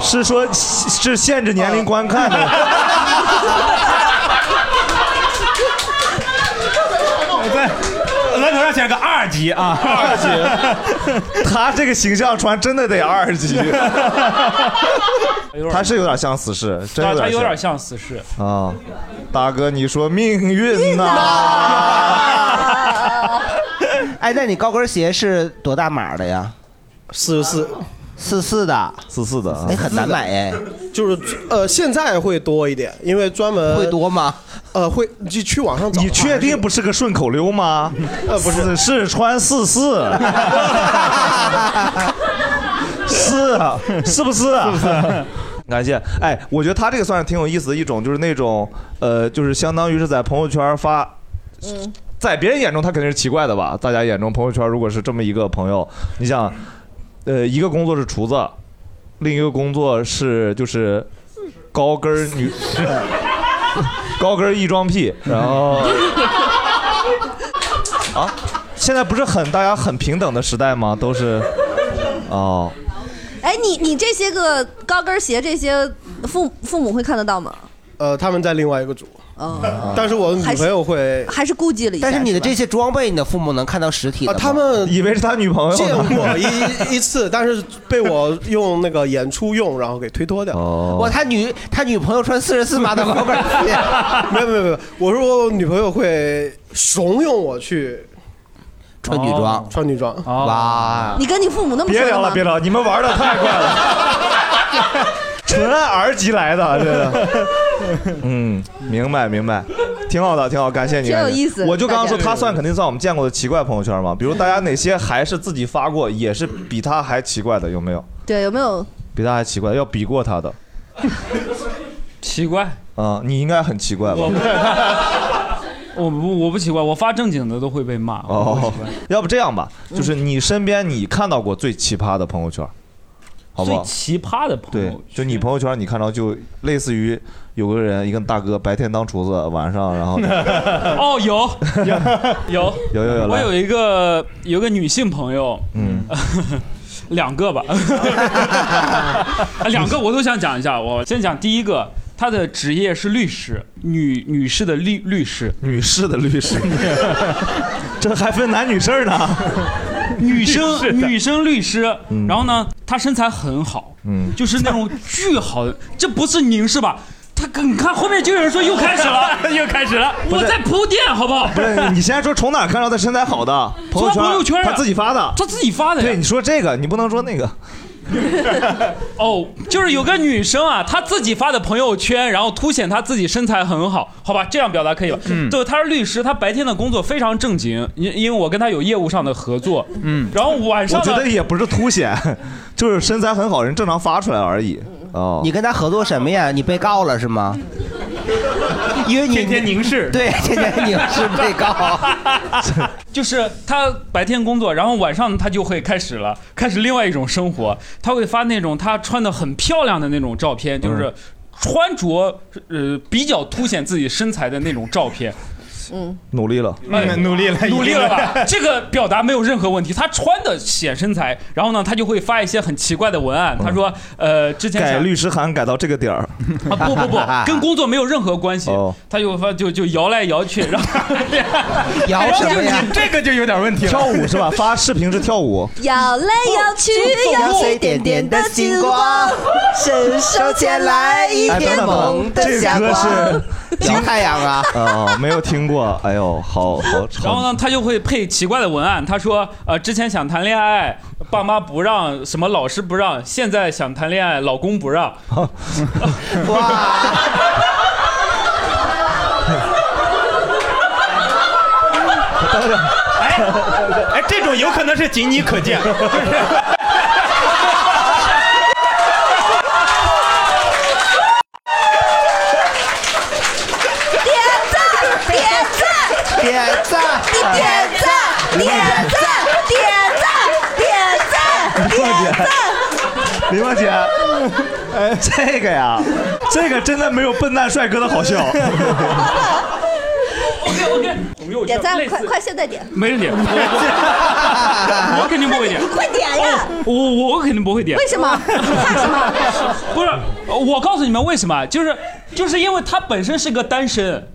Speaker 3: 是说是限制年龄观看的吗。
Speaker 4: 在额头上写个二级啊，
Speaker 3: 二 级，他这个形象穿真的得二级，他是有点像死侍，真
Speaker 5: 他他有
Speaker 3: 有
Speaker 5: 点
Speaker 3: 点
Speaker 5: 像死侍。
Speaker 3: 像啊。大哥，你说命运呐、
Speaker 4: 啊
Speaker 7: 哎，那你高跟鞋是多大码的呀？
Speaker 6: 四十 四，
Speaker 7: 四四的，
Speaker 3: 四四的，啊
Speaker 7: 哎，很难买哎。
Speaker 6: 啊就是呃，现在会多一点，因为专门
Speaker 7: 会多吗？
Speaker 6: 呃，会你去去网上找。
Speaker 3: 你确定不是个顺口溜吗？
Speaker 6: 呃不是
Speaker 3: 死侍穿四四，是啊，是不是啊？感谢，哎，我觉得他这个算是挺有意思的一种，就是那种，呃，就是相当于是在朋友圈发
Speaker 16: 嗯，
Speaker 3: 在别人眼中他肯定是奇怪的吧？大家眼中朋友圈如果是这么一个朋友，你想呃，一个工作是厨子，另一个工作是就是高跟儿女高跟儿翼装癖，然后。啊，现在不是很大家很平等的时代吗？都是，哦，
Speaker 16: 哎，你你这些个高跟鞋这些父父母会看得到吗？
Speaker 6: 呃，他们在另外一个组，
Speaker 16: 嗯，
Speaker 6: 但是我女朋友会，
Speaker 16: 还是顾忌了一下。
Speaker 7: 但是你的
Speaker 16: 吧
Speaker 7: 这些装备，你的父母能看到实体的
Speaker 6: 啊，
Speaker 7: 吗？
Speaker 6: 他 们
Speaker 3: 以为是他女朋友
Speaker 6: 见过一一次，但是被我用那个演出用，然后给推脱掉。
Speaker 7: 哇，他女他女朋友穿四十四码的高跟鞋，
Speaker 6: 没有没有没有，我说我女朋友会怂恿我去哦
Speaker 7: 穿女装，
Speaker 6: 穿女装。
Speaker 7: 哇
Speaker 16: 哦你跟你父母那么
Speaker 6: 别
Speaker 16: 说的
Speaker 6: 聊了
Speaker 16: 吗
Speaker 6: 别
Speaker 3: 别了，你们玩的太快了，纯按 R 级来的，这 个。嗯，明白明白，挺好的，挺好，感谢你，
Speaker 16: 挺有
Speaker 3: 感谢
Speaker 16: 意思
Speaker 3: 我就刚刚说
Speaker 16: 大家
Speaker 3: 他算肯定算我们见过的奇怪朋友圈嘛，比如大家哪些还是自己发过，也是比他还奇怪的，有没有？
Speaker 16: 对，有没有？
Speaker 3: 比他还奇怪，要比过他的。
Speaker 5: 奇怪
Speaker 3: 啊，你应该很奇怪吧？
Speaker 5: 我不我不奇怪，我发正经的都会被骂。
Speaker 3: 哦，要不这样吧，就是你身边你看到过最奇葩的朋友圈，好不好？
Speaker 5: 最奇葩的朋
Speaker 3: 友，对，就你朋友圈你看到就类似于有个人一个大哥白天当厨子，晚上然后
Speaker 5: 哦，有有
Speaker 3: 有有有
Speaker 5: 我
Speaker 3: 来
Speaker 5: 有一个有一个女性朋友，
Speaker 3: 嗯，
Speaker 5: 两个吧， 啊两个我都想讲一下。我先讲第一个，她的职业是律师，女女士的律律师，
Speaker 3: 女士的律师， 这还分男女事儿呢。
Speaker 5: 女生女生律师，然后呢，她身材很好，
Speaker 3: 嗯，
Speaker 5: 就是那种巨好的，这不是凝视吧？她你看后面就有人说又开始了， 又开始了，
Speaker 3: 不
Speaker 5: 我
Speaker 3: 是
Speaker 5: 在铺垫，好不好？
Speaker 3: 不是，你先说从哪儿看到他身材好的朋友圈？
Speaker 5: 从他朋友圈啊
Speaker 3: 他自己发的，
Speaker 5: 他自己发的。
Speaker 3: 对，你说这个，你不能说那个。
Speaker 5: 哦，就是有个女生啊，她自己发的朋友圈，然后凸显她自己身材很好，好吧，这样表达可以吧？
Speaker 2: 嗯
Speaker 5: 对，她是律师，她白天的工作非常正经，因因为我跟她有业务上的合作，嗯，然后晚上
Speaker 3: 我觉
Speaker 5: 呢
Speaker 3: 得也不是凸显，就是身材很好人正常发出来而已。哦，
Speaker 7: 嗯你跟他合作什么呀？你被告了是 吗？因为你
Speaker 5: 天天凝 视
Speaker 7: 对，天天凝视被 告。
Speaker 5: 就是她白天工作，然后晚上她就会开始了，开始另外一种生活。她会发那种她穿的很漂亮的那种照片，就是穿着呃比较凸显自己身材的那种照片。
Speaker 16: 嗯，
Speaker 3: 努力了，
Speaker 5: 哎
Speaker 4: 嗯努力了，
Speaker 5: 努力了 吧？这个表达没有任何问题。她穿的显身材，然后呢，她就会发一些很奇怪的文案。她说，呃，之前
Speaker 3: 改
Speaker 5: 想
Speaker 3: 律师函改到这个点儿。哦
Speaker 5: 啊，不不 不，跟工作没有任何关系。她就发就就摇来 摇去，然后
Speaker 7: 摇
Speaker 5: 然后
Speaker 7: 什么呀
Speaker 5: 这个哎就有点问题
Speaker 3: 跳舞是吧？发视频是跳舞。
Speaker 16: 摇来摇去，
Speaker 7: 要
Speaker 16: 摇
Speaker 7: 碎
Speaker 16: 一
Speaker 7: 点
Speaker 16: 点
Speaker 7: 点
Speaker 16: 点
Speaker 7: 的
Speaker 16: 的
Speaker 7: 星
Speaker 16: 星
Speaker 7: 光
Speaker 16: 光，
Speaker 7: 伸
Speaker 16: 伸
Speaker 7: 手
Speaker 16: 手
Speaker 7: 牵
Speaker 16: 牵
Speaker 7: 来
Speaker 16: 来
Speaker 7: 一
Speaker 16: 一
Speaker 7: 片
Speaker 3: 哎
Speaker 16: 片
Speaker 7: 萌
Speaker 16: 萌
Speaker 7: 的
Speaker 16: 的
Speaker 7: 霞
Speaker 16: 霞
Speaker 7: 光
Speaker 16: 光。
Speaker 7: 摇太阳啊！
Speaker 3: 哦，没有听过，哎呦，好好
Speaker 5: 然后
Speaker 3: 好，
Speaker 5: 呢，他就会配奇怪的文案。他说，呃，之前想谈恋爱，爸妈不让，什么老师不让，现在想谈恋爱，老公不让。
Speaker 4: 哎，这种有可能是仅你可见，就是
Speaker 16: 点赞，
Speaker 7: 点赞，
Speaker 16: 你点赞，点赞，点赞，点赞，
Speaker 3: 林梦姐，林梦姐，哎，这个呀，这个真的没有笨蛋帅哥的好笑。
Speaker 5: OK OK，我们有
Speaker 16: 点赞
Speaker 5: 类，似
Speaker 16: 快快现在点，
Speaker 5: 没人点，我我肯定不会点，
Speaker 16: 你快点呀！
Speaker 5: 我我我肯定不会点，
Speaker 16: 为什么？ 怕什么？
Speaker 5: 不是，呃我告诉你们为什么，就是就是因为他本身是个单身。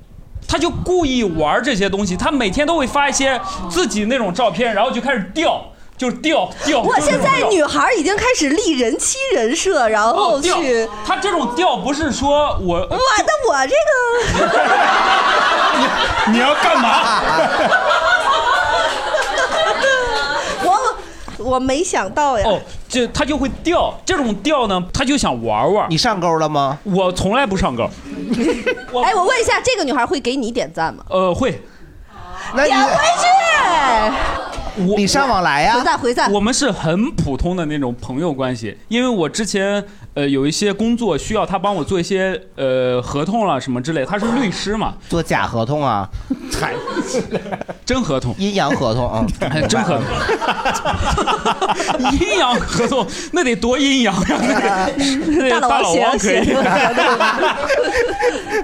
Speaker 5: 他就故意玩这些东西，他每天都会发一些自己那种照片，然后就开始掉，就是掉掉。
Speaker 16: 我
Speaker 5: 就是
Speaker 16: 现在
Speaker 5: 掉
Speaker 16: 女孩已经开始立人妻人设，然后
Speaker 5: 哦掉
Speaker 16: 去。
Speaker 5: 他这种掉不是说我
Speaker 16: 我那我这个，
Speaker 5: 你你要干嘛？
Speaker 16: 我 我没想到呀。
Speaker 5: 哦，这他就会掉，这种掉呢，他就想玩玩。你
Speaker 7: 上钩了吗？
Speaker 5: 我从来不上钩。
Speaker 16: 哎，我问一
Speaker 5: 呃
Speaker 16: 下，这个女孩会给你点赞吗？
Speaker 5: 呃，会。
Speaker 7: 那
Speaker 16: 点回去。
Speaker 7: 礼尚往来呀。
Speaker 16: 回赞回赞。
Speaker 5: 我们是很普通的那种朋友关系，因为我之前呃有一些工作需要他帮我做一些呃合同啦什么之类，他是律师嘛，
Speaker 7: 做假合同 啊，
Speaker 5: 嗨， 真合同，哎
Speaker 7: 阴阳合同 啊，
Speaker 5: 真合同，阴阳合同那得多阴阳呀，那得那得大老王可 以。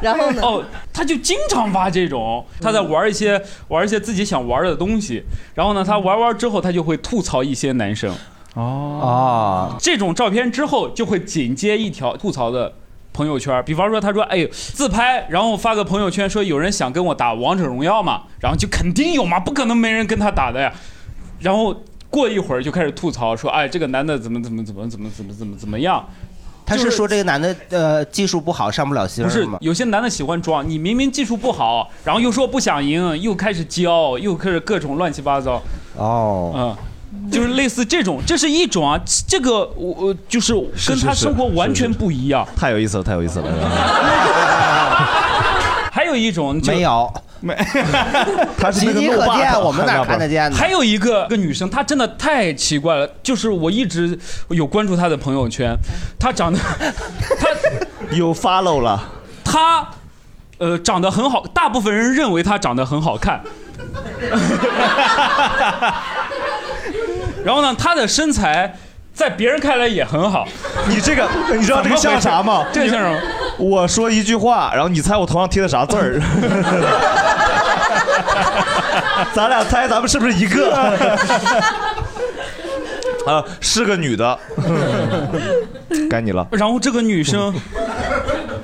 Speaker 16: 然后
Speaker 5: 呢？哦，他就经常发这种，他在玩一些玩一些自己想玩的东西，然后呢，他玩完之后，他就会吐槽一些男生。
Speaker 7: 哦
Speaker 5: 这种照片之后，就会紧接一条吐槽的朋友圈，比方说他说：“哎，自拍，然后发个朋友圈说有人想跟我打王者荣耀嘛，然后就肯定有嘛，不可能没人跟他打的呀。”然后过一会儿就开始吐槽说：“哎，这个男的怎么怎么怎么怎么怎么怎么怎么样。”
Speaker 7: 他是说这个男的呃技术不好上不了心
Speaker 5: 不是
Speaker 7: 吗？
Speaker 5: 有些男的喜欢装，你明明技术不好，然后又说不想赢，又开始教，又开始各种乱七八糟，
Speaker 7: 哦，
Speaker 5: 嗯，就是类似这种，这是一种啊，这个我我就是跟他生活完全不一样。
Speaker 3: 太有意思了，太有意思了。
Speaker 5: 还有一种就
Speaker 3: 没
Speaker 7: 有
Speaker 5: 没，
Speaker 3: 他
Speaker 7: 是那个怒霸仅你可见我们 哪儿看得见呢
Speaker 5: 还有一个个女生，她真的太奇怪了，就是我一直有关注她的朋友圈，她长得，她
Speaker 3: 有 follow 了，
Speaker 5: 她呃长得很好，大部分人认为她长得很好看。 然后呢，她的身材在别人看来也很好。
Speaker 3: 你这个， 你知道这个像啥吗？
Speaker 5: 这个像什么？
Speaker 3: 我说一句话，然后你猜我头上贴的啥字儿？ 咱俩猜，咱们是不是一 个？啊，是个女的，该你了。
Speaker 5: 然后这个女生，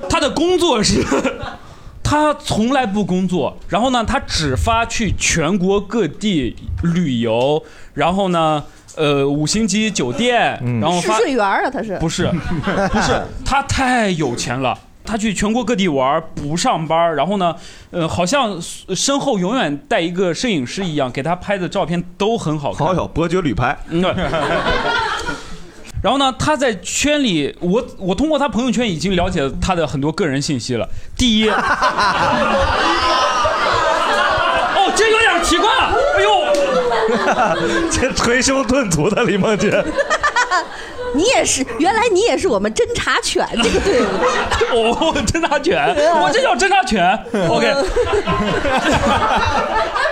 Speaker 5: 她的工作是， 她从来不工作，然后呢，她只发去全国各地旅游，然后呢，呃，五星级酒店，然后
Speaker 16: 试
Speaker 5: 发
Speaker 16: 睡员啊，他是
Speaker 5: 不是不是，她太有钱了。她去全国各地玩，不上班，然后呢，呃，好像身后永远带一个摄影师一样，给她拍的照片都很好看。
Speaker 3: 好友伯爵旅拍，
Speaker 5: 嗯， 对。然后呢，他在圈里，我我通过他朋友圈已经了解他的很多个人信息了。第一， 哦，这有点奇怪了，哎呦，
Speaker 3: 这捶胸顿足的李梦洁。
Speaker 16: 你也是，原来你也是我们侦查犬这个 队伍。
Speaker 5: 哦，侦查犬，我这叫侦查犬。OK，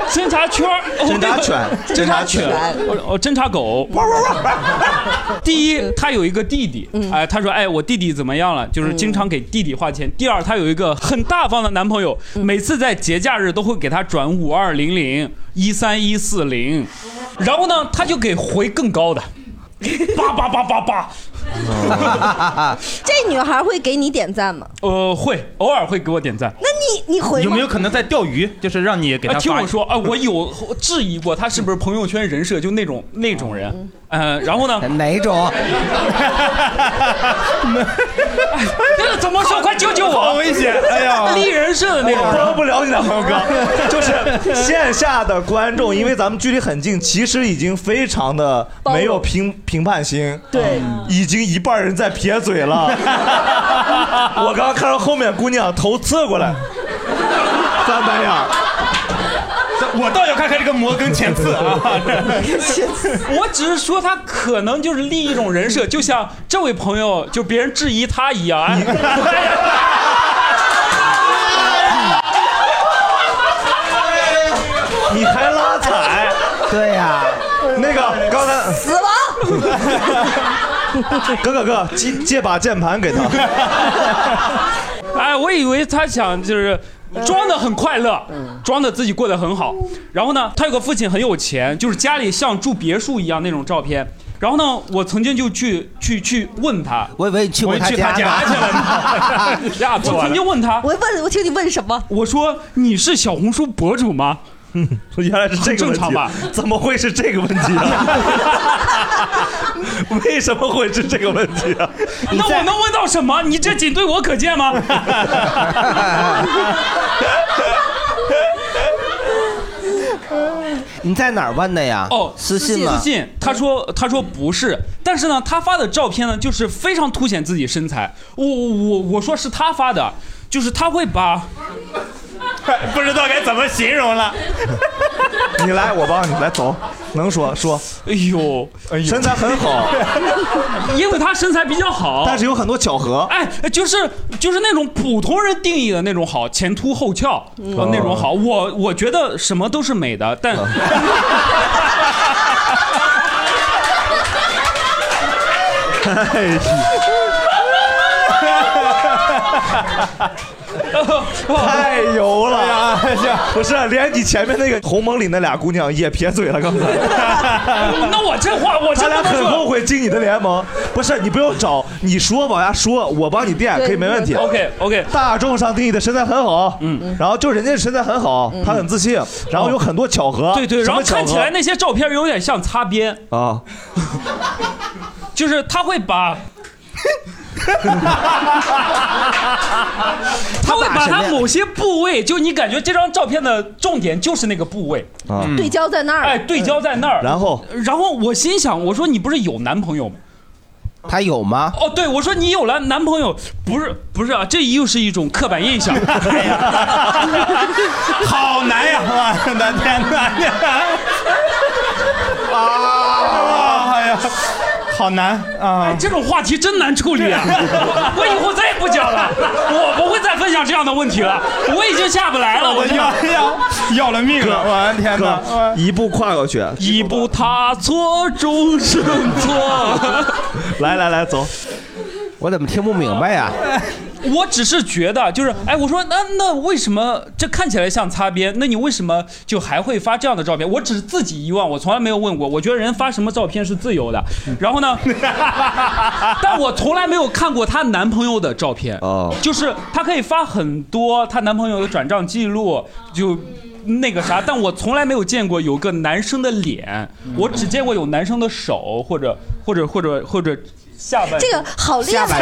Speaker 5: 侦查圈儿，哦
Speaker 3: 侦查 犬侦
Speaker 5: 侦查犬
Speaker 3: 查犬，
Speaker 5: 哦哦，侦查狗。 第一，他有一个弟弟，哎，他说，哎，我弟弟怎么样了？就是经常给弟弟花钱。第二，他有一个很大方的男朋友，每次在节假日都会给他转五二零零、一三一四零，然后呢，他就给回更高的，八八八八八。
Speaker 16: 哦 这女孩会给你点赞吗？
Speaker 5: 呃，会偶尔会给我点赞。
Speaker 16: 那你你回吗
Speaker 4: 有没有可能在钓鱼？就是让你给
Speaker 5: 啊
Speaker 4: 他
Speaker 5: 听
Speaker 4: 发
Speaker 5: 我说啊，我 有质疑过他是不是朋友圈人设，就那种那种人。呃，然后呢？
Speaker 7: 哪种？
Speaker 5: 这怎么说？快救救我！
Speaker 3: 好危险哎呀
Speaker 5: 立人设的那种
Speaker 3: 我
Speaker 5: 人，
Speaker 3: 帮不了你了，豪哥。就是线下的观众，因为咱们距离很近，其实已经非常的没有评评判心，嗯
Speaker 16: 对，
Speaker 3: 已经一半人在撇嘴 了。我刚刚看到后面姑娘头侧过来，翻白眼儿。
Speaker 4: 我倒要看看这个摩根前刺啊！
Speaker 5: 我只是说他可能就是立一种人设，就像这位朋友，就别人质疑他一样。哎
Speaker 3: 你还拉踩？
Speaker 7: 对呀、
Speaker 3: 那个刚才
Speaker 16: 死亡。
Speaker 3: 哥哥哥，借借把键盘给他。
Speaker 5: 哎，我以为他想就是装的很快乐，
Speaker 7: 嗯
Speaker 5: 装的自己过得很好。然后呢，他有个父亲很有钱，就是家里像住别墅一样那种照片。然后呢，我曾经就去去去问他，
Speaker 7: 我以为你去
Speaker 5: 过
Speaker 7: 他
Speaker 5: 去他
Speaker 7: 家
Speaker 5: 家
Speaker 7: 呢
Speaker 5: 去 了呢，呀，我曾经问他，
Speaker 16: 我问我听你问什么？
Speaker 5: 我说你是小红书博主吗？
Speaker 3: 原来是这个问题
Speaker 5: 正常吧？
Speaker 3: 怎么会是这个问题啊？为什么会是这个问题啊？
Speaker 5: 那我能问到什么？你这仅对我可见吗？
Speaker 7: 你在哪儿问的
Speaker 3: 啊
Speaker 7: 呀？
Speaker 5: 哦，
Speaker 7: 私信吗？
Speaker 5: 私信。他说，
Speaker 3: 嗯
Speaker 5: 他说不是，但是呢，他发的照片呢，就是非常凸显自己身材。我我我我说是他发的，就是他会把
Speaker 4: 不知道该怎么形容了。
Speaker 3: 你来，我帮你来走，能说说。
Speaker 5: 哎呦，
Speaker 3: 身材很 好，
Speaker 5: 因为他身材比较好，但
Speaker 3: 是有很多巧合。
Speaker 5: 哎，就是就是那种普通人定义的那种好，前凸后翘、
Speaker 3: 嗯
Speaker 5: 呃那种好。我我觉得什么都是美的，但
Speaker 1: 太
Speaker 3: 油
Speaker 5: 哎
Speaker 3: 了
Speaker 1: 呀！
Speaker 3: 不是，连你前面那个鸿蒙里那俩姑娘也撇嘴了，刚才。
Speaker 5: 那我这话我
Speaker 3: 他
Speaker 5: 真
Speaker 3: 俩
Speaker 5: 不能
Speaker 3: 很
Speaker 5: 说
Speaker 3: 后悔进你的联盟。不是，你不用找，你说往下说，我帮你垫，可以没问题。
Speaker 5: OK OK。
Speaker 3: 大众上定义的身材很好，嗯，然后就人家身材很好，他很自信，然后有很多巧合，
Speaker 5: 对对，
Speaker 3: 什
Speaker 5: 然后
Speaker 3: 么巧合
Speaker 5: 看起来那些照片有点像擦边，
Speaker 3: 啊，
Speaker 5: 就是他 会把。他会把他某些部位，就你感觉这张照片的重点就是那个部位，
Speaker 3: 啊
Speaker 16: 对焦在那儿。
Speaker 5: 哎，对焦在那儿。
Speaker 3: 然后，
Speaker 5: 然后我心想，我说你不是有男朋友吗？
Speaker 7: 他有吗？
Speaker 5: 哦，对，我说你有了男朋友，不是不是啊，这又是一种刻板印象。
Speaker 4: 好啊难呀！我的天哪！啊！哎呀，好难啊！
Speaker 5: 哎这种话题真难处理 啊！ 我以后再也不讲了，我不会再分享这样的问题了，我已经下不来了，我真的
Speaker 4: 要要要 了命了！我的天哪！
Speaker 3: 哥，一步跨过去，
Speaker 5: 啊一步踏错，终身错。
Speaker 3: 来来来，走。
Speaker 7: 我怎么听不明白呀、
Speaker 5: 我只是觉得，就是，哎，我说那那为什么这看起来像擦边？那你为什么就还会发这样的照片？我只是自己疑问，我从来没有问过。我觉得人发什么照片是自 由的。然后呢，但我从来没有看过她男朋友的照片。
Speaker 3: 哦，
Speaker 5: 就是她可以发很多她男朋友的转账记录，就。那个啥，但我从来没有见过有个男生的脸，我只见过有男生的手或者或者或者或者下半
Speaker 16: 这
Speaker 5: 身。
Speaker 16: 个好厉害！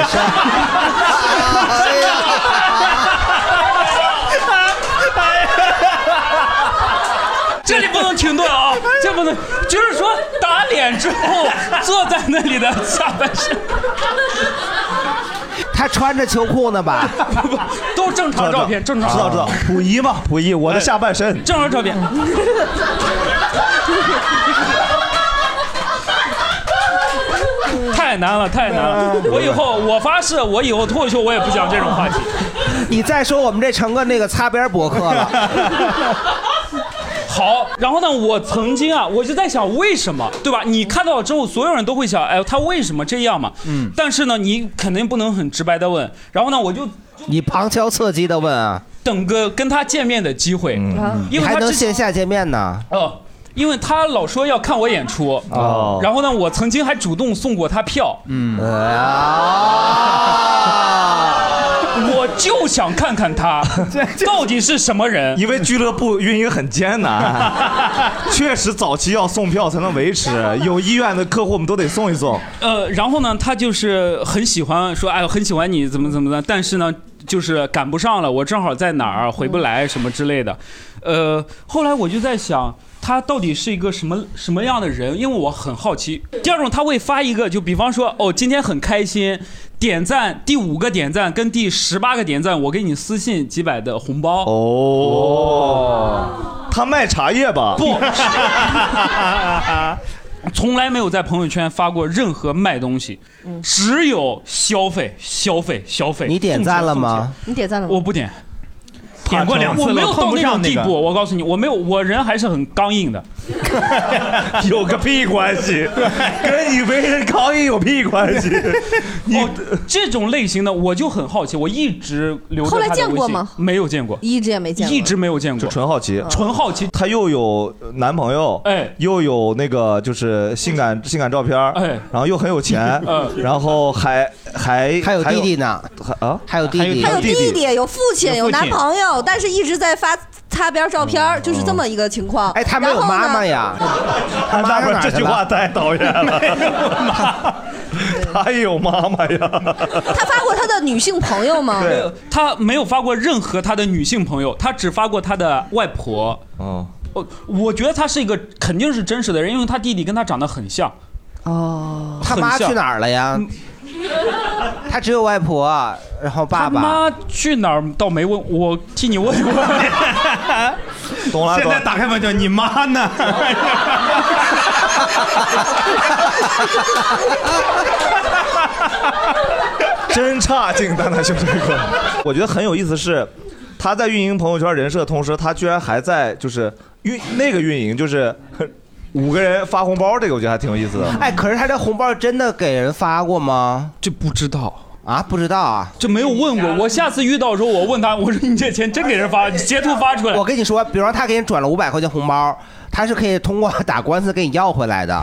Speaker 5: 这里不能停顿 啊，这不能，就是说打脸之后坐在那里的下半 身
Speaker 7: 他穿着秋裤呢 吧？
Speaker 5: 都正常照片，正常
Speaker 3: 知道知道，啊溥仪嘛，溥仪，我的下半身，
Speaker 5: 哎正常照片。太难了，太难
Speaker 7: 哎
Speaker 5: 了！我以后我发誓，我以后脱口秀我也不讲这种话题。
Speaker 7: 你再说我们这成个那个擦边博客 了。
Speaker 5: 好，然后呢，我曾经啊，我就在想为什么，对吧？你看到了之后，所有人都会想，哎，他为什么这样嘛？嗯。但是呢，你肯定不能很直白的问。然后呢，我就
Speaker 7: 你旁敲侧击的问啊，嗯
Speaker 5: 等个跟他见面的机会，因
Speaker 7: 你
Speaker 5: 为
Speaker 7: 还
Speaker 5: 他
Speaker 7: 能
Speaker 5: 之前
Speaker 7: 线下见面呢？
Speaker 5: 哦，因为他老说要看我演出，
Speaker 7: 哦
Speaker 5: 然后呢，我曾经还主动送过他票，
Speaker 7: 嗯，
Speaker 5: 我就想看看他 到底是什么人，
Speaker 3: 因为俱乐部运营很艰 难，确实早期要送票才能维持，有意愿的客户我们都得送一送。
Speaker 5: 呃，然后呢，他就是很喜欢说，哎呦，很喜欢你，怎么怎么的，但是呢，就是赶不上了，我正好在哪儿回不来什么之类的。呃，后来我就在想，他到底是一个什么什么样的人？因为我很好奇。第二种，他会发一个，就比方说，哦，今天很开心，点赞第五个点赞跟第十八个点赞，我给你私信几百的红包。
Speaker 3: 哦，他卖茶叶吧？
Speaker 5: 不， 从来没有在朋友圈发过任何卖东西，
Speaker 16: 嗯
Speaker 5: 只有消费、消费、消费。
Speaker 7: 你点赞了吗？
Speaker 16: 你点赞了吗？
Speaker 5: 我不点，
Speaker 4: 点过两次了
Speaker 5: 我没有
Speaker 4: 碰
Speaker 5: 到
Speaker 4: 不
Speaker 5: 那
Speaker 4: 上
Speaker 5: 种地
Speaker 4: 那个
Speaker 5: 步。我告诉你，我没有，我人还是很刚硬的。
Speaker 3: 有个屁关 系，跟你为人刚硬有屁关系？
Speaker 5: 你、哦这种类型的，我就很好奇，我一直留着他的
Speaker 16: 后来见
Speaker 5: 微
Speaker 16: 过
Speaker 5: 信
Speaker 16: 吗
Speaker 5: 没有见过，
Speaker 16: 一直也没见过，嗯
Speaker 5: 一直没有见过，
Speaker 3: 就纯好奇，
Speaker 5: 纯好奇。
Speaker 3: 她又有男朋友，
Speaker 5: 哎，
Speaker 3: 又有那个就是性感性感照片，
Speaker 5: 哎，
Speaker 3: 然后又很有钱
Speaker 5: 嗯，
Speaker 3: 然后还还
Speaker 7: 还有弟弟呢，
Speaker 3: 还啊，
Speaker 7: 还有弟弟
Speaker 16: 还有弟
Speaker 3: 弟，
Speaker 16: 弟，有父亲，
Speaker 7: 有
Speaker 16: 有
Speaker 7: 父亲
Speaker 16: 男朋友，但是一直在发擦边照片儿，就是这么一个情况。哎，
Speaker 7: 他没有妈妈呀，
Speaker 3: 他
Speaker 7: 妈上哪儿
Speaker 3: 这
Speaker 7: 去
Speaker 3: 句话
Speaker 7: 了？
Speaker 3: 太讨厌 了，他也有妈哎妈呀。
Speaker 16: 他发过他的女性朋友吗？
Speaker 5: 没有，他没有发过任何他的女性朋友，他只发过他的外婆。
Speaker 3: 哦，
Speaker 5: 我我觉得他是一个肯定是真实的人，因为他弟弟跟他长得很像。
Speaker 16: 哦
Speaker 5: 嗯
Speaker 7: 他妈去哪儿了呀？他只有外婆，啊然后爸爸。
Speaker 5: 妈去哪儿倒没问， 我替你问问。
Speaker 3: 懂
Speaker 4: 现在打开门就你妈呢？
Speaker 3: 真差劲，蛋蛋兄这个，我觉得很有意思是，他在运营朋友圈人设的同时，他居然还在就是运那个运营就是呵五个人发红包，这个我觉得还挺有意思的。
Speaker 7: 哎，可是他这红包真的给人发过吗？
Speaker 5: 这不知道
Speaker 7: 啊，不知道啊，
Speaker 5: 这没有问过。我下次遇到的时候，我问他，我说你这钱真给人 发，截图发出来。
Speaker 7: 我跟你说，比如说他给你转了五百块钱红包，他是可以通过打官司给你要回 来的。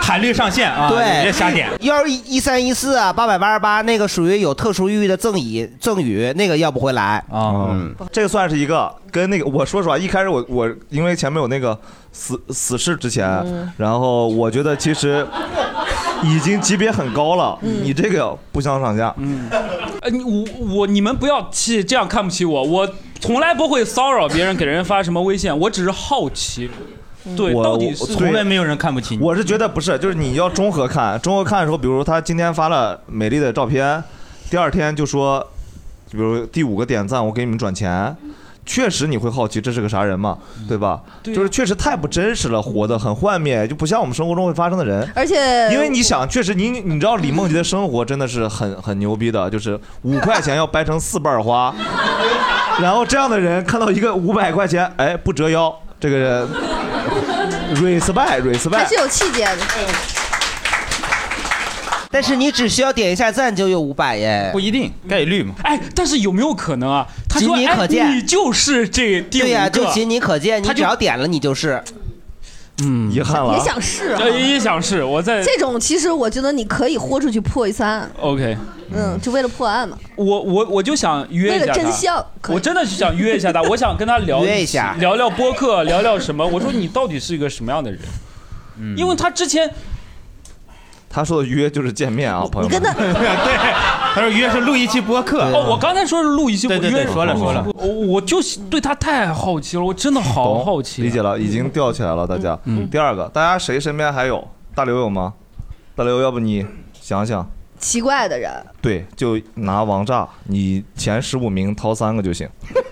Speaker 4: 喊率上限啊！
Speaker 7: 对，
Speaker 4: 你这瞎点。
Speaker 7: 幺一三一四啊，八百八十八那个属于有特殊寓意的赠与赠与，那个要不回来
Speaker 4: 啊。
Speaker 3: 嗯，这个算是一个跟那个，我说实话，一开始我我因为前面有那个死死侍之前，
Speaker 7: 嗯
Speaker 3: 然后我觉得其实已经级别很高了，你这个不相上下。嗯，
Speaker 5: 呃，你我我你们不要气，这样看不起我，我从来不会骚扰别人，给人发什么微信，我只是好奇，
Speaker 16: 嗯
Speaker 5: 对，
Speaker 3: 我
Speaker 5: 到底
Speaker 3: 我
Speaker 5: 是
Speaker 3: 从来没
Speaker 4: 有人看不起你。
Speaker 3: 我是觉得不是，就是你要综合看，综合看的时候，比如他今天发了美丽的照片，第二天就说，比如第五个点赞，我给你们转钱。确实你会好奇这是个啥人嘛，对吧？就是确实太不真实了，活得很幻灭，就不像我们生活中会发生的人。
Speaker 16: 而且
Speaker 3: 因为你想，确实你你知道李梦洁的生活真的是很很牛逼的，就是五块钱要掰成四瓣儿花，然后这样的人看到一个五百块钱，哎，不折腰，这个人 respect
Speaker 16: 还
Speaker 3: respect
Speaker 16: 是。有气节的。
Speaker 7: 但是你只需要点一下赞就有五百耶，
Speaker 5: 不一 定
Speaker 4: 概率嘛。
Speaker 5: 哎，但是有没有可能啊？他说，
Speaker 7: 仅你
Speaker 5: 哎
Speaker 7: 可见
Speaker 5: 你就是这第五个，
Speaker 7: 对呀、就仅你可见，你
Speaker 5: 他
Speaker 7: 只
Speaker 5: 就
Speaker 7: 要点了你就是。
Speaker 5: 嗯，
Speaker 3: 遗憾
Speaker 16: 了啊也想试啊
Speaker 5: 对也想试，我在
Speaker 16: 这种其实我觉得你可以豁出去破一三，
Speaker 5: OK。
Speaker 16: 嗯，就为了破案嘛。
Speaker 5: 我我我就想约一下他，
Speaker 16: 为了真相可以
Speaker 5: 我真的是想约一下他，我想跟他聊
Speaker 7: 约一下
Speaker 5: 聊聊播客，聊聊什么？我说你到底是一个什么样的人？因为他之前
Speaker 3: 他说的约就是见面啊，朋友 们。
Speaker 4: 对，他说约是录一期播客。
Speaker 5: 哦，我刚才说是录一期，
Speaker 4: 对对对
Speaker 5: 我约
Speaker 4: 说了说了
Speaker 5: 我我就是对他太好奇了，我真的好好奇。嗯
Speaker 3: 理解了，已经吊起来了，大家。第二个，大家谁身边还有大刘有吗？大刘，要不你想想，
Speaker 16: 奇怪的人，
Speaker 3: 对，就拿王炸，你前十五名掏三个就行。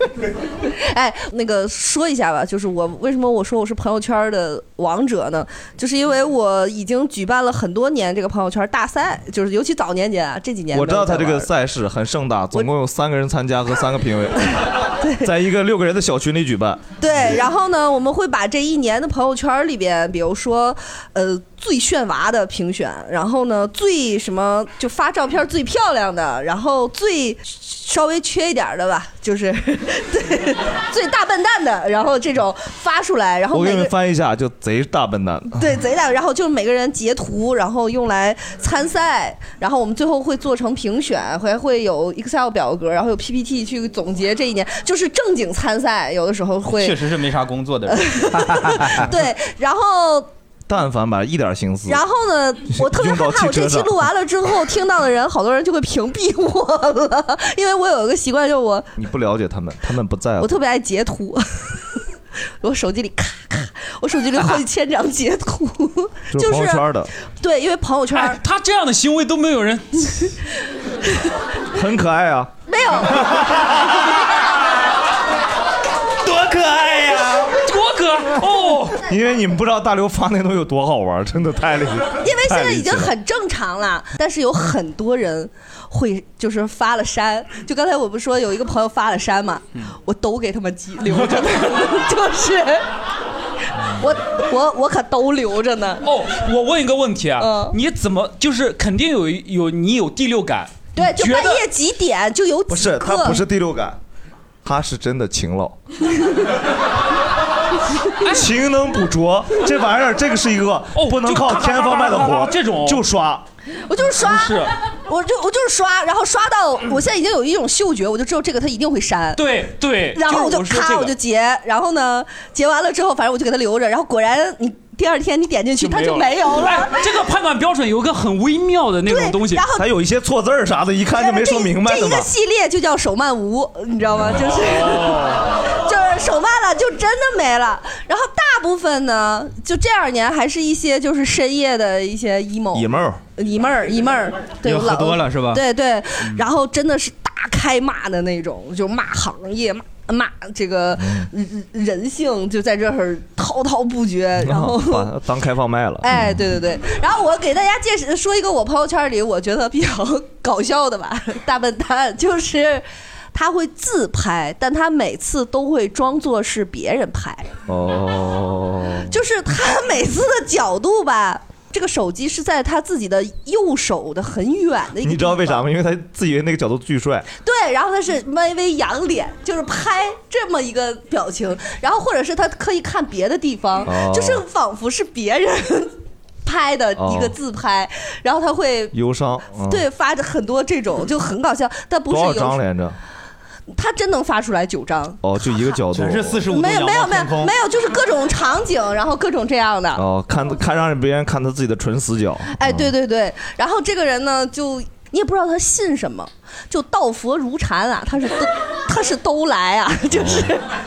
Speaker 16: 哎，那个说一下吧，就是我为什么我说我是朋友圈的王者呢？就是因为我已经举办了很多年这个朋友圈大赛，就是尤其早年间啊，这几年
Speaker 3: 我知道他这
Speaker 16: 没有
Speaker 3: 个
Speaker 16: 在玩
Speaker 3: 赛事很盛大，总共有三个人参加和三个 评委，在一个六个人的小群里举办。
Speaker 16: 对，然后呢，我们会把这一年的朋友圈里边，比如说，呃，最炫娃的评选，然后呢，最什么就发照片最漂亮的，然后最稍微缺一点儿的吧，就是 对最大笨蛋的，然后这种发出来，然后
Speaker 3: 我给你
Speaker 16: 每个
Speaker 3: 们翻译一下，就贼大笨蛋。
Speaker 16: 对，贼大。然后就是每个人截图，然后用来参赛，然后我们最后会做成评选，还会有 Excel 表格，然后有 PPT 去总结这一年，就是正经参赛，有的时候会
Speaker 4: 确实是没啥工作的人。
Speaker 16: 对，然后
Speaker 3: 但凡吧，一点心思。
Speaker 16: 然后呢，我特别害怕我这期录完了之后，听到的人好多人就会屏蔽我了，因为我有一个习惯，就是我
Speaker 3: 你不了解他们，他们不在乎。
Speaker 16: 我特别爱截图， 我手机里咔咔，我手机里好几千张截图，
Speaker 3: 就
Speaker 16: 就是
Speaker 3: 朋友圈的，
Speaker 16: 对，因为朋友圈儿
Speaker 5: 他这样的行为都没有人，
Speaker 3: 很可爱啊。
Speaker 16: 没有。
Speaker 4: 多可爱呀、
Speaker 5: 多可哦！
Speaker 3: 因为你们不知道大刘发那东西有多好玩，真的太厉害。
Speaker 16: 因为现
Speaker 3: 太
Speaker 16: 在
Speaker 3: 离
Speaker 16: 已
Speaker 3: 奇
Speaker 16: 经
Speaker 3: 了
Speaker 16: 很正常了，但是有很多人会就是发了删，就刚才我不是说有一个朋友发了删嘛，
Speaker 5: 嗯
Speaker 16: 我都给他们记留着呢， 就是我我我可都留着呢。
Speaker 5: 哦， 我问一个问题啊，
Speaker 16: 嗯
Speaker 5: 你怎么就是肯定有一有你有第六感？
Speaker 16: 对，就
Speaker 5: 觉
Speaker 16: 半
Speaker 5: 得
Speaker 16: 夜几点就有
Speaker 3: 不
Speaker 16: 几
Speaker 3: 是，
Speaker 16: 个，
Speaker 3: 他不是第六感，他是真的勤劳，勤能补拙。这玩意儿，这个是一个不能靠天方卖的活，这种就 刷。
Speaker 16: 我就是刷，
Speaker 3: 不是
Speaker 16: 我就我就是刷，然后刷到我现在已经有一种嗅觉，我就知道这个他一定会删。
Speaker 5: 对对，
Speaker 16: 然后我就
Speaker 5: 就是说这
Speaker 16: 咔
Speaker 5: 个
Speaker 16: 我就截，然后呢截完了之后，反正我就给他留着，然后果然你第二天你点进去，他就没有了。
Speaker 5: 哎这个判断标准有一个很微妙的那种东西，
Speaker 16: 然后
Speaker 3: 还有一些错字儿啥的，一看就没说明白
Speaker 16: 这
Speaker 3: 的
Speaker 16: 一
Speaker 3: 嘛
Speaker 16: 个。系列就叫手慢无，你知道吗？就是、
Speaker 3: 哦
Speaker 16: 就是了，手慢了就真的没了。然后大部分呢，就这二年还是一些就是深夜的一些 emo
Speaker 3: 爷们儿。
Speaker 16: 一妹儿一妹儿，对，
Speaker 3: 又喝
Speaker 16: 老
Speaker 3: 多了是吧嗯
Speaker 16: 对对，然后真的是大开骂的那种，就骂行业骂。骂这个
Speaker 3: 嗯
Speaker 16: 人人性就在这儿滔滔不绝，然后
Speaker 3: 把它当开放麦了。
Speaker 16: 哎，对对对，然后我给大家介绍说一个我朋友圈里我觉得比较 搞笑的吧， 大笨蛋就是他会自拍，但他每次都会装作是别人拍，
Speaker 3: 哦，
Speaker 16: 就是他每次的角度吧， 这个手机是在他自己的右手的很远的一个
Speaker 3: 你知道为啥吗？因为他自以为那个角度巨帅。
Speaker 16: 对，然后他是微微仰脸，就是拍这么一个表情，然后或者是他刻意看别的地方，
Speaker 3: 哦
Speaker 16: 就是仿佛是别人 拍的一个
Speaker 3: 哦
Speaker 16: 自拍，然后他会
Speaker 3: 忧伤。嗯、
Speaker 16: 对，发着很多这种，就很搞笑，但不
Speaker 3: 多
Speaker 16: 是
Speaker 3: 少
Speaker 16: 有
Speaker 3: 张来着？
Speaker 16: 他真能发出来九张。
Speaker 3: 哦，就一个角度，
Speaker 16: 全是45度没有没有没有没有，就是各种场景，然后各种这样的。
Speaker 3: 哦，看看让别人看他自己的纯死角。
Speaker 16: 哎，对对对，然后这个人呢，就你也不知道他信什么，就道佛如禅啊，他是都他是都来啊，就是、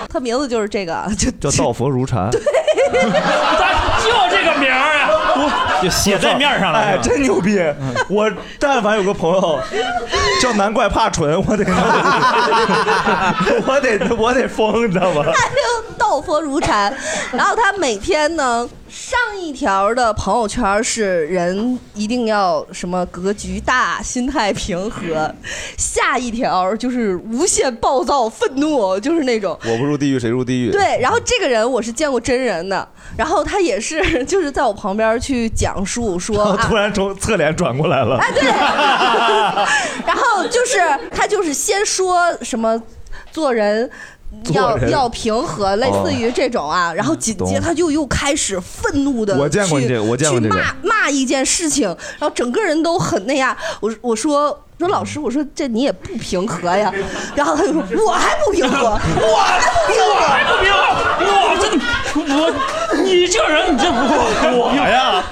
Speaker 16: 他名字就是这个啊，就
Speaker 3: 嗯叫 道佛如禅。
Speaker 1: 就这个名儿啊，
Speaker 2: 就写在面上了
Speaker 1: 哎
Speaker 2: 是，吧嗯
Speaker 1: 真牛逼！ 我但凡有个朋 友叫难怪怕纯，我 得，我得，我得疯，你知 道吗？
Speaker 16: 他就道佛如禅，然后他每天呢。上一条的朋友圈是人一定要什么格局大、心态平和，下一条就是无限暴躁、愤怒，就是那种
Speaker 3: 我不入地狱谁入地狱？
Speaker 16: 对，然后这个人我是见过真人的，然后他也是就是在我旁边去讲述 说啊，
Speaker 1: 突然从侧脸转过来了。
Speaker 16: 哎对，然后就是他就是先说什么做人。
Speaker 3: 做
Speaker 16: 要
Speaker 3: 人哦
Speaker 16: 要平和，类似于这种啊，然后紧接
Speaker 3: 懂
Speaker 16: 他就又开始愤怒的，
Speaker 3: 我见过你这个我见过
Speaker 16: 去
Speaker 3: 这个
Speaker 16: 骂骂一件事情，然后整个人都很那样。我我说说老师，我说这你也不平和呀，然后他就说我还不平 和，我还不平和，
Speaker 1: 我还不平和
Speaker 16: 我这我你这人你这
Speaker 1: 我
Speaker 3: 哎
Speaker 1: 我呀，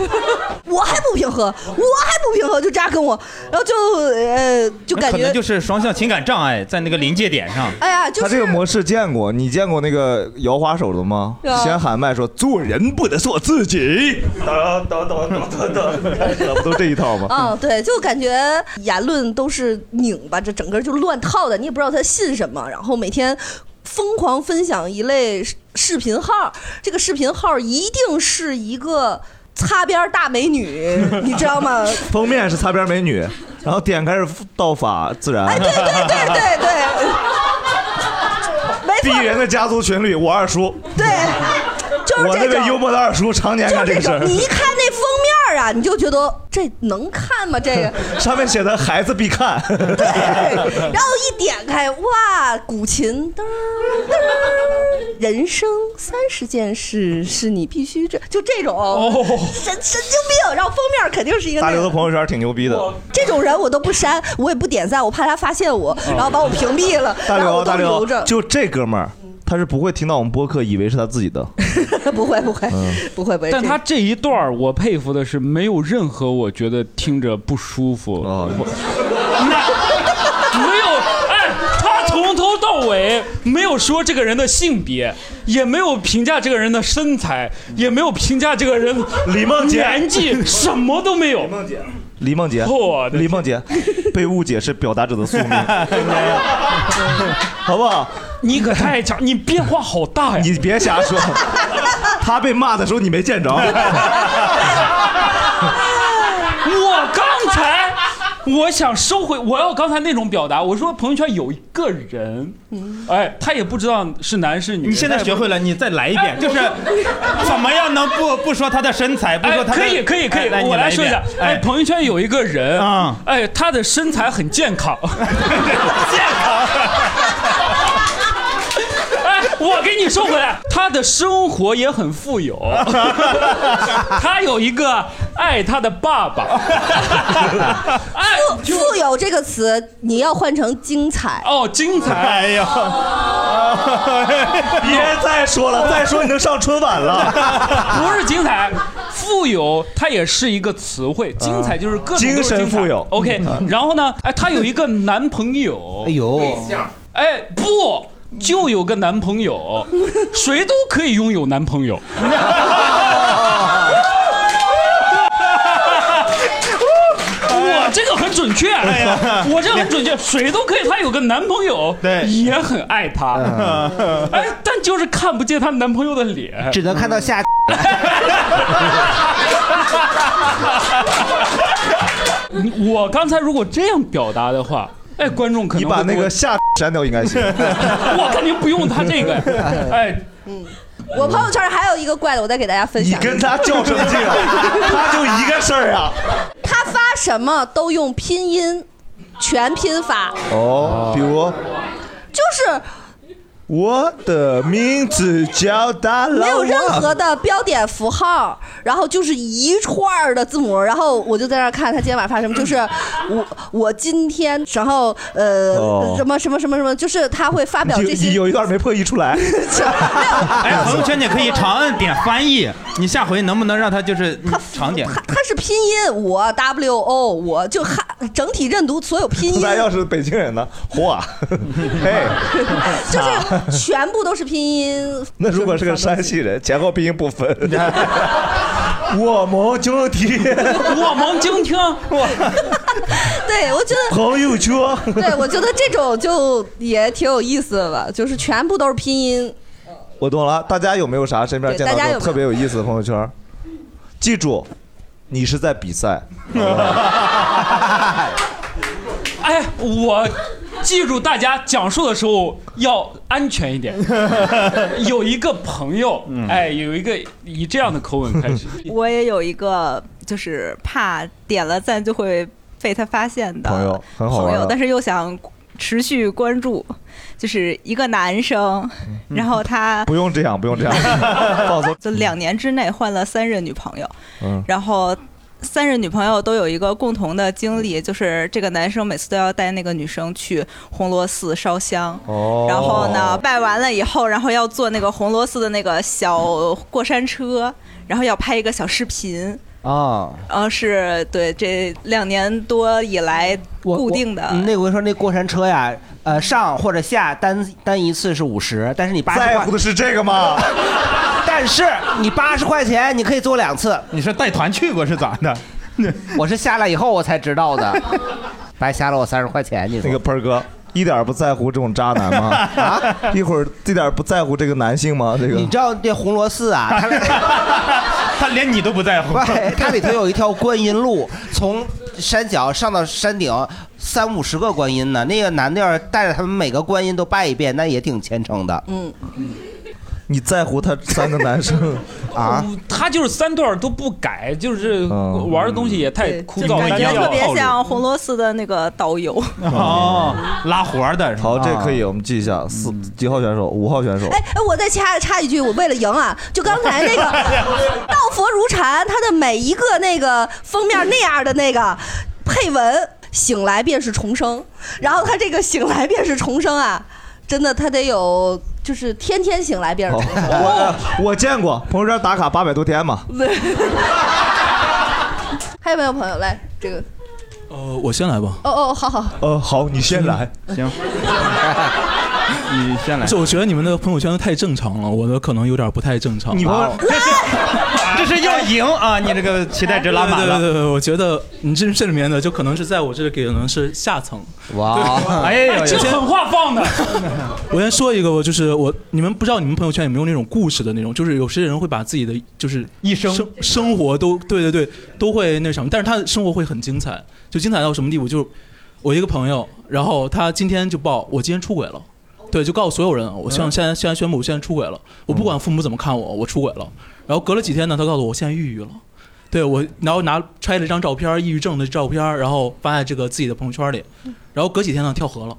Speaker 16: 我还不平和，我还不平和，就这样跟我，然后就呃就
Speaker 4: 那
Speaker 16: 感
Speaker 4: 可能
Speaker 16: 觉
Speaker 4: 就是双向情感障碍在那个临界点上。
Speaker 16: 哎呀，就
Speaker 3: 他
Speaker 16: 是
Speaker 3: 这个模式见过，你见过那个摇花手的吗？
Speaker 16: 对啊
Speaker 3: 先喊麦说做人不能做自己，
Speaker 1: 等等等等 等等，
Speaker 3: 不都这一套吗？
Speaker 16: 嗯，对，就感觉言论都是拧巴着，整个就乱套的，你也不知道他信什么，然后每天疯狂分享一类视视频号，这个视频号一定是一个擦边大美女， 你知道吗？
Speaker 3: 封面是擦边美女，然后点开是道法自然。
Speaker 16: 哎对对对对对。
Speaker 1: 鄙
Speaker 3: 啊
Speaker 1: 人的家族群里，我二叔。
Speaker 16: 对，就是
Speaker 1: 我那
Speaker 16: 这
Speaker 1: 个
Speaker 16: 种
Speaker 1: 幽默的二叔，常年
Speaker 16: 就
Speaker 1: 干这个
Speaker 16: 这
Speaker 1: 事
Speaker 16: 种
Speaker 1: 儿。，
Speaker 16: 你一看那封面啊，你就觉得这能看吗？这个，
Speaker 1: 上面写的孩子必看。
Speaker 16: 然后一点开，哇，古琴噔儿噔儿，人生三十件事是你必须这，就这种，神神经病。然后封面肯定是一
Speaker 3: 哦
Speaker 16: 个
Speaker 3: 大
Speaker 16: 那
Speaker 3: 刘的
Speaker 16: 个。
Speaker 3: 朋友圈挺牛逼的。
Speaker 16: 这种人我都不删，我也不点赞，我怕他发现我，然后把我屏蔽了，
Speaker 3: 哦嗯大
Speaker 16: 然后
Speaker 3: 刘，
Speaker 16: 我都
Speaker 3: 大
Speaker 16: 留着
Speaker 3: 刘，。就这哥们儿，他是不会听到我们播客，以为是他自己的。
Speaker 16: 不会 不会
Speaker 22: 嗯
Speaker 16: 不会不
Speaker 4: 哎
Speaker 16: 会，
Speaker 5: 但他这一段儿我佩服的是，没有任何我觉得听着不舒服。
Speaker 4: 哦
Speaker 5: 那没有，哎，他从头到尾没有说这个人的性别，也没有评价这个人的身材，也没有评价这个人
Speaker 1: 李梦洁
Speaker 5: 年纪，什么都没有。
Speaker 3: 李梦洁
Speaker 5: 我，的
Speaker 3: 李梦洁被误解是表达者的宿 命， 好不好？
Speaker 5: 你可太强，你变化好大呀！
Speaker 3: 你别瞎说，他被骂的时候你没见 着。
Speaker 5: 我刚才我想收回，我要刚才那种表达，我说朋友圈有一个人，
Speaker 24: 嗯
Speaker 5: 哎，他也不知道是男是女。
Speaker 4: 你现在学会了，你再来一
Speaker 5: 哎
Speaker 4: 遍，就是 怎么样能不不说他的身材，不
Speaker 5: 哎，
Speaker 4: 说他的
Speaker 5: 可以可以可以，
Speaker 4: 哎你
Speaker 5: 我来
Speaker 4: 一
Speaker 5: 说一下
Speaker 4: 遍。
Speaker 5: 哎，
Speaker 4: 哎，啊
Speaker 5: 朋友圈有一个人，哎，他的身材很健康，健 康。哎，我给你说回来，他的生活也很 富有，他有一个爱他的爸爸，
Speaker 16: 富富有这个词你要换成精彩
Speaker 5: 哦，精彩，
Speaker 1: 哎呀，
Speaker 16: 哦
Speaker 1: 别再说
Speaker 5: 哦
Speaker 1: 了，再说你能上春晚了。
Speaker 5: 不是精彩，富有它也是一个词汇，精彩就是各种都是
Speaker 1: 精神
Speaker 5: 精彩
Speaker 1: 富有嗯
Speaker 5: OK，然后呢，哎，她有一个男朋友，
Speaker 7: 哎呦
Speaker 5: 哎不。就有个男朋友，谁都可以拥有男朋友。我这个很准确，哎呀，我这个很准确，谁都可以。她有个男朋友，对，也很爱她，
Speaker 3: 嗯
Speaker 5: 哎，但就是看不见她男朋友的脸，
Speaker 7: 只能看到下。
Speaker 3: 嗯
Speaker 5: 你 我刚才如果这样表达的话，哎，观众可能
Speaker 3: 你把
Speaker 5: 会
Speaker 3: 那
Speaker 5: 给我
Speaker 3: 个下删掉应该行。
Speaker 5: 我肯定 不用他这个， 哎，
Speaker 16: 我朋友圈还有一个怪的，我再给大家分享。
Speaker 3: 你跟他较什么劲啊他就一个事儿啊。
Speaker 16: 他发什么都用拼音，全拼发，
Speaker 3: 哦，比如
Speaker 16: 就是
Speaker 3: 我的名字叫达拉，
Speaker 16: 没有任何的标点符号，然后就是一串儿的字母，然后我就在那儿看他今天晚上发什么，就是我我今天，然后呃、
Speaker 3: 哦
Speaker 16: 什么什么什么什么，就是他会发表
Speaker 3: 有
Speaker 16: 这些。
Speaker 3: 有一段没破译出来。
Speaker 4: 哎，朋友圈你可以长按点翻译，你下回能不能让他就是嗯长点？
Speaker 16: 他是拼音，我 W O，我就汉整体认读所有拼 音，
Speaker 3: 那要是北京人呢？嚯，嘿，
Speaker 16: 就是全部都是拼音。
Speaker 3: 那如果是个山西人， 前后鼻音不分。我们就听，
Speaker 5: 我们就听，
Speaker 16: 对，我觉得
Speaker 3: 朋友圈。
Speaker 16: 对，我觉得这种就也挺有意思的吧，就是全部都是拼音。
Speaker 3: 我懂了。大家有没有啥身边见到
Speaker 16: 对大
Speaker 3: 过
Speaker 16: 家有没有
Speaker 3: 特别有意思的朋友圈？记住，你是在比赛。
Speaker 5: 哎，我记住大家讲述的时候要安 全一点。有一个朋友，
Speaker 3: 嗯
Speaker 5: 哎，有一个以这样的口吻开始，
Speaker 10: 我也有一个就是怕点了赞就会被他发现的
Speaker 3: 朋友很好玩
Speaker 10: 朋
Speaker 3: 啊
Speaker 10: 友，但是又想持续关注，就是一个男生，
Speaker 3: 嗯
Speaker 10: 然后他
Speaker 3: 不用这样，不用这 样，放松。
Speaker 10: 就两年之内换了三任女朋友，
Speaker 3: 嗯，
Speaker 10: 然后。三任女朋友都有一个共同的经历，就是这个男生每次都要带那个女生去红螺寺烧香，
Speaker 3: 哦
Speaker 10: 然后呢，拜完了以后，然后要坐那个红螺寺的那个小过山车，然后要拍一个小视频，
Speaker 7: 啊，
Speaker 10: 然后是对这两年多以来固定的。
Speaker 7: 嗯那我跟你说，那过山车呀，呃，上或者下单单一次是五十，但是你八十
Speaker 3: 在乎的是这个吗？
Speaker 7: 但是你八十块钱你可以坐两次。
Speaker 4: 你是带团去过是咋的？
Speaker 7: 我是下来以后我才知道的，白瞎了我三十块钱。你
Speaker 3: 那个盆儿哥一点儿不在乎这种渣男 吗？啊，一会儿一点儿不在乎这个男性吗？这个你
Speaker 7: 知道这红螺寺啊，他
Speaker 4: 他连你都不 在乎
Speaker 7: 对，它 里头有一条观音路，从山脚上到山顶，三五十个观音呢。那个男的要是带着他们每个观音都拜一遍，那也挺虔诚的。
Speaker 16: 嗯，
Speaker 3: 你在乎他 三个男生
Speaker 7: 啊？
Speaker 5: 他就是三段都不改，就是
Speaker 3: 嗯
Speaker 5: 玩的东西也太枯燥，
Speaker 10: 感
Speaker 5: 单
Speaker 10: 觉
Speaker 5: 调
Speaker 10: 特别
Speaker 5: 套路
Speaker 10: 像红螺寺的那个导游，
Speaker 4: 哦，拉活儿的。啊
Speaker 3: 好，这可以，我们记一下，四几号选手，五号选手。
Speaker 16: 哎，我再插插一句，我为了赢啊，就刚才那个道佛如禅，它的每一个那个封面那样的那个配文，醒来便是重生。然后它这个醒来便是重生啊，真的，它得有就是天天醒来便是
Speaker 3: 好，
Speaker 16: 重生。啊
Speaker 3: 我我见过朋友圈打卡八百多天嘛，
Speaker 16: 对还有没有朋友来这个？
Speaker 24: 呃，我先来吧。
Speaker 16: 哦哦，好好，
Speaker 24: 呃，好，你先来。行，你先来。是，我觉得你们的朋友圈都太正常了，我的可能有点不太正常。啊
Speaker 4: 你朋友这是哦 这是要赢啊！你这个期待值拉满
Speaker 24: 对对
Speaker 4: 了。
Speaker 24: 对对，我觉得你这这里面的就可能是在我这里可能是下层。
Speaker 7: 哇
Speaker 5: 哎，这很话 放的，
Speaker 24: 我先说一个吧，就是我你们不知道你们朋友圈有没有那种故事的那种，就是有些人会把自己的就是一生生生活都对对对都会那什么，但是他的生活会很精彩，就精彩到什么地步？就是我一个朋友，然后他今天就报我今天出轨了。对，就告诉所有人，我像现在现在宣布我现在出轨了，我不管父母怎么看我，我出轨了。然后隔了几天呢，他告诉我我现在抑郁了，对我，然后拿揣了一张照片，抑郁症的照片，然后发在这个自己的朋友圈里，然后隔几天呢跳河了。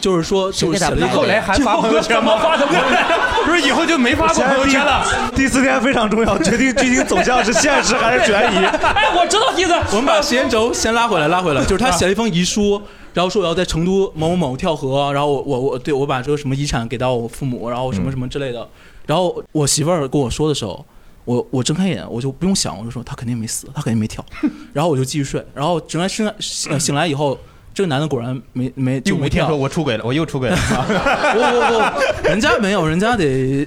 Speaker 24: 就是说，
Speaker 5: 谁
Speaker 24: 就
Speaker 5: 给
Speaker 24: 是
Speaker 5: 他
Speaker 24: 写了一个
Speaker 5: 拍的后来还发朋 友圈吗怎么发的朋友圈
Speaker 4: 不是以后就没发过朋友圈了。
Speaker 3: 第四天非常重要，决定哦剧情走向是现实还是悬疑。
Speaker 5: 哎，我知道意思。
Speaker 24: 我们把时间轴先拉回来，拉回来，
Speaker 4: 啊
Speaker 24: 就是他写了一封遗书，然后说我要在成都某某某跳河，然后我我我对我把这个什么遗产给到我父母，然后
Speaker 4: 嗯
Speaker 24: 什么什么之类的。然后我媳妇儿跟我说的时候，我我睁开眼，我就不用 想，我就说他肯定没死，他肯定没跳。然后我就继续睡，然后整个醒来醒醒来以后。这个男的果然没没
Speaker 4: 第
Speaker 24: 就
Speaker 4: 五
Speaker 24: 没
Speaker 4: 天
Speaker 24: 跳
Speaker 4: 说，。我出轨了，我又 出轨了。
Speaker 24: 人家没有，人家得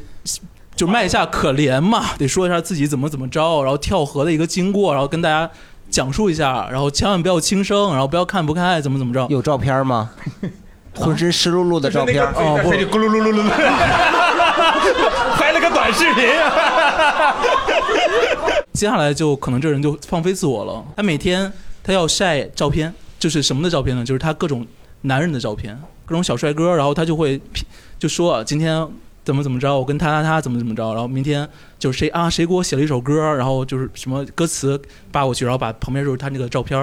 Speaker 24: 就卖一下可怜嘛，得说一下自己怎么怎么着，然后跳河的一个经过，然后跟大家讲述一下，然后千万不要轻生，然后不要看不开，怎么怎么着。
Speaker 7: 有照片吗？浑身湿漉漉
Speaker 4: 哎
Speaker 7: 的照片，
Speaker 24: 哦不，
Speaker 4: 咕噜噜噜噜， 拍了个短视频。
Speaker 24: 接下来就可能这人就放飞自我了。他每天他要晒照片，就是什么的照片呢？就是他各种男人的照片，各种小帅哥，然后他就会 P- 就说啊今天怎么怎么着，我跟他他他怎么怎么着，然后明天就是谁啊谁给我写了一首歌，然后就是什么歌词扒过去，然后把旁边就是他那个照片，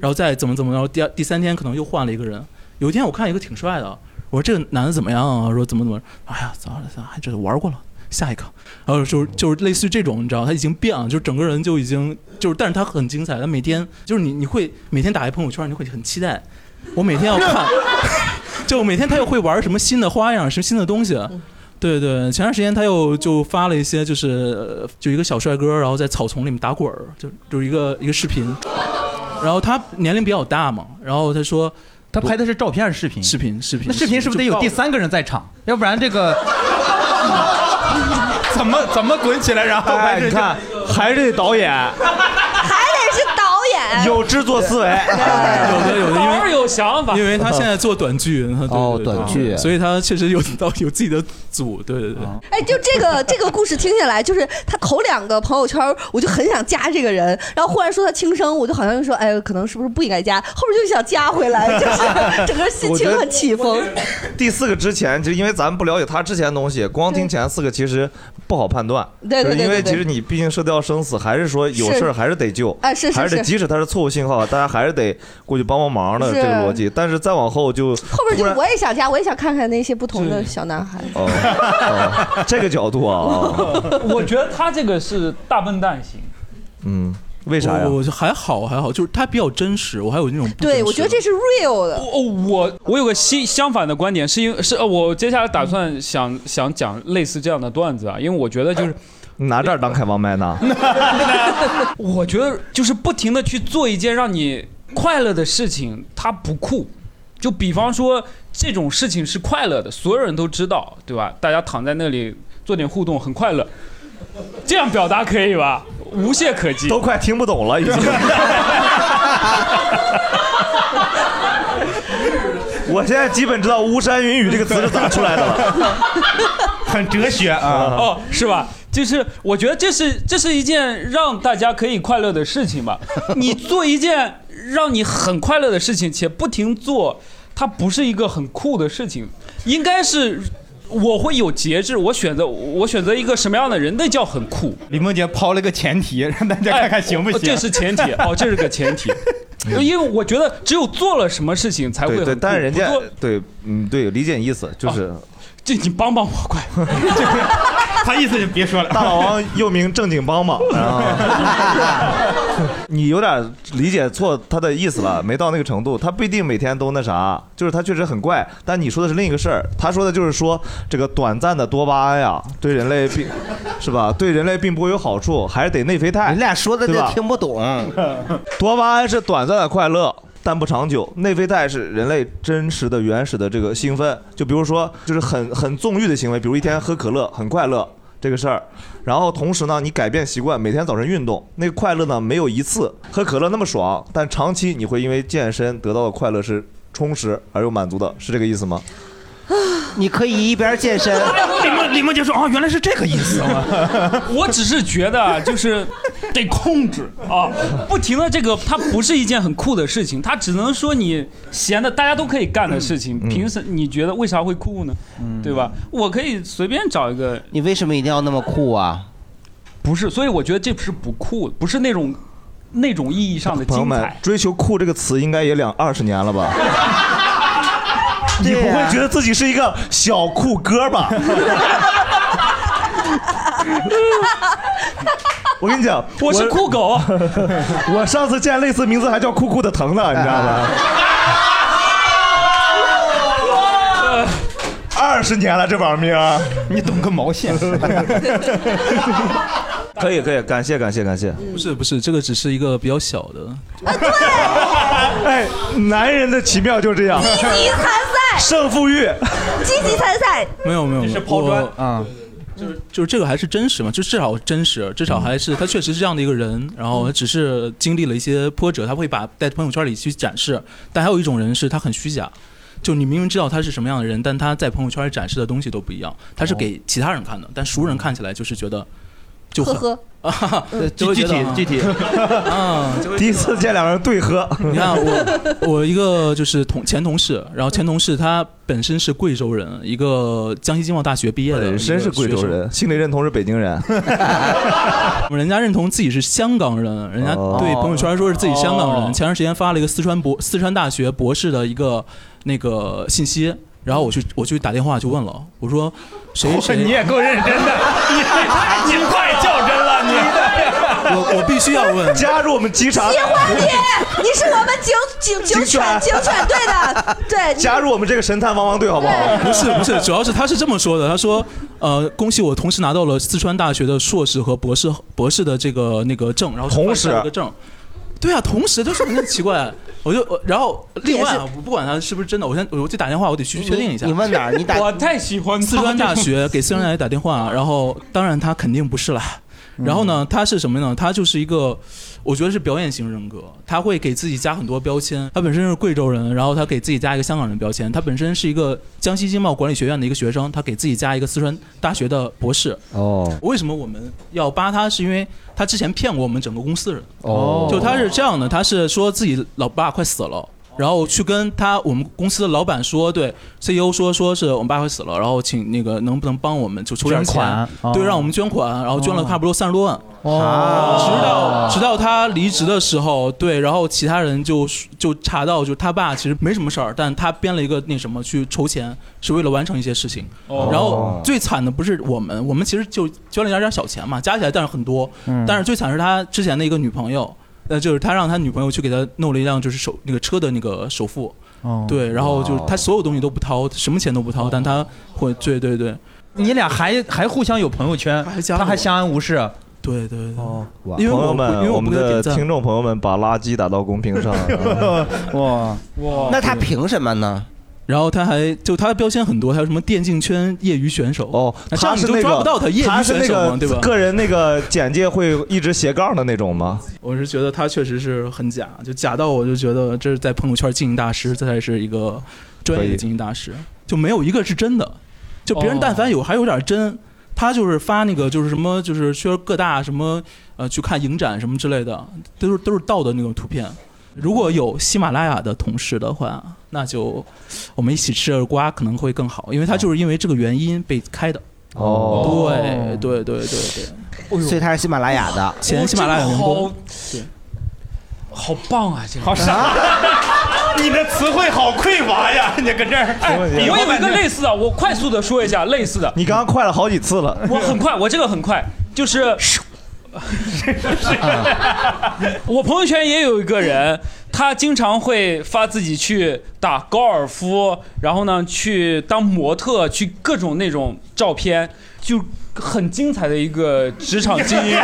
Speaker 24: 然后再怎么怎么着，第二第三天可能又换了一个人。有一天我看一个挺帅的，我说这个男的怎么样啊？说怎么怎么，哎呀，咋了咋了，还这玩过了。下一个，然后就是就是类似于这种，你知道，他已经变了，就是整个人就已经就是，但是他很精彩，他每天就是你你会每天打开朋友圈，你会很期待，我每天要看，就每天他又会玩什么新的花样，什么新的东西。啊对对，前段时间他又就发了一些，就是呃就一个小帅哥，然后在草丛里面打滚儿，就就是一个一个视频。然后他年龄比较大嘛，然后他说
Speaker 4: 他拍的是照片还是视频？
Speaker 24: 视频视频。
Speaker 4: 那视频是不是得有第三个人在场？要不然这个 怎么怎么滚起来？然后
Speaker 3: 哎，你看，还是得导演
Speaker 16: 还得是导演
Speaker 3: 有制作思维，
Speaker 24: 有的有的，因为
Speaker 5: 有想法
Speaker 24: 因为他现在做短剧，他对
Speaker 7: 哦
Speaker 24: 对对
Speaker 7: 短
Speaker 4: 啊
Speaker 7: 剧
Speaker 24: 所以他确实有到有自己的组，对对对。
Speaker 4: 哦
Speaker 16: 哎，就这个这个故事听下来，就是他头两个朋友圈，我就很想加这个人，然后忽然说他轻生，我就好像就说，哎，可能是不是不应该加？后面就想加回来， 就是整个心情很起伏。
Speaker 3: 第四个之前，就因为咱们不了解他之前的东西，光听前四个其实不好判断。
Speaker 16: 对对对
Speaker 3: 就是因为
Speaker 16: 对对
Speaker 3: 其实你毕竟涉及到生死，还是说有事
Speaker 16: 是
Speaker 3: 儿还是得救，
Speaker 16: 哎是是
Speaker 3: 还是得
Speaker 16: 是
Speaker 3: 即使他是错误信号，大家还是得过去帮帮忙的
Speaker 16: 是
Speaker 3: 这个逻辑。但是再往后就
Speaker 16: 后面
Speaker 3: 突
Speaker 16: 就
Speaker 3: 然
Speaker 16: 我也想加，我也想看看那些不同的小男孩。
Speaker 3: 哦哦，这个角度啊，哦
Speaker 5: 我觉得他这个是大笨蛋型。
Speaker 3: 嗯，为啥呀
Speaker 24: 我我就还好还好，就是他比较真实，我还有那种不
Speaker 16: 对，
Speaker 24: 真
Speaker 16: 我
Speaker 24: 实
Speaker 16: 觉得这是 real 的。
Speaker 5: 哦，我我有个相相反的观点，是因为是呃，我接下来打
Speaker 3: 嗯
Speaker 5: 算想想讲类似这样的段子啊，因为我觉得就是。
Speaker 3: 哎拿这儿当开放麦呢？
Speaker 5: 我觉得就是不停的去做一件让你快乐的事情，它不酷。就比方说这种事情是快乐的，所有人都知道，对吧？大家躺在那里做点互动，很快乐。这样表达可以吧？无懈可击。都
Speaker 3: 快听不懂了，已经。我现在基本知道“巫山云雨”这个词是咋出来的了，
Speaker 4: 很哲学啊
Speaker 5: 哦，是吧？就是我觉得这是这是一件让大家可以快乐的 事情吧。你做一件让你很快乐的事情，且不停做，它不是一个很酷的事情，应该是。我会有节制，我选择我选择一个什么样的人，那叫很酷。
Speaker 4: 李梦洁抛了个前提，让大家看看行不行。
Speaker 5: 哎这是前提哦，这是个前 提。因为我觉得只有做了什么事情才会
Speaker 3: 对
Speaker 5: 很
Speaker 3: 对，
Speaker 5: 酷
Speaker 3: 但是人家
Speaker 5: 不做
Speaker 3: 对，嗯，对，理解你意思就是。
Speaker 5: 这你帮帮我，快！
Speaker 4: 哦他意思就别说了。
Speaker 3: 大老王又名正经帮忙啊， 你有点理解错他的意思了，没到那个程度。他不一定每天都那啥，就是他确实很怪。但你说的是另一个事儿，他说的就是说这个短暂的多巴胺呀，对人类并是吧？对人类并不会有好处，还是得内啡肽。你俩说
Speaker 7: 的就听不懂。
Speaker 3: 多巴胺是短暂的快乐，但不长久。内啡肽是人类真实的、原始的这个兴奋，就比如说，就是很很纵欲的行为，比如一天喝可乐，很快乐这个事儿。然后同时呢，你改变习惯，每天早晨运动，那个快乐呢没有一次喝可乐那么爽，但长期你会因为健身得到的快乐是充实而又满足的，是这个意思吗？
Speaker 7: 你可以一边健身，
Speaker 5: 李梦李梦洁说啊，原来是这个意思
Speaker 4: 啊。
Speaker 5: 我只是觉得就是得控制啊，不停的这个它不是一件很酷的事情，它只能说你闲的大家都可以干的事情，凭什你觉得为啥会酷呢？对吧？我可以随便找一个，
Speaker 7: 你为什么一定要那么酷啊？
Speaker 5: 不是，所以我觉得这是不酷，不是那种那种意义上的
Speaker 3: 朋友
Speaker 5: 精
Speaker 3: 们
Speaker 5: 彩。，
Speaker 3: 追求酷这个词应该也两二十年了吧？你不
Speaker 5: 啊
Speaker 3: 会觉得自己是一个小酷哥吧？ 我跟你讲，
Speaker 5: 我是酷狗。
Speaker 3: 我上次见类似名字还叫酷酷的疼呢，你知道 吗？二十年了，这网名，
Speaker 4: 你懂个毛线！
Speaker 3: 可以可以，感谢感谢感谢。
Speaker 24: 不是不是，这个只是一个比较小的。
Speaker 1: 哎，男人的奇妙就这样，
Speaker 8: 积极参赛，
Speaker 1: 胜负欲。
Speaker 8: 积极参赛，
Speaker 24: 没有没有，
Speaker 8: 你是
Speaker 24: 抛砖
Speaker 3: 嗯
Speaker 24: 啊。就是就是这个还是真实嘛，就至少真实，至少还是他确实是这样的一个人，然后只是经历了一些波折，他会把在朋友圈里去展示。但还有一种人是他很虚假，就你明明知道他是什么样的人，但他在朋友圈里展示的东西都不一样，他是给其他人看的，但熟人看起来就是觉得就很
Speaker 16: 呵
Speaker 24: 啊， 就会
Speaker 1: 具
Speaker 24: 觉得
Speaker 1: 体具体
Speaker 3: 啊
Speaker 24: 啊，就会觉得
Speaker 1: 第一次见两个人对喝，
Speaker 24: 你看我，我一个就是同前同事，然后前同事他本身是贵州人，一个江西经贸大学毕业的，
Speaker 3: 本身是贵州人，心里认同是北京人。
Speaker 24: 人家认同自己是香港人，人家对朋友圈说是自己香港
Speaker 3: 哦
Speaker 24: 人。前段时间发了一个四川博四川大学博士的一个那个信息，然后我去我去打电话去问了，我说谁谁
Speaker 2: 你也够认真的， 你你太较真了，你。
Speaker 24: 我我必须要 问，
Speaker 1: 加入我们机场，
Speaker 8: 喜欢你，你是我们警警警犬警犬队的， 对，
Speaker 1: 加入我们这个神探汪汪队好不好？
Speaker 24: 不是不是，主要是他是这么说的，他说，呃，恭喜我同时拿到了四川大学的硕士和博士博士的这个那个证，然后同时一个证。对啊，同时就是很奇怪，我就我然后另外啊
Speaker 7: 也是
Speaker 24: 我不管他是不是真的，我先我就打电话，我得去确定一下。
Speaker 7: 你问哪儿你打我
Speaker 24: 太喜欢四川大学给四川大学打电话，然后当然他肯定不是啦。 然后呢，他是什么呢？他就是一个，我觉得是表演型人格，他会给自己加很多标签。他本身是贵州人，然后他给自己加一个香港人标签。他本身是一个江西经贸管理学院的一个学生，他给自己加一个四川大学的博士。
Speaker 3: 哦，
Speaker 24: 为什么我们要扒他？是因为他之前骗过我们整个公司人。
Speaker 3: 哦
Speaker 24: 就他是这样的，他是说自己老爸快死了。然后去跟他我们公司的老板说，对 CEO 说说是我们爸快死了，然后请那个能不能帮我们就筹点
Speaker 11: 捐
Speaker 24: 钱，
Speaker 11: 款哦
Speaker 24: 对，让我们捐款，然后捐了
Speaker 11: 哦
Speaker 24: 差不多三十多万，
Speaker 11: 哦
Speaker 24: 直
Speaker 3: 啊
Speaker 24: 到直到他离职的时候，对，然后其他人就就查到，就是他爸其实没什么事儿，但他编了一个那什么去筹钱，是为了完成一些事情，
Speaker 11: 哦
Speaker 24: 然后最惨的不是我们，我们其实就捐了一点点小钱嘛，加起来但是很多，
Speaker 11: 嗯
Speaker 24: 但是最惨是他之前的一个女朋友，呃，就是他让他女朋友去给他弄了一辆就是首那个车的那个首付，
Speaker 11: 哦
Speaker 24: 对，然后就是
Speaker 11: 哇
Speaker 24: 他所有东西都不掏，什么钱都不掏，但他会，对对对，
Speaker 11: 你俩还还互相有朋友圈，他还相安无事。
Speaker 24: 对对对。
Speaker 11: 哦
Speaker 24: 因为
Speaker 3: 朋
Speaker 24: 我
Speaker 3: 友
Speaker 24: 因为
Speaker 3: 们，
Speaker 24: 我
Speaker 3: 我
Speaker 24: 不
Speaker 3: 们
Speaker 24: 给他
Speaker 3: 的
Speaker 24: 点赞
Speaker 3: 听众朋友们，把垃圾打到公屏 上。
Speaker 11: 哇哇
Speaker 7: 那他凭什么呢？
Speaker 24: 然后他还就他的标签很多，还有什么电竞圈业余选手
Speaker 3: 哦，
Speaker 24: 这
Speaker 3: 他
Speaker 24: 样你
Speaker 3: 是
Speaker 24: 就
Speaker 3: 那
Speaker 24: 抓不到他
Speaker 3: 个，
Speaker 24: 业
Speaker 3: 他
Speaker 24: 余
Speaker 3: 是
Speaker 24: 选
Speaker 3: 那
Speaker 24: 手嘛，对吧
Speaker 3: 个？个人那个简介会一直斜杠的那种吗？
Speaker 24: 我是觉得他确实是很假，就假到我就觉得这是在朋友圈经营大师，这才是一个专业的经营大师，就没有一个是真的。就别人
Speaker 11: 哦
Speaker 24: 但凡有还有点真，他就是发那个就是什么就是去各大什么呃去看影展什么之类的，都是都是盗的那种图片。如果有喜马拉雅的同事的话，那就我们一起吃点瓜可能会更好，因为他就是因为这个原因被开的。
Speaker 7: 哦
Speaker 24: 对对对对对，
Speaker 7: 所以他是喜马拉雅
Speaker 3: 哦
Speaker 7: 的，
Speaker 24: 前喜马拉雅员
Speaker 5: 哦
Speaker 24: 工。
Speaker 5: 好棒啊，这个
Speaker 24: 好
Speaker 5: 傻。
Speaker 4: 你的词汇好匮乏呀，你搁这儿。
Speaker 5: 哎，我
Speaker 4: 比划
Speaker 5: 有一个
Speaker 4: 半天
Speaker 5: 类似的，我快速的说一下类似的。
Speaker 3: 你刚刚快了好几次了。
Speaker 5: 我很快，我这个很快， 就是。我朋友圈也有一个人，他经常会发自己去打高尔夫，然后呢去当模特，去各种那种照片，就很精彩的一个职场精英。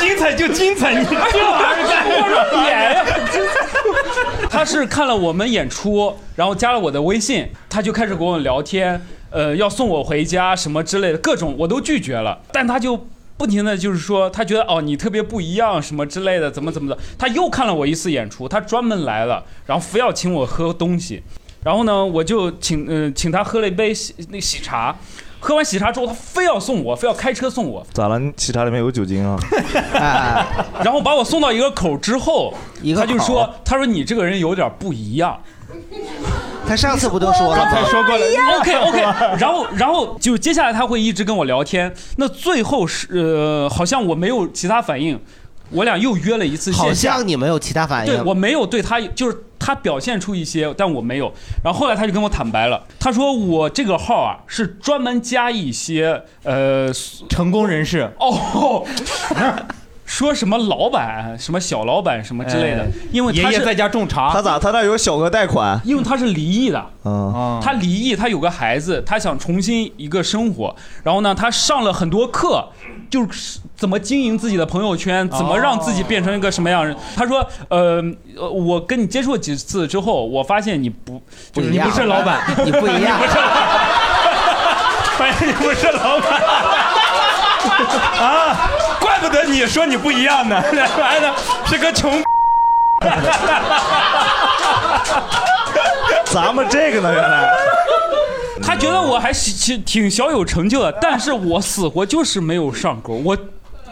Speaker 4: 精彩就精彩，你这玩意儿干
Speaker 5: 我说演呀， 他是看了我们演出，然后加了我的微信，他就开始跟我聊天，呃，要送我回家什么之类的，各种我都拒绝了，但他就。不停的就是说，他觉得哦你特别不一样什么之类的，怎么怎么的。他又看了我一次演出，他专门来了，然后非要请我喝东西。然后呢，我就请呃请他喝了一杯喜那个喜茶，喝完喜茶之后，他非要送我，非要开车送我，
Speaker 3: 咋了？你喜茶里面有酒精 啊？
Speaker 7: 啊
Speaker 5: 然后把我送到一个口之后，他就说：“他说你这个人有点不一样。”
Speaker 7: 他上次不都说了
Speaker 5: 刚
Speaker 7: 吗？
Speaker 5: 才说过了
Speaker 7: 不一样
Speaker 5: OK OK，然后然后就接下来他会一直跟我聊天，那最后是呃，好像我没有其他反应，我俩又约了一次
Speaker 7: 好
Speaker 5: 线下。
Speaker 7: 像你没有其他反应。
Speaker 5: 对我没有对他，就是他表现出一些，但我没有。然后后来他就跟我坦白了，他说我这个号啊是专门加一些呃成功人士哦， 说什么老板、什么小老板什么之类的
Speaker 3: 哎，
Speaker 5: 因为他
Speaker 3: 爷爷
Speaker 5: 是
Speaker 3: 在家
Speaker 5: 种茶
Speaker 3: 他咋？他那有小额贷款？
Speaker 5: 因为他是离异的，
Speaker 3: 嗯，
Speaker 5: 他离异，他有个孩子，他想重新一个生活。然后呢，他上了很多课，就是怎么经营自己的朋友圈，怎么让自己变成一个什么样人。他说：“呃，呃我跟你接触几次之后，我发现你不，就是
Speaker 7: 一
Speaker 5: 你
Speaker 7: 样
Speaker 5: 不是老 板，
Speaker 7: 你不一样
Speaker 5: 你不是老板，发现你不是老板。”啊，怪不得你说你不一样呢，完了是个穷。
Speaker 3: 咱们这个呢，原来
Speaker 5: 他觉得我还是其挺小有成就的，但是我死活就是没有上钩，我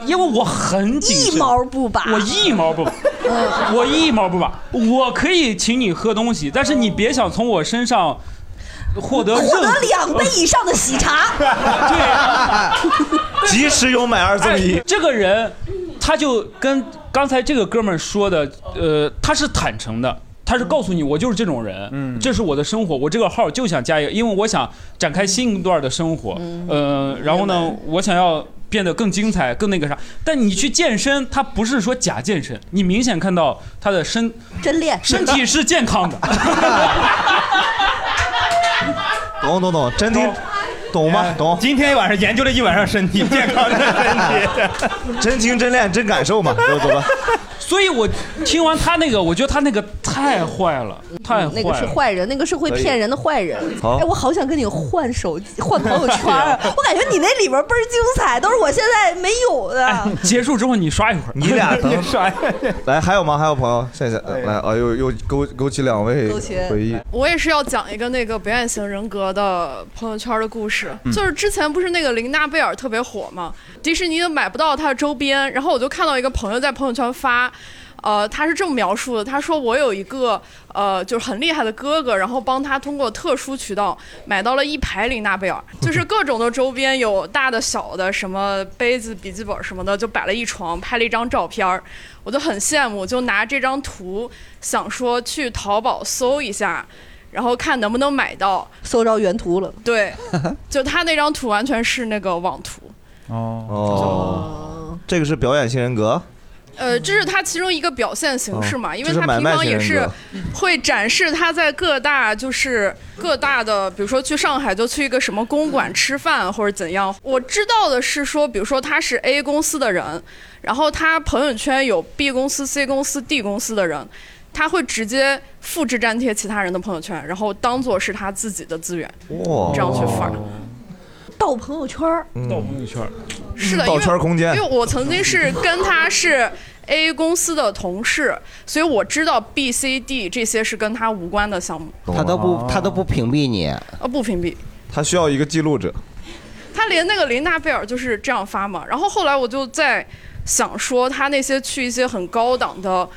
Speaker 5: 因为我很谨慎，
Speaker 8: 一毛不拔
Speaker 5: 我一毛不拔，
Speaker 8: 嗯
Speaker 5: 我一毛不拔，我可以请你喝东西，但是你别想从我身上获得
Speaker 8: 获
Speaker 5: 任
Speaker 8: 得
Speaker 5: 何呃
Speaker 8: 两杯以上的喜 茶。
Speaker 3: 及时有买二赠一
Speaker 5: 哎。这个人，他就跟刚才这个哥们儿说的，呃，他是坦诚的，他是告诉你我就是这种人，嗯，这是我的生活，我这个号就想加一个，因为我想展开新一段的生活，嗯、呃，然后呢，我想要。变得更精彩，更那个啥。但你去健身，他不是说假健身，你明显看到他的身
Speaker 8: 真练，
Speaker 5: 身体是健康的。
Speaker 3: 懂懂懂，真听懂吗？懂。
Speaker 4: 哎今天晚上研究了一晚上身体健康的
Speaker 3: 身体， 真听 真练真感受嘛， 走走吧。
Speaker 5: 所以我听完他那个，我觉得他那个太坏了，太坏了。
Speaker 16: 嗯那个是坏人，那个是会
Speaker 5: 可以
Speaker 16: 骗人的坏人。
Speaker 5: 好
Speaker 16: 哎，我好想跟你换手机、 换朋友圈儿，啊 我感觉你那里边倍儿精彩，都是我现在没有的。
Speaker 5: 结束之后你刷一会儿，
Speaker 3: 你俩 等
Speaker 5: 刷。
Speaker 3: 来，还有吗？还有朋友，谢谢。呃来，哎呦，又勾勾起两位
Speaker 15: 勾起
Speaker 3: 回忆。
Speaker 15: 我也是要讲一个那个表演型人格的朋友圈的故事，
Speaker 3: 嗯
Speaker 15: 就是之前不是那个玲娜贝尔特别火嘛，迪士尼都买不到她的周边，然后我就看到一个朋友在朋友圈发。呃，他是这么描述的：他说我有一个呃，就是很厉害的哥哥，然后帮他通过特殊渠道买到了一排琳娜贝尔， 就是各种的周边，有大的、小的，什么杯子、笔记本什么的，就摆了一床，拍了一张照片儿。我就很羡慕，就拿这张图想说去淘宝搜一下，然后看能不能买到。
Speaker 16: 搜着原图了，
Speaker 15: 对，就他那张图完全是那个网图。
Speaker 3: 哦，这个是表演型人格。
Speaker 15: 呃，这是他其中一个表现形式嘛，
Speaker 3: 哦
Speaker 15: 因
Speaker 3: 这
Speaker 15: 为
Speaker 3: 是
Speaker 15: 他
Speaker 3: 买
Speaker 15: 平
Speaker 3: 卖
Speaker 15: 常
Speaker 3: 型
Speaker 15: 也
Speaker 3: 人
Speaker 15: 是
Speaker 3: 格
Speaker 15: 会展示他在各大就是各大的，比如说去上海就去一个什么公馆吃饭或者怎样。我知道的是说，比如说他是 A 公司的人，然后他朋友圈有 B 公司、C 公司、D 公司的人，他会直接复制粘贴其他人的朋友圈，然后当做是他自己的资源，
Speaker 3: 哇，
Speaker 15: 这样去发。
Speaker 16: 到朋友圈儿，
Speaker 5: 到朋友圈嗯儿，
Speaker 15: 是的，因
Speaker 3: 倒
Speaker 15: 为
Speaker 3: 圈空间
Speaker 15: 因为我曾经是跟他是 A 公司的同事，所以我知道 B、C、D 这些是跟他无关的项目，
Speaker 7: 他都不他都不屏蔽你，
Speaker 15: 呃，不屏蔽。
Speaker 3: 他需要一个记录者。
Speaker 15: 他连那个琳娜贝尔就是这样发嘛。然后后来我就在想说，他那些去一些很高档的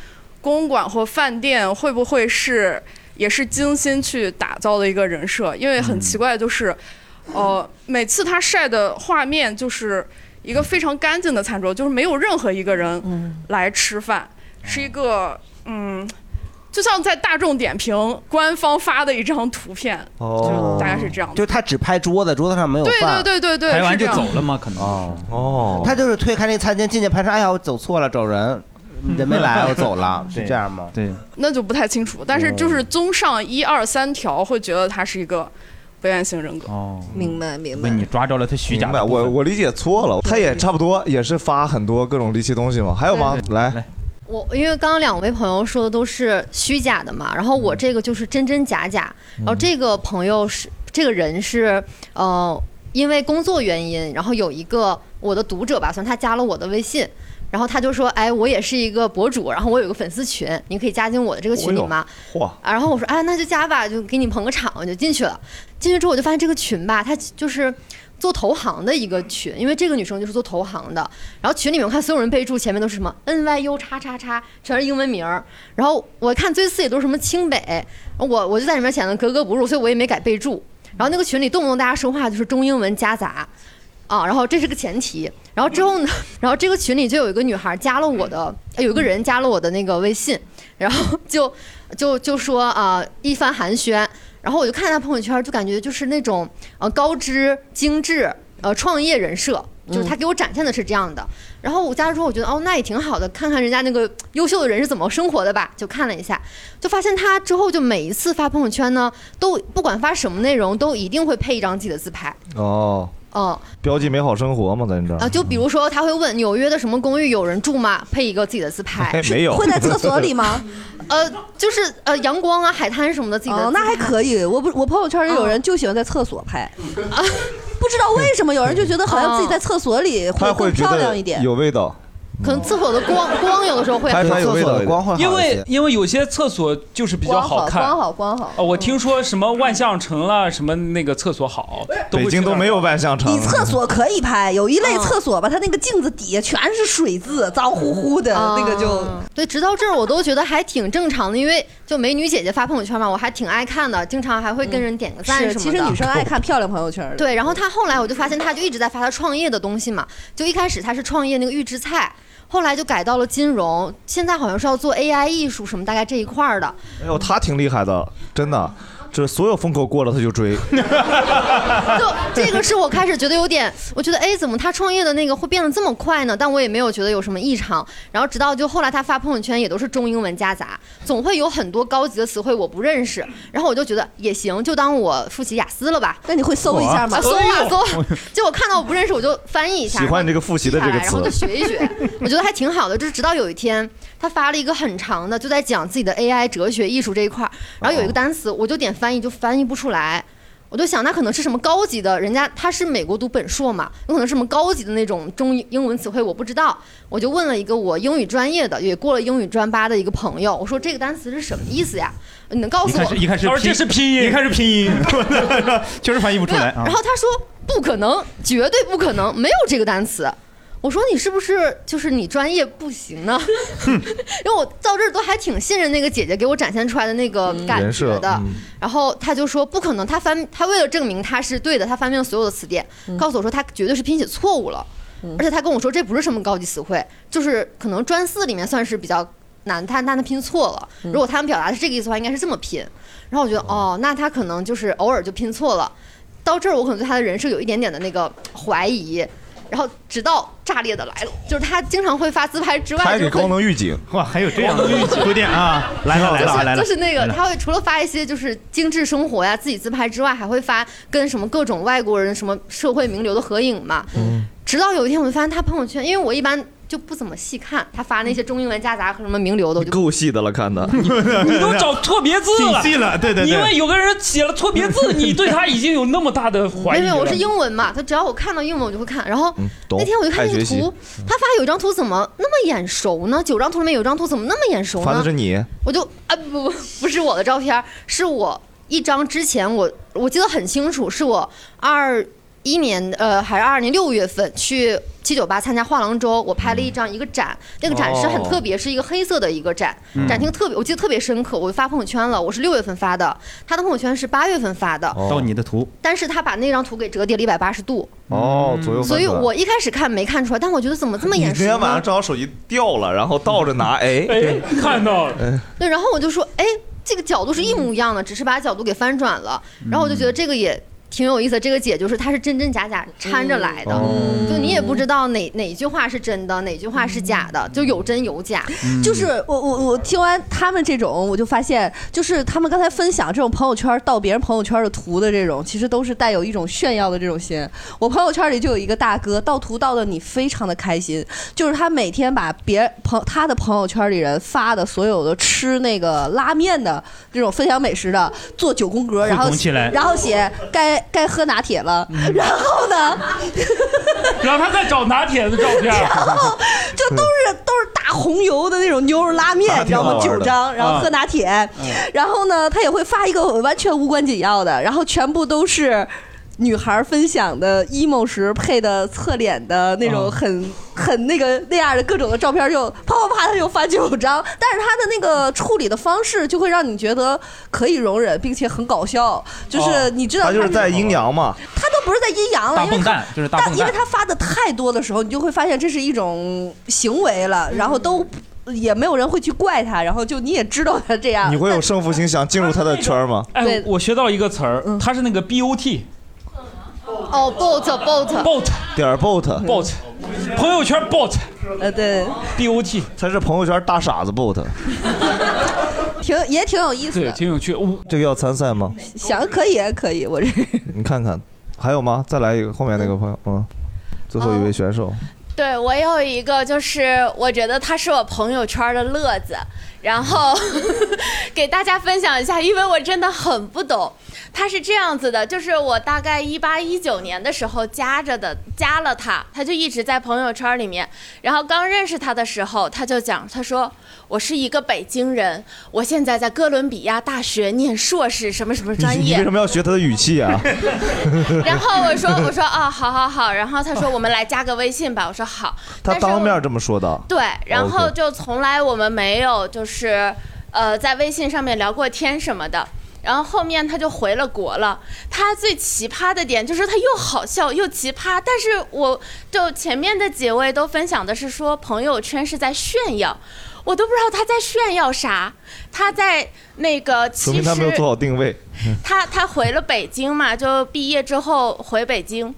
Speaker 15: 公馆或饭店，会不会是也是精心去打造的一个人设？因为很奇怪，就是、呃，每次他晒的画面就是一个非常干净的餐桌，就是没有任何一个人来吃饭，是一个嗯。就像在大众点评官方发的一张图片，
Speaker 7: 哦
Speaker 15: 就大概是这样的。
Speaker 7: 就是他只拍桌子，桌子上没有
Speaker 15: 对
Speaker 7: 饭，
Speaker 15: 对对对对拍完是这就样走了
Speaker 7: 嘛，可能
Speaker 3: 哦，
Speaker 7: 他就是推开那餐厅进去拍照，哎呀，我走错了，走人，
Speaker 3: 嗯
Speaker 7: 人没来，我走 了，是这样吗？
Speaker 4: 对，
Speaker 15: 那就不太清楚，但是就是综上一二三条，会觉得他是一个表演型人格。
Speaker 4: 哦，
Speaker 16: 明白明
Speaker 4: 被你抓着了他虚假
Speaker 3: 明白，我我理解错了，他也差不多也是发很多各种离奇东西嘛。还有吗？来，
Speaker 21: 我因为刚刚两位朋友说的都是虚假的嘛，然后我这个就是真真假假，然后这个朋友是这个人是呃，因为工作原因，然后有一个我的读者吧，算他加了我的微信。然后他就说：“哎，我也是一个博主，然后我有一个粉丝群，你可以加进我的这个
Speaker 1: 哎
Speaker 21: 群里吗？”
Speaker 3: 嚯，
Speaker 21: 啊，然后我说，哎，那就加吧，就给你捧个场，我就进去了。进去之后，我就发现这个群吧，它就是做投行的一个群，因为这个女生就是做投行的。然后群里面我看所有人备注前面都是什么 N Y U 叉叉叉，全是英文名儿。然后我看最次也都是什么清北，我我就在里面显得格格不入，所以我也没改备注。然后那个群里动不动大家说话就是中英文夹杂。啊，然后这是个前提，然后之后呢， 然后这个群里就有一个女孩加了我的，呃有一个人加了我的那个微信，然后就就就说啊、一番寒暄，然后我就看她朋友圈，就感觉就是那种呃高知精致呃创业人设，就是她给我展现的是这样的，然后我加入之后，我觉得哦，那也挺好的，看看人家那个优秀的人是怎么生活的吧，就看了一下，就发现他之后就每一次发朋友圈呢，都不管发什么内容，都一定会配一张自己的自拍。
Speaker 3: 哦，
Speaker 21: 嗯，
Speaker 3: 标记美好生活嘛，咱这
Speaker 21: 啊，
Speaker 3: 儿，
Speaker 21: 就比如说他会问纽约的什么公寓有人住吗？配一个自己的自拍
Speaker 3: 没有会在厕所里吗？
Speaker 21: 呃，就是呃阳光啊、海滩什么的自己的嗯
Speaker 16: 哦，那还可以。我不，我朋友圈里有人就喜欢在厕所拍，不知道为什么有人就觉得好
Speaker 21: 哦
Speaker 16: 像自己在厕所里
Speaker 3: 他
Speaker 16: 会
Speaker 3: 会
Speaker 16: 更
Speaker 3: 觉
Speaker 16: 漂
Speaker 3: 得
Speaker 16: 亮一点。
Speaker 3: 有味道。
Speaker 21: 可能厕所的光光有的时候会
Speaker 3: 拍出来有味道，
Speaker 5: 因为因为有些厕所就是比较好看，
Speaker 16: 光好光好。
Speaker 5: 哦，我听说什么万象城啦，什么那个厕所好，
Speaker 3: 北京都没有万象城。
Speaker 16: 你 厕所可以拍，有一类厕所吧，它那个镜子底下全是水渍，脏乎乎的，那个就
Speaker 21: 啊对，直到这儿我都觉得还挺正常的，因为就美女姐姐发朋友圈嘛，我还挺爱看的，经常还会跟人点个赞什么
Speaker 16: 嗯是。
Speaker 21: 的。
Speaker 16: 其实女生爱看漂亮朋友圈的。
Speaker 21: 对，然后她后来我就发现，她就一直在发她创业的东西嘛，就一开始她是创业那个预制菜。后来就改到了金融，现在好像是要做 AI 艺术什么，大概这一块儿的。
Speaker 3: 哎呦，他挺厉害的，真的，这所有风口过了他就 追。
Speaker 21: 就这个是我开始觉得有点，我觉得哎，怎么他创业的那个会变得这么快呢？但我也没有觉得有什么异常。然后直到就后来他发朋友圈也都是中英文夹杂，总会有很多高级的词汇我不认识。然后我就觉得也行，就当我复习雅思了吧。
Speaker 16: 那你会搜一下吗
Speaker 21: 啊搜
Speaker 16: 哎
Speaker 21: 啊
Speaker 16: 呦
Speaker 21: 搜。就我看到我不认识，我就翻译一下。
Speaker 3: 喜欢这个复习的这个
Speaker 21: 然后就
Speaker 3: 词
Speaker 21: 学一学，我觉得还挺好的。就是直到有一天，他发了一个很长的，就在讲自己的 AI 哲学、艺术这一块儿。然后有一个单词，我就点翻译，就翻译不出来。我就想，那可能是什么高级的，人家他是美国读本硕嘛，有可能是什么高级的那种中英英文词汇，我不知道。我就问了一个我英语专业的，也过了英语专八的一个朋友，我说这个单词是什么意思呀？你能告
Speaker 4: 一
Speaker 21: 诉
Speaker 4: 开
Speaker 21: 我？
Speaker 4: 始一开始拼，
Speaker 5: 拼音
Speaker 4: 一开始拼音，确实翻译不出来啊。
Speaker 21: 然后他说不可能，绝对不可能，没有这个单词。我说你是不是就是你专业不行呢？ 因为我到这儿都还挺信任那个姐姐给我展现出来的那个感
Speaker 3: 人
Speaker 21: 觉
Speaker 3: 设
Speaker 21: 的。
Speaker 3: 嗯
Speaker 21: 然后他就说不可能，他翻他为了证明他是对的，他翻遍了所有的词典，告诉我说他绝对是拼写错误了。而且他跟我说这不是什么高级词汇，就是可能专四里面算是比较难，但但他拼错了。如果他们表达是这个意思的话，应该是这么拼。然后我觉得哦，那他可能就是偶尔就拼错了。到这儿我可能对他的人设有一点点的那个怀疑。然后直到炸裂的来了，就是他经常会发自拍之外，
Speaker 3: 还
Speaker 21: 就
Speaker 3: 给
Speaker 21: 会
Speaker 3: 高能预警，
Speaker 4: 哇，还有这样的预 警有点啊，来了来了啊来了，
Speaker 21: 就是那
Speaker 4: 来
Speaker 3: 嗯
Speaker 21: 个，
Speaker 4: 了
Speaker 21: 他会除了发一些就是精致生活呀、自己自拍之外，还会发跟什么各种外国人、什么社会名流的合影嘛。直到有一天，我就发现他朋友圈，因为我一般就不怎么细看，他发那些中英文夹杂和什么名流的，我就
Speaker 3: 够细的了，看 的。
Speaker 5: 你都找错别字了，
Speaker 3: 挺细了对对对
Speaker 5: 因为有个人写了错别 字，你对他已经有那么大的怀
Speaker 21: 没有
Speaker 5: 疑了。
Speaker 21: 没有，我是英文嘛，他只要我看到英文我就会看。然后
Speaker 5: 懂
Speaker 21: 那天我就看那
Speaker 3: 爱学
Speaker 21: 个
Speaker 3: 习
Speaker 21: 图，他发有一张图怎么那么眼熟呢？九张图里面有一张图怎么那么眼熟呢？
Speaker 3: 发的是你，
Speaker 21: 我就啊不不不是我的照片儿，是我一张之前我我记得很清楚，是我二一年呃还是二二年六月份去七九八参加画廊周，我拍了一张一个展，那个展是很
Speaker 16: 嗯哦
Speaker 21: 特别，是一个黑色的一个展，
Speaker 16: 嗯
Speaker 21: 展厅特别我记得特别深刻，我就发朋友圈了，我是六月份发的，他的朋友圈是八月份发的，
Speaker 16: 哦
Speaker 4: 到你的图
Speaker 21: 但是他把那张图给折叠了一百八十度。
Speaker 3: 哦，左右翻转。
Speaker 21: 嗯所以我一开始看没看出来，但我觉得怎么这么
Speaker 3: 你
Speaker 21: 眼熟
Speaker 3: 那
Speaker 21: 呢？
Speaker 3: 天晚上正好手机掉了，然后倒着 拿，哎，
Speaker 5: 看到了，
Speaker 21: 对，然后我就说，哎，这个角度是一模一样的，只是把角度给翻转了。然后我就觉得这个也挺有意思的，这个姐就是她是真真假假掺着来的，
Speaker 16: 嗯
Speaker 21: 就你也不知道哪哪句话是真的，哪句话是假的，就有真有假。
Speaker 5: 嗯
Speaker 16: 就是我我我听完他们这种，我就发现，就是他们刚才分享这种朋友圈盗别人朋友圈的图的这种，其实都是带有一种炫耀的这种心。我朋友圈里就有一个大哥盗图盗的你非常的开心，就是他每天把别朋他的朋友圈里人发的所有的吃那个拉面的这种分享美食的，做九宫格，然后
Speaker 5: 汇总起来嗯
Speaker 16: 然后写该该喝拿铁了， 然后呢，
Speaker 5: 然后他再找拿铁的照片，
Speaker 16: 然后就都是都是大红油的那种牛肉拉面，
Speaker 5: 啊
Speaker 16: 你知道吗？
Speaker 5: 挺好玩的
Speaker 16: 九张，然后喝
Speaker 5: 啊
Speaker 16: 拿铁，然后呢，他也会发一个完全无关紧要的，然后全部都是。女孩分享的 emo 时配的侧脸的那种
Speaker 14: 啊
Speaker 16: 很、很那个那样的各种的照片就啪啪啪，他就发九张，但是他的那个处理的方式就会让你觉得可以容忍，并且很搞笑，
Speaker 4: 哦
Speaker 16: 就是你知道
Speaker 3: 他就是
Speaker 16: 那
Speaker 3: 在阴阳嘛，
Speaker 16: 他都不是在阴阳了，因为他
Speaker 4: 蛋就是
Speaker 16: 但因为他发的太多的时候，你就会发现这是一种行为了，然后都
Speaker 5: 嗯
Speaker 16: 也没有人会去怪他，然后就你也知道他
Speaker 21: 啊
Speaker 16: 这样。
Speaker 3: 你会有胜负心想进 入他的圈吗？
Speaker 5: 哎，我学到一个词儿，它是那个 B O T
Speaker 21: 哦，boat boat
Speaker 5: boat
Speaker 3: 点儿 bot
Speaker 5: bot，朋友圈 bot，
Speaker 16: 呃，对，
Speaker 5: ，bot
Speaker 3: 才是朋友圈大傻子 bot，
Speaker 16: 挺也挺有意思
Speaker 3: 对，
Speaker 16: 的。
Speaker 5: 挺有趣。
Speaker 3: 这个要参赛吗？
Speaker 16: 想可以可以，我这
Speaker 3: 你看看，还有吗？再来一个，后面那个朋友，嗯，最后一位选
Speaker 14: 哦
Speaker 3: 手，
Speaker 14: 对我有一个，就是我觉得他是我朋友圈的乐子，然后 给大家分享一下，因为我真的很不懂。他是这样子的，就是我大概一八一九年的时候加着的，加了他，他就一直在朋友圈里面。然后刚认识他的时候，他就讲，他说我是一个北京人，我现在在哥伦比亚大学念硕士，什么什么专
Speaker 3: 你
Speaker 14: 业。
Speaker 3: 你 为什么要学他的语气啊？
Speaker 14: 然后 我说我说啊、好好好，然后他说我们来加个微信吧，我说好。
Speaker 3: 他
Speaker 14: 但是
Speaker 3: 当
Speaker 14: 我
Speaker 3: 面这么说的。
Speaker 14: 对，然后
Speaker 3: 哦 OK
Speaker 14: 就从来我们没有就是呃在微信上面聊过天什么的。然后后面他就回了国了。他最奇葩的点就是他又好笑又奇葩，但是我就前面的几位都分享的是说朋友圈是在炫耀，我都不知道他在炫耀啥。他在那个
Speaker 3: 说
Speaker 14: 其
Speaker 3: 明
Speaker 14: 实
Speaker 3: 他没有做好定位。
Speaker 14: 他他回了北京嘛，就毕业之后回北京，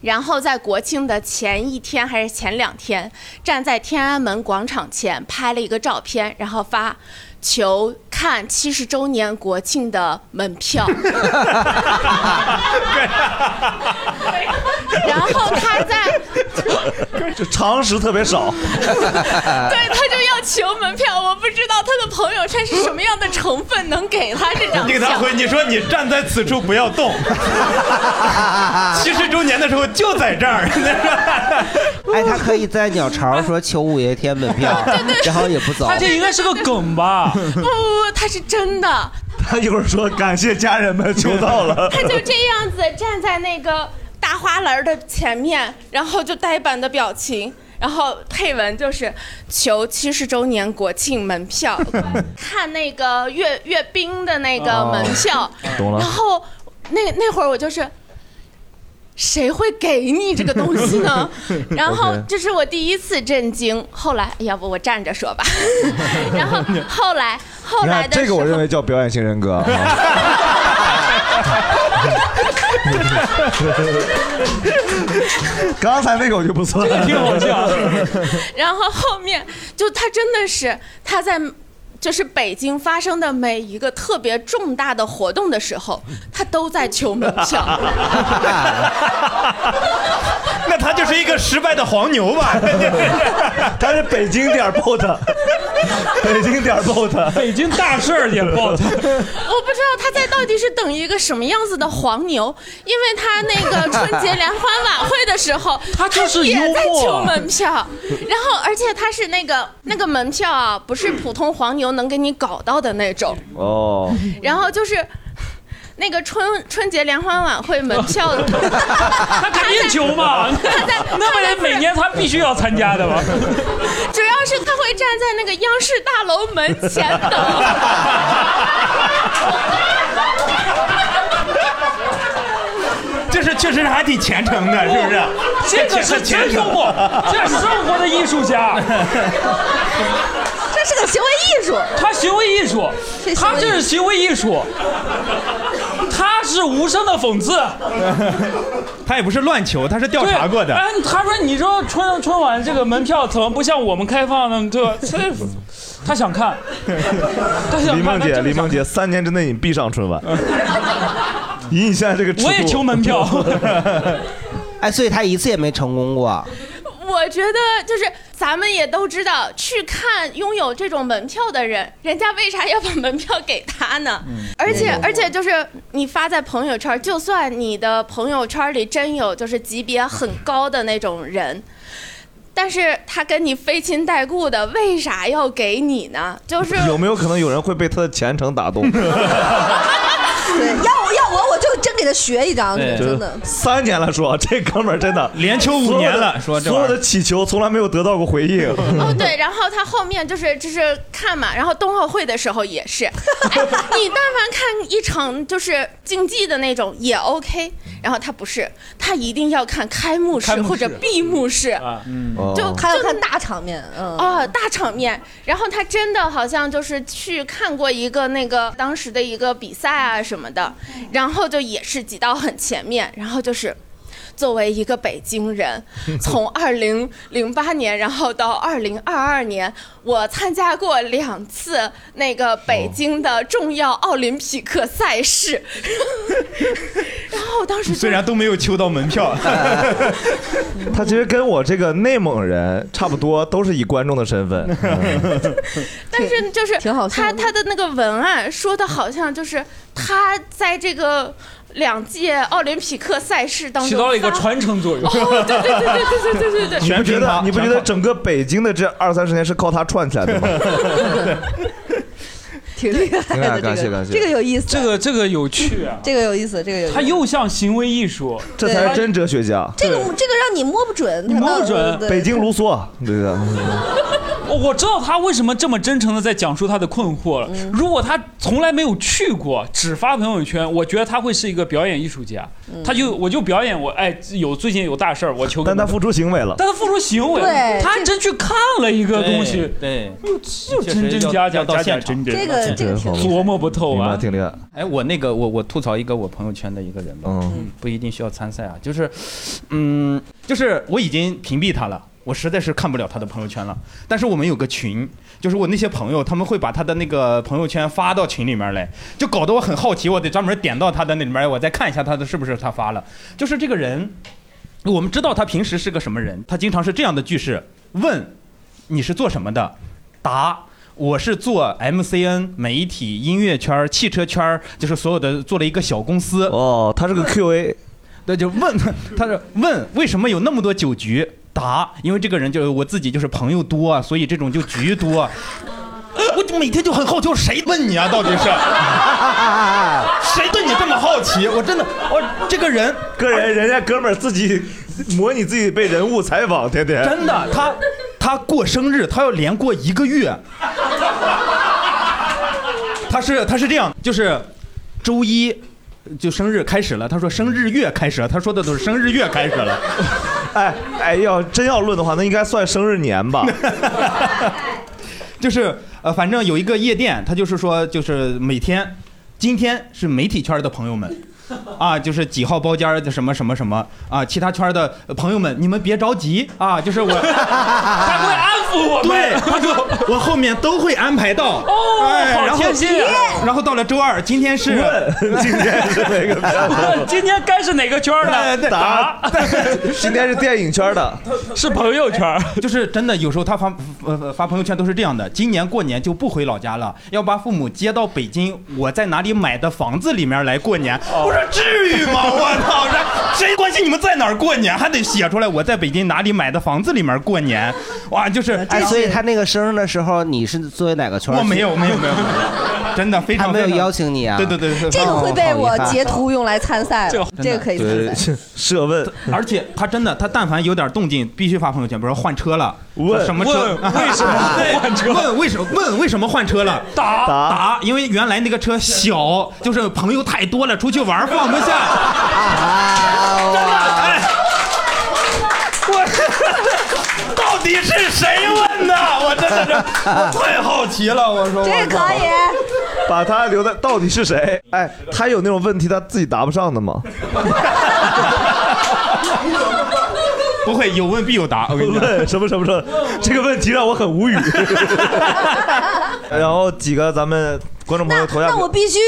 Speaker 14: 然后在国庆的前一天还是前两天，站在天安门广场前拍了一个照片，然后发求看七十周年国庆的门票。 然后他在
Speaker 3: 就常识特别少。
Speaker 14: 对他就要求门票，我不知道他的朋友圈是什么样的成分能给他这张票。
Speaker 9: 你给他回，你说你站在此处不要动。七十周年的时候就在这儿，
Speaker 7: 哎，他可以在鸟巢说求五月天门票， 然后也不走。
Speaker 14: 他这应
Speaker 5: 该是个梗吧？
Speaker 14: 不不不，他是真的，
Speaker 3: 他一会儿说感谢家人们，求到了。
Speaker 14: 他就这样子站在那个大花篮儿的前面，然后就呆板的表情，然后配文就是求七十周年国庆 门票，看那个阅阅兵的那个门票，
Speaker 3: 哦懂了
Speaker 14: 然后那那会儿我就是。谁会给你这个东西 呢？然后
Speaker 17: OK
Speaker 14: 这是我第一次震惊。后来，要不我站着说吧。 然 后后来后
Speaker 3: 你
Speaker 14: 来
Speaker 3: 看，
Speaker 14: 的时
Speaker 3: 这个
Speaker 14: 候
Speaker 3: 我认为叫表演型人格。啊 刚才那个我就不算，这个挺好笑。
Speaker 14: 然后后面就他真的是他在就是北京发生的每一个特别重大的活动的时候，
Speaker 5: 嗯
Speaker 14: 他都在求门 票。
Speaker 9: 那他就是一个失败的黄牛 吧？
Speaker 3: 他是北京点 bot，北京点 bot，
Speaker 5: 北京大事儿也
Speaker 14: 我
Speaker 5: bot。
Speaker 14: 不知道他在到底是等一个什么样子的黄牛，因为他那个春节联欢晚会的时候，
Speaker 5: 他就是幽
Speaker 14: 也
Speaker 5: 默啊
Speaker 14: 在求门票，然后而且他是那个那个门票啊，不是普通黄牛能给你搞到的那种。
Speaker 3: 哦，
Speaker 14: 然后就是那个春春节联欢晚会门票， 他
Speaker 5: 肯定求嘛，那不得每年他必须要参加的吗？
Speaker 14: 主要是他会站在那个央视大楼门前等。
Speaker 9: 这是确实还挺虔诚的，是不是？
Speaker 5: 这个是真幽默，这是生活的艺术 家，
Speaker 16: 这是个行为艺术。
Speaker 5: 他行为艺术，他这是行为艺术，他是无声的讽刺。
Speaker 4: 他也不是乱求，他是调查过的。
Speaker 5: 哎，他说你说春春晚这个门票怎么不向我们开放呢？对吧？这他 想看，他想看。
Speaker 3: 李梦
Speaker 5: 他
Speaker 3: 姐，
Speaker 5: 真的
Speaker 3: 李
Speaker 5: 想
Speaker 3: 梦姐，三年之内你必上春晚。以你现在这个，
Speaker 5: 我也求 门票。
Speaker 7: 哎，所以他一次也没成功过。
Speaker 14: 我觉得就是咱们也都知道，去看拥有这种门票的人，人家为啥要把门票给他呢？而且
Speaker 17: 嗯
Speaker 14: 而且就是你发在朋友圈，就算你的朋友圈里真有就是级别很高的那种人。但是他跟你非亲带故的，为啥要给你呢？就是
Speaker 3: 有没有可能有人会被他的虔诚打动？
Speaker 14: 嗯
Speaker 16: 对，要我要我我就真给他学一张，
Speaker 3: 对
Speaker 16: 真的。
Speaker 3: 三年了说，这哥们儿真的连
Speaker 9: 求五年了说这玩
Speaker 3: 所
Speaker 9: 意
Speaker 3: 有
Speaker 9: 儿
Speaker 3: 的祈求从来没有得到过回应。
Speaker 14: 哦，对，然后他后面就是就是看嘛，然后冬奥会的时候也 是，哎，你但凡看一场就是竞技的那种也 OK，然后他不是，他一定要看开幕式
Speaker 16: 开幕式啊
Speaker 14: 或者闭幕式，
Speaker 5: 啊
Speaker 17: 嗯
Speaker 5: 哦
Speaker 14: 就
Speaker 16: 还要
Speaker 14: 就
Speaker 16: 看大场面，嗯，
Speaker 14: 哦，大场面。然后他真的好像就是去看过一个那个当时
Speaker 16: 嗯
Speaker 14: 的一个比赛啊什么的，然后就也是挤到很前面，然后就是作为一个北京人，从二零零八年，然后到二零二二年，我参加过两次那个北京的重要奥林匹克赛事，然后当时就
Speaker 4: 虽然都没有秋到门 票，
Speaker 3: 他其实跟我这个内蒙人差不多，都是以观众的身 份。嗯
Speaker 14: 但是就是他他的那个文案说的好像就是他在这个两届奥林匹克赛事当中
Speaker 5: 起到了一个
Speaker 14: 发
Speaker 5: 传承作用。
Speaker 14: 哦，对对对对对对对对对，
Speaker 3: 你不觉得你不觉得整个北京的这二三十年是靠他串起来 的吗？
Speaker 16: 挺厉害
Speaker 3: 挺厉害
Speaker 16: 的，
Speaker 3: 感谢
Speaker 16: 这
Speaker 3: 感
Speaker 16: 个
Speaker 3: 谢
Speaker 16: 这个有意思，
Speaker 5: 这个这个有趣啊，
Speaker 16: 这个有意思，这个有意思。
Speaker 5: 它又像行为艺术，哎
Speaker 3: 这才是真哲学家。
Speaker 16: 这个这个让你摸不准，
Speaker 5: 你摸不准
Speaker 3: 北京卢梭，对的。
Speaker 5: 哦我知道他为什么这么真诚的在讲述他的困惑了。如果他从来没有去过，只发朋友圈，我觉得他会是一个表演艺术家。
Speaker 16: 嗯
Speaker 5: 他就我就表演我哎有最近有大事儿，我求。
Speaker 3: 但他付出行为了，
Speaker 5: 但他付出行为
Speaker 16: 对，
Speaker 5: 他还真去看了一个东西，哎
Speaker 4: 对，
Speaker 5: 就真真假假，假假真真。
Speaker 16: 这个这个挺厉害
Speaker 5: 琢磨不透啊，
Speaker 3: 挺厉害。
Speaker 4: 哎，我那个我我吐槽一个我朋友圈的一个人吧，嗯，不一定需要参赛啊，就是，嗯，就是我已经屏蔽他了。我实在是看不了他的朋友圈了，但是我们有个群，就是我那些朋友，他们会把他的那个朋友圈发到群里面来，就搞得我很好奇，我得专门点到他的那里面，我再看一下他的是不是他发了。就是这个人，我们知道他平时是个什么人，他经常是这样的句式：问你是做什么的？答。我是做 MCN 媒体、音乐圈、汽车圈，就是所有的做了一个小公司。
Speaker 3: 哦，他是个 QA，
Speaker 4: 那就问 他是问为什么有那么多酒局？答，因为这个人就是我自己，就是朋友多啊，所以这种就局多 啊。我就每天就很好奇，我说谁问你啊？到底 是谁对你这么好奇？我真的，我这个人，
Speaker 3: 个人人家哥们儿自己模拟自己被人物采访，天天
Speaker 4: 真的，他他过生 日，他要连过一个月。他是他是这样，就是周一就生日开始了，他说生日月开始了，他说的都是生日月开始了。
Speaker 3: 哎哎，要真要论的话，那应该算生日年吧？
Speaker 4: 就是呃，反正有一个夜店，他就是说，就是每天，今天是媒体圈的朋友们。啊，就是几号包间儿的什么什么什么啊，其他圈的朋友们，你们别着急啊，就是我，他
Speaker 5: 会安抚我们
Speaker 4: 对，他 说我后面都会安排到。
Speaker 5: 哦
Speaker 4: 哎
Speaker 5: 好
Speaker 4: 然后
Speaker 5: 贴心啊
Speaker 4: 然后到了周二， 今天是
Speaker 3: 今天是哪个
Speaker 5: 问今天该是哪个圈
Speaker 4: 哎
Speaker 3: 哎
Speaker 5: 儿的？啊
Speaker 3: 答， 今天是电影圈的，
Speaker 5: 是朋友圈，
Speaker 4: 哎就是真的。有时候他发呃发朋友圈都是这样的：今年过年就不回老家了，要把父母接到北京我在哪里买的房子里面来过年。
Speaker 5: 哦
Speaker 4: 我说至于吗？我操！我说谁关心你们在哪儿过年？还得写出来我在北京哪里买的房子里面过年。哇，就是
Speaker 7: 哎，所以他
Speaker 4: 那
Speaker 7: 那个生日的时候，你是作为哪个圈儿？
Speaker 4: 我没有没有没有，真的非常
Speaker 7: 他没有
Speaker 4: 非常
Speaker 7: 邀请你啊。
Speaker 4: 对对对对
Speaker 16: 这个
Speaker 5: 哦
Speaker 16: 会被我截图用来参赛
Speaker 4: 这个
Speaker 16: 了，这个可以参赛。
Speaker 3: 设问，
Speaker 4: 而且他真的，他但凡有点动静，必须发朋友圈，比如说换车了，
Speaker 3: 问
Speaker 4: 什么车，
Speaker 3: 问为什么
Speaker 4: 对
Speaker 3: 换车
Speaker 4: 问为什么问为什么换车了，
Speaker 5: 打
Speaker 3: 打
Speaker 4: 打，因为原来那个车小，就是朋友太多了，出去玩放不下，
Speaker 7: 哦
Speaker 4: 真的，哎， 我到底是谁问的？我真的是我太好奇了，我说
Speaker 16: 这可以。
Speaker 3: 把他留在到底是谁？哎，他有那种问题他自己答不上的吗？
Speaker 4: 不会，有问必有答。我跟
Speaker 3: 你问 什么什么什么，这个问题让我很无语。 然后几个咱们观众朋友投下
Speaker 16: 那
Speaker 3: 票
Speaker 16: 我必须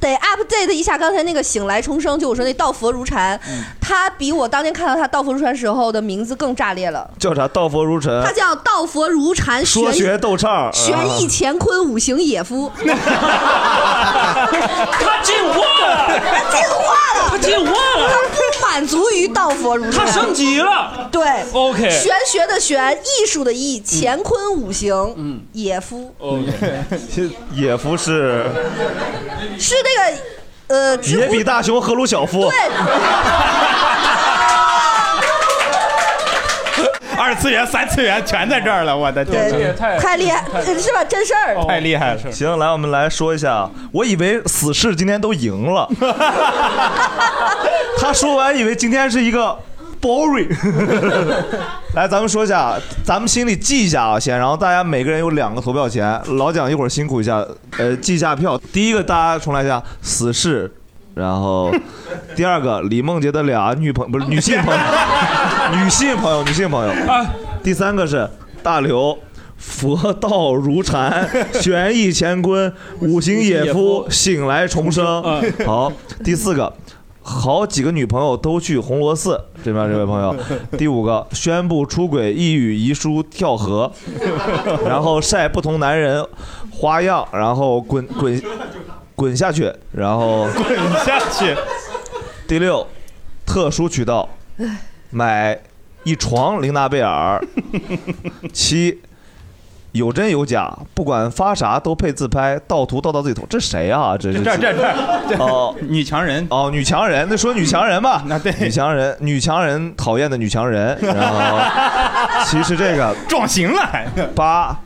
Speaker 16: 得 update 一下刚才那个醒来重生，就我说那道佛如禅，
Speaker 3: 嗯
Speaker 16: 他比我当年看到他道佛如禅时候的名字更炸裂了。
Speaker 3: 叫啥？道佛如尘
Speaker 16: 他，叫道佛如禅
Speaker 3: 呃说
Speaker 16: 玄
Speaker 3: 学逗唱，啊
Speaker 16: 玄义乾坤五行野 夫，
Speaker 5: 他进化 了，
Speaker 16: 他进化了，
Speaker 5: 他进化了，
Speaker 16: 他不满足于道佛如禅，
Speaker 5: 他升级了。
Speaker 16: 对
Speaker 5: OK
Speaker 16: 玄学的玄，艺术的艺，乾坤五行，嗯，野夫
Speaker 4: 哦
Speaker 3: 野夫是
Speaker 16: 是那个呃，知
Speaker 3: 野
Speaker 16: 乎
Speaker 3: 比大雄，赫鲁晓夫。
Speaker 4: 二次元、三次元全在这儿了，我的天！
Speaker 16: 对，太厉害，呃是吧？真事儿，
Speaker 4: 太厉害了！
Speaker 3: 行，来我们来说一下，啊我以为死士今天都赢了，他说完以为今天是一个 boring。来，咱们说一下，咱们心里记一下啊，先，然后大家每个人有两个投票权，老蒋一会儿辛苦一下，呃，记一下票。第一个大家重来一下，死士，然后第二个李梦洁的俩女朋不是女性朋友，女性朋友，女性朋友。第三个是大刘。佛道如禅，玄意乾坤，五行野夫，醒来重生。好，第四个，好几个女朋友都去红螺寺，这边这位朋友。第五个，宣布出轨，一语遗书跳河，然后晒不同男人花样，然后滚滚滚下去，然后滚下去。第六，特殊渠道买一床玲娜贝尔。七。有真有假，不管发啥都配自拍，盗图盗到自己头，这谁啊？这是
Speaker 4: 这这这这
Speaker 3: 哦，女强人哦，女强人，那说女强人 吧，啊那对，女强人，女强人讨厌的女强人，然 后其实这个撞型了还八，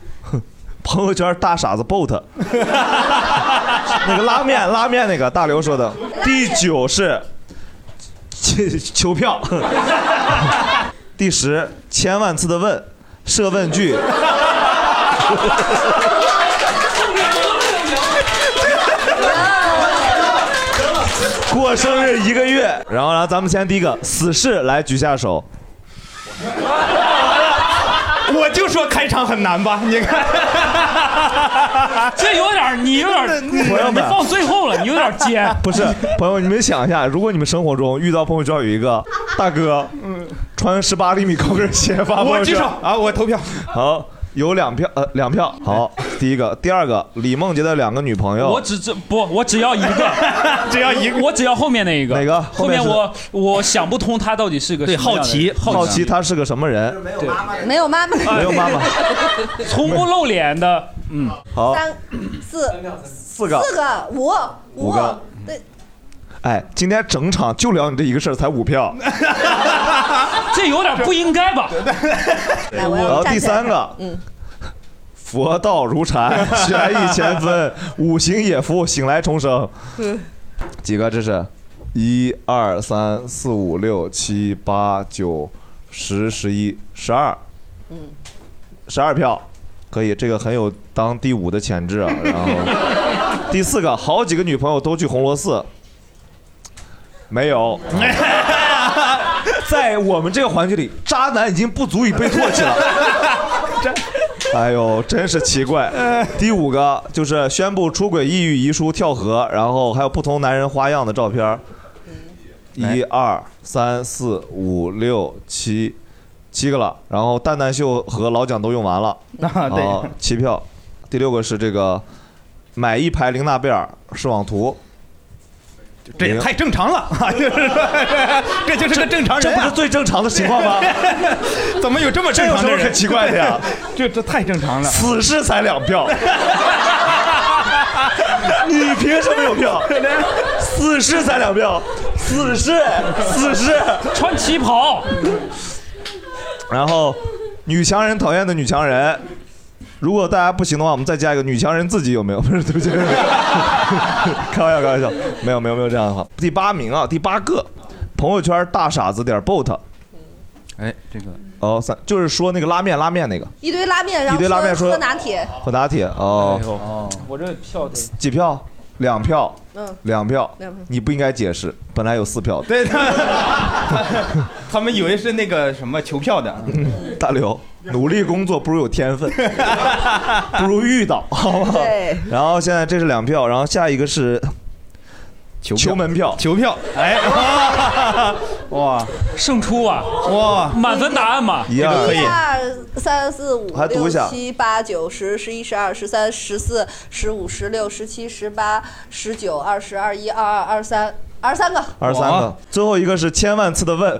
Speaker 3: 朋友圈大傻子 bot，那个拉面拉面那个大刘说的，第九是求 票，第十千万次的问设问句。过生日一个月，然后，然后咱们先第一个死士来举下手。
Speaker 4: 我就说开场很难吧，你 看，
Speaker 5: 这有点，你 有点，你
Speaker 3: 朋友们，
Speaker 5: 放最后了，你有点尖。
Speaker 3: 不是，朋友，你们想一下，如果你们生活中遇到朋友圈有一个大哥，嗯，穿十八厘米高跟鞋发朋友圈，
Speaker 4: 我举手啊，我投票。
Speaker 3: 好，有两票，呃，两票。好，第一个，第二个，李梦洁的两个女朋友。
Speaker 5: 我只这不，我只要一个，
Speaker 3: 只要一个，
Speaker 5: 我只要后面那一个。
Speaker 3: 哪个？
Speaker 5: 后面
Speaker 3: 是
Speaker 5: 我我想不通他到底是个
Speaker 3: 对
Speaker 5: 什么样的人
Speaker 3: 好奇他是个什么人？
Speaker 5: 对，
Speaker 16: 没有妈妈，
Speaker 3: 哎没有妈妈，
Speaker 5: 从不露脸的，嗯，
Speaker 3: 好，
Speaker 16: 三四
Speaker 3: 四个
Speaker 16: 四个五
Speaker 3: 五个
Speaker 16: 对。
Speaker 3: 哎，今天整场就聊你这一个事儿，才五票。
Speaker 5: 这有点不应该吧？
Speaker 16: 来我
Speaker 3: 然
Speaker 16: 要
Speaker 3: 后
Speaker 16: 站
Speaker 3: 第
Speaker 16: 起来
Speaker 3: 三个，
Speaker 16: 嗯，
Speaker 3: 佛道如 禅，玄意乾坤，五行也夫，醒来重生。几个这是？一二三四五六七八九十十一十二，
Speaker 16: 嗯，
Speaker 3: 十二票，可以，这个很有当第五的潜质啊。然后第四个，好几个女朋友都去红螺寺，没 有。在我们这个环境里，渣男已经不足以被唾弃 了。哎呦，真是奇怪。第五个就是宣布出轨、抑郁、遗书、跳河，然后还有不同男人花样的照片儿。
Speaker 4: 哎
Speaker 3: 一二三四五六七，七个了。然后蛋蛋秀和老蒋都用完了，
Speaker 4: 啊对
Speaker 3: 好七票。第六个是这个买一排玲娜贝尔视网图，
Speaker 4: 这也
Speaker 3: 零
Speaker 4: 太正常了， 这就是个正常人、啊
Speaker 3: 这不是最正常的情况吗？
Speaker 4: 怎么有这么 正常的人？
Speaker 3: 这有什么可奇怪的 呀？
Speaker 4: 这这太正常了。
Speaker 3: 死士才两 票，你凭什么有 票？死士才两票，死士死士
Speaker 5: 穿旗袍。
Speaker 3: 然后女强人讨厌的女强人，如果大家不行的话，我们再加一个女强人自己有没有？ 不是，对不起，开玩笑，开玩笑，没有没有没有这样的话。第八名啊，第八个，朋友圈大傻子点儿 bot，
Speaker 4: 哎，这个
Speaker 3: 哦三就是说那个拉面拉面那个
Speaker 16: 一堆拉面，然后
Speaker 3: 一堆拉面
Speaker 16: 喝
Speaker 3: 说啊
Speaker 16: 喝拿铁，
Speaker 3: 和打铁哦。
Speaker 5: 我这票得
Speaker 3: 几票？两票。
Speaker 16: 嗯
Speaker 3: 两票
Speaker 16: 两票。
Speaker 3: 你不应该解释，本来有四票的。
Speaker 4: 对他们以为是那个什么求票的，
Speaker 3: 大刘，努力工作不如有天分，不如遇到，好不好？
Speaker 4: 对。
Speaker 3: 然后现在这是两票，然后下一个是求求门票，
Speaker 4: 求票。 哎，哇，
Speaker 5: 胜出啊！
Speaker 4: 哇，
Speaker 5: 满分答案嘛，
Speaker 3: 一样
Speaker 16: 一二三四五
Speaker 3: 还读
Speaker 16: 六
Speaker 3: 一下
Speaker 16: 七八九十十一十二十三十四十五十六十七十八十九二十二一二二二三二十三个，
Speaker 3: 二十三个，最后一个是千万次的问，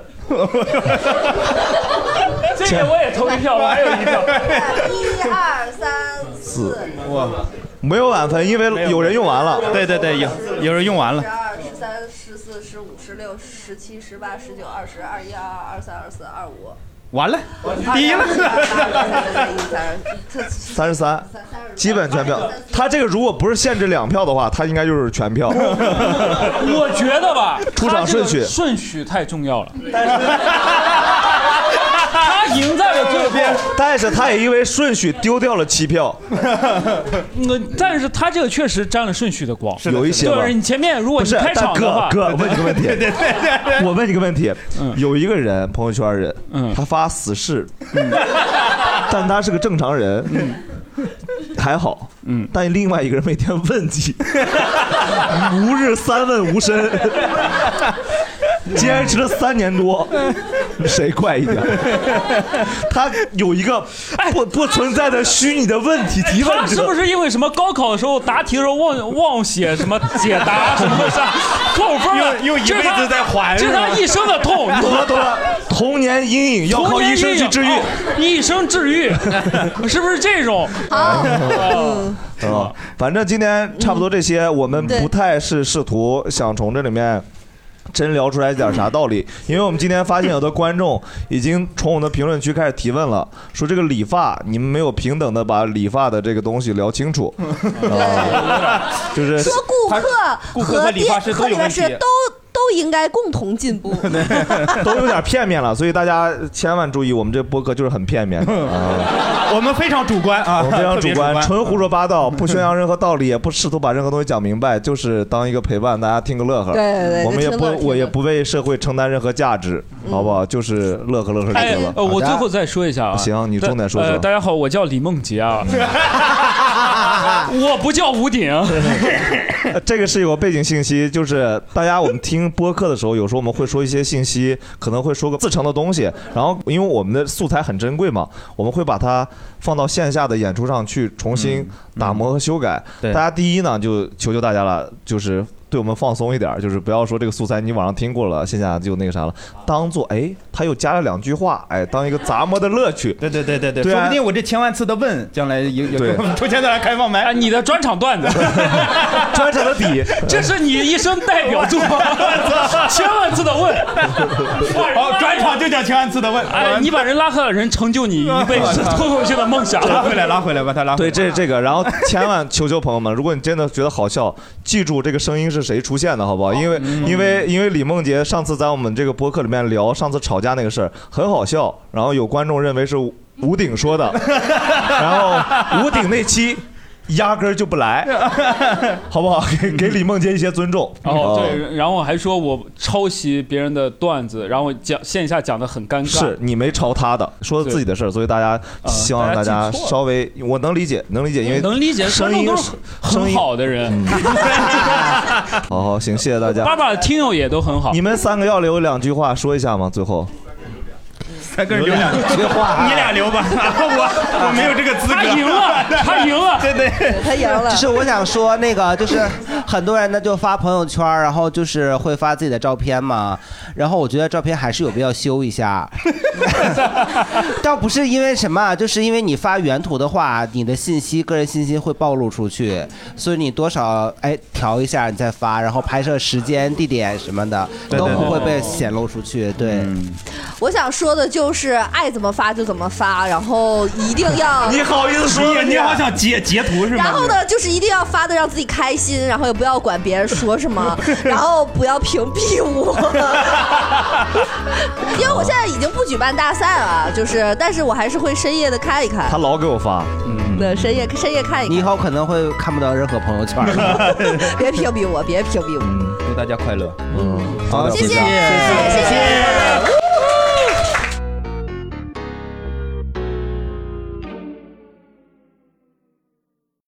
Speaker 5: 这个我也投一票， 哎我还有一票。
Speaker 16: 一二三
Speaker 3: 四
Speaker 4: 哇，
Speaker 3: 没有满分，因为有人用完了。
Speaker 4: 对对对，有有人用完了
Speaker 16: 十。二十三十四十五十六十七十八十九二十二一二二二三二四二五。
Speaker 4: 完了，第一了。
Speaker 3: 三十三，基本全票。他这个如果不是限制两票的话，他应该就是全票。
Speaker 5: 我觉得吧，
Speaker 3: 出场
Speaker 5: 他这个
Speaker 3: 顺序
Speaker 5: 顺序太重要了。他赢在了最后。
Speaker 3: 但是他也因为顺序丢掉了七票。
Speaker 5: 那呃但是他这个确实占了顺序的光，
Speaker 3: 的有一些吧
Speaker 5: 对，你前面如果
Speaker 3: 不
Speaker 5: 你
Speaker 3: 是，
Speaker 5: 开
Speaker 3: 但
Speaker 5: 场的
Speaker 3: 哥
Speaker 5: 话，
Speaker 3: 哥，我问你个问题，
Speaker 5: 对对对
Speaker 3: 我问你个问题，有一个人朋友圈人，他发死士， 但他是个正常人，还好，嗯，但另外一个人每天问你，吾日三问吾身，坚持了三年多，谁怪一点？他有一个不不存在的虚拟的问题提问
Speaker 5: 哎他
Speaker 3: 者
Speaker 5: 是不是因为什么高考的时候答题的时候忘忘写 什么解答什么啥扣分了？
Speaker 3: 又又一
Speaker 5: 这是他
Speaker 3: 辈子在还
Speaker 5: 这是他
Speaker 3: 是吧
Speaker 5: 一生的痛，你
Speaker 3: 懂了懂了，童年阴影要靠医生去治愈，
Speaker 5: 哦一生 治愈，是不是这种？
Speaker 16: 好
Speaker 5: 嗯
Speaker 3: 啊，反正今天差不多这些，我们不太是试图想从这里面。真聊出来点啥道理？因为我们今天发现有的观众已经从我们的评论区开始提问了，说这个理发你们没有平等的把理发的这个东西聊清楚，啊，就是
Speaker 16: 说顾客
Speaker 3: 顾客和
Speaker 16: 和
Speaker 3: 理发
Speaker 16: 店
Speaker 3: 师都
Speaker 16: 和
Speaker 3: 有
Speaker 16: 理发
Speaker 3: 问题
Speaker 16: 师都都应该共同进步。
Speaker 3: 都有点片面了，所以大家千万注意，我们这播客就是很片面啊。
Speaker 4: 我们非常主观啊，
Speaker 3: 我非常
Speaker 4: 特
Speaker 3: 主
Speaker 4: 别
Speaker 3: 观，纯胡说八道，不宣扬任何道理，也不试图把任何东西讲明白，就是当一个陪伴，大家听个乐呵。
Speaker 16: 对对对
Speaker 3: 我们也
Speaker 16: 就听乐听
Speaker 3: 不，
Speaker 16: 乐嗯
Speaker 3: 我也不为社会承担任何价值，好不好？就是乐呵乐呵就
Speaker 5: 哎
Speaker 3: 行了，。
Speaker 5: 呃我最后再说一下啊，
Speaker 3: 行你重点说说
Speaker 5: 呃大家好，我叫李梦洁 啊， 我不叫吴鼎。
Speaker 3: 呃这个是有背景信息，就是大家我们听播客的时候，有时候我们会说一些信息，可能会说个自成的东西，然后因为我们的素材很珍贵嘛，我们会把它放到线下的演出上去重
Speaker 4: 嗯
Speaker 3: 新打磨和修改。
Speaker 2: 对
Speaker 3: 大家第一呢，就求求大家了，就是。对我们放松一点，就是不要说这个素材你网上听过了，线下就那个啥了，当做哎，他又加了两句话，哎，当一个杂磨的乐趣。对
Speaker 4: 对对对对，
Speaker 3: 对
Speaker 4: 说
Speaker 3: 啊
Speaker 4: 不定我这千万次的问，将来也也
Speaker 3: 对
Speaker 4: 给我们出现在开放麦。，
Speaker 5: 哎你的专场段子，
Speaker 3: 专场的底，
Speaker 5: 这是你一生代 表作千万次的问，
Speaker 4: 好，转场就叫千万次的问。
Speaker 5: 哎，你把人拉黑了，人成就你 一辈 子脱口秀的梦想。
Speaker 4: 拉回来，拉回来，把他拉回
Speaker 3: 对，这是这个，然后千万求求朋友们，如果你真的觉得好笑，记住这个声音是谁出现的，好不好？因为
Speaker 5: 嗯
Speaker 3: 因为因为李梦洁上次在我们这个播客里面聊上次吵架那个事儿，很好笑，然后有观众认为是吴鼎说 的，然后吴鼎那期。压根儿就不 来，好不好？给给李梦洁一些尊重。
Speaker 5: 哦，
Speaker 3: 啊
Speaker 5: 对， 然后还说我抄袭别人的段子，然后讲线下讲的很尴尬。
Speaker 3: 是你没抄他的，说自己的事儿，所以大家
Speaker 5: 啊
Speaker 3: 希望大家稍微，我能理解，能理解，因为
Speaker 5: 能理解，观
Speaker 3: 声
Speaker 5: 众
Speaker 3: 音嗯
Speaker 5: 都是很好的人，
Speaker 3: 好好行，谢谢大家。
Speaker 5: 爸爸的听友也都很好。
Speaker 3: 你们三个要留两句话说一下吗？最后，
Speaker 4: 三个人留两
Speaker 3: 句话
Speaker 4: 你俩留吧，我我没有这个资格。
Speaker 5: 他赢了他赢了
Speaker 4: 对对，
Speaker 7: 他赢了就是我想说，那个就是很多人呢就发朋友圈，然后就是会发自己的照片嘛。然后我觉得照片还是有必要修一 下，倒不是因为什么啊，就是因为你发原图的话，你的信息、个人信息会暴露出去，所以你多少哎调一下你再发，然后拍摄时间、地点什么的
Speaker 3: 对
Speaker 7: 都
Speaker 3: 对
Speaker 7: 不会
Speaker 3: 对
Speaker 7: 被显露出去。对，
Speaker 4: 嗯
Speaker 16: 我想说的就是爱怎么发就怎么发，然后一定 要
Speaker 4: 你你好想截截图是吗？
Speaker 16: 然后呢，就是一定要发的让自己开心，然后也不要管别人说什 么，然后不要屏蔽我， 因为我现在已经不举办大赛了，就是，但是我还是会深夜的看一看
Speaker 3: 他，老给我发，嗯
Speaker 16: 对，深夜深夜看
Speaker 7: 你
Speaker 16: 一
Speaker 7: 以
Speaker 16: 看，
Speaker 7: 后可能会看不到任何朋友圈。
Speaker 16: 别屏蔽我，别屏蔽我。
Speaker 7: 嗯
Speaker 4: 祝大家快乐。
Speaker 3: 好，
Speaker 16: 嗯谢谢
Speaker 7: 谢谢
Speaker 16: 谢谢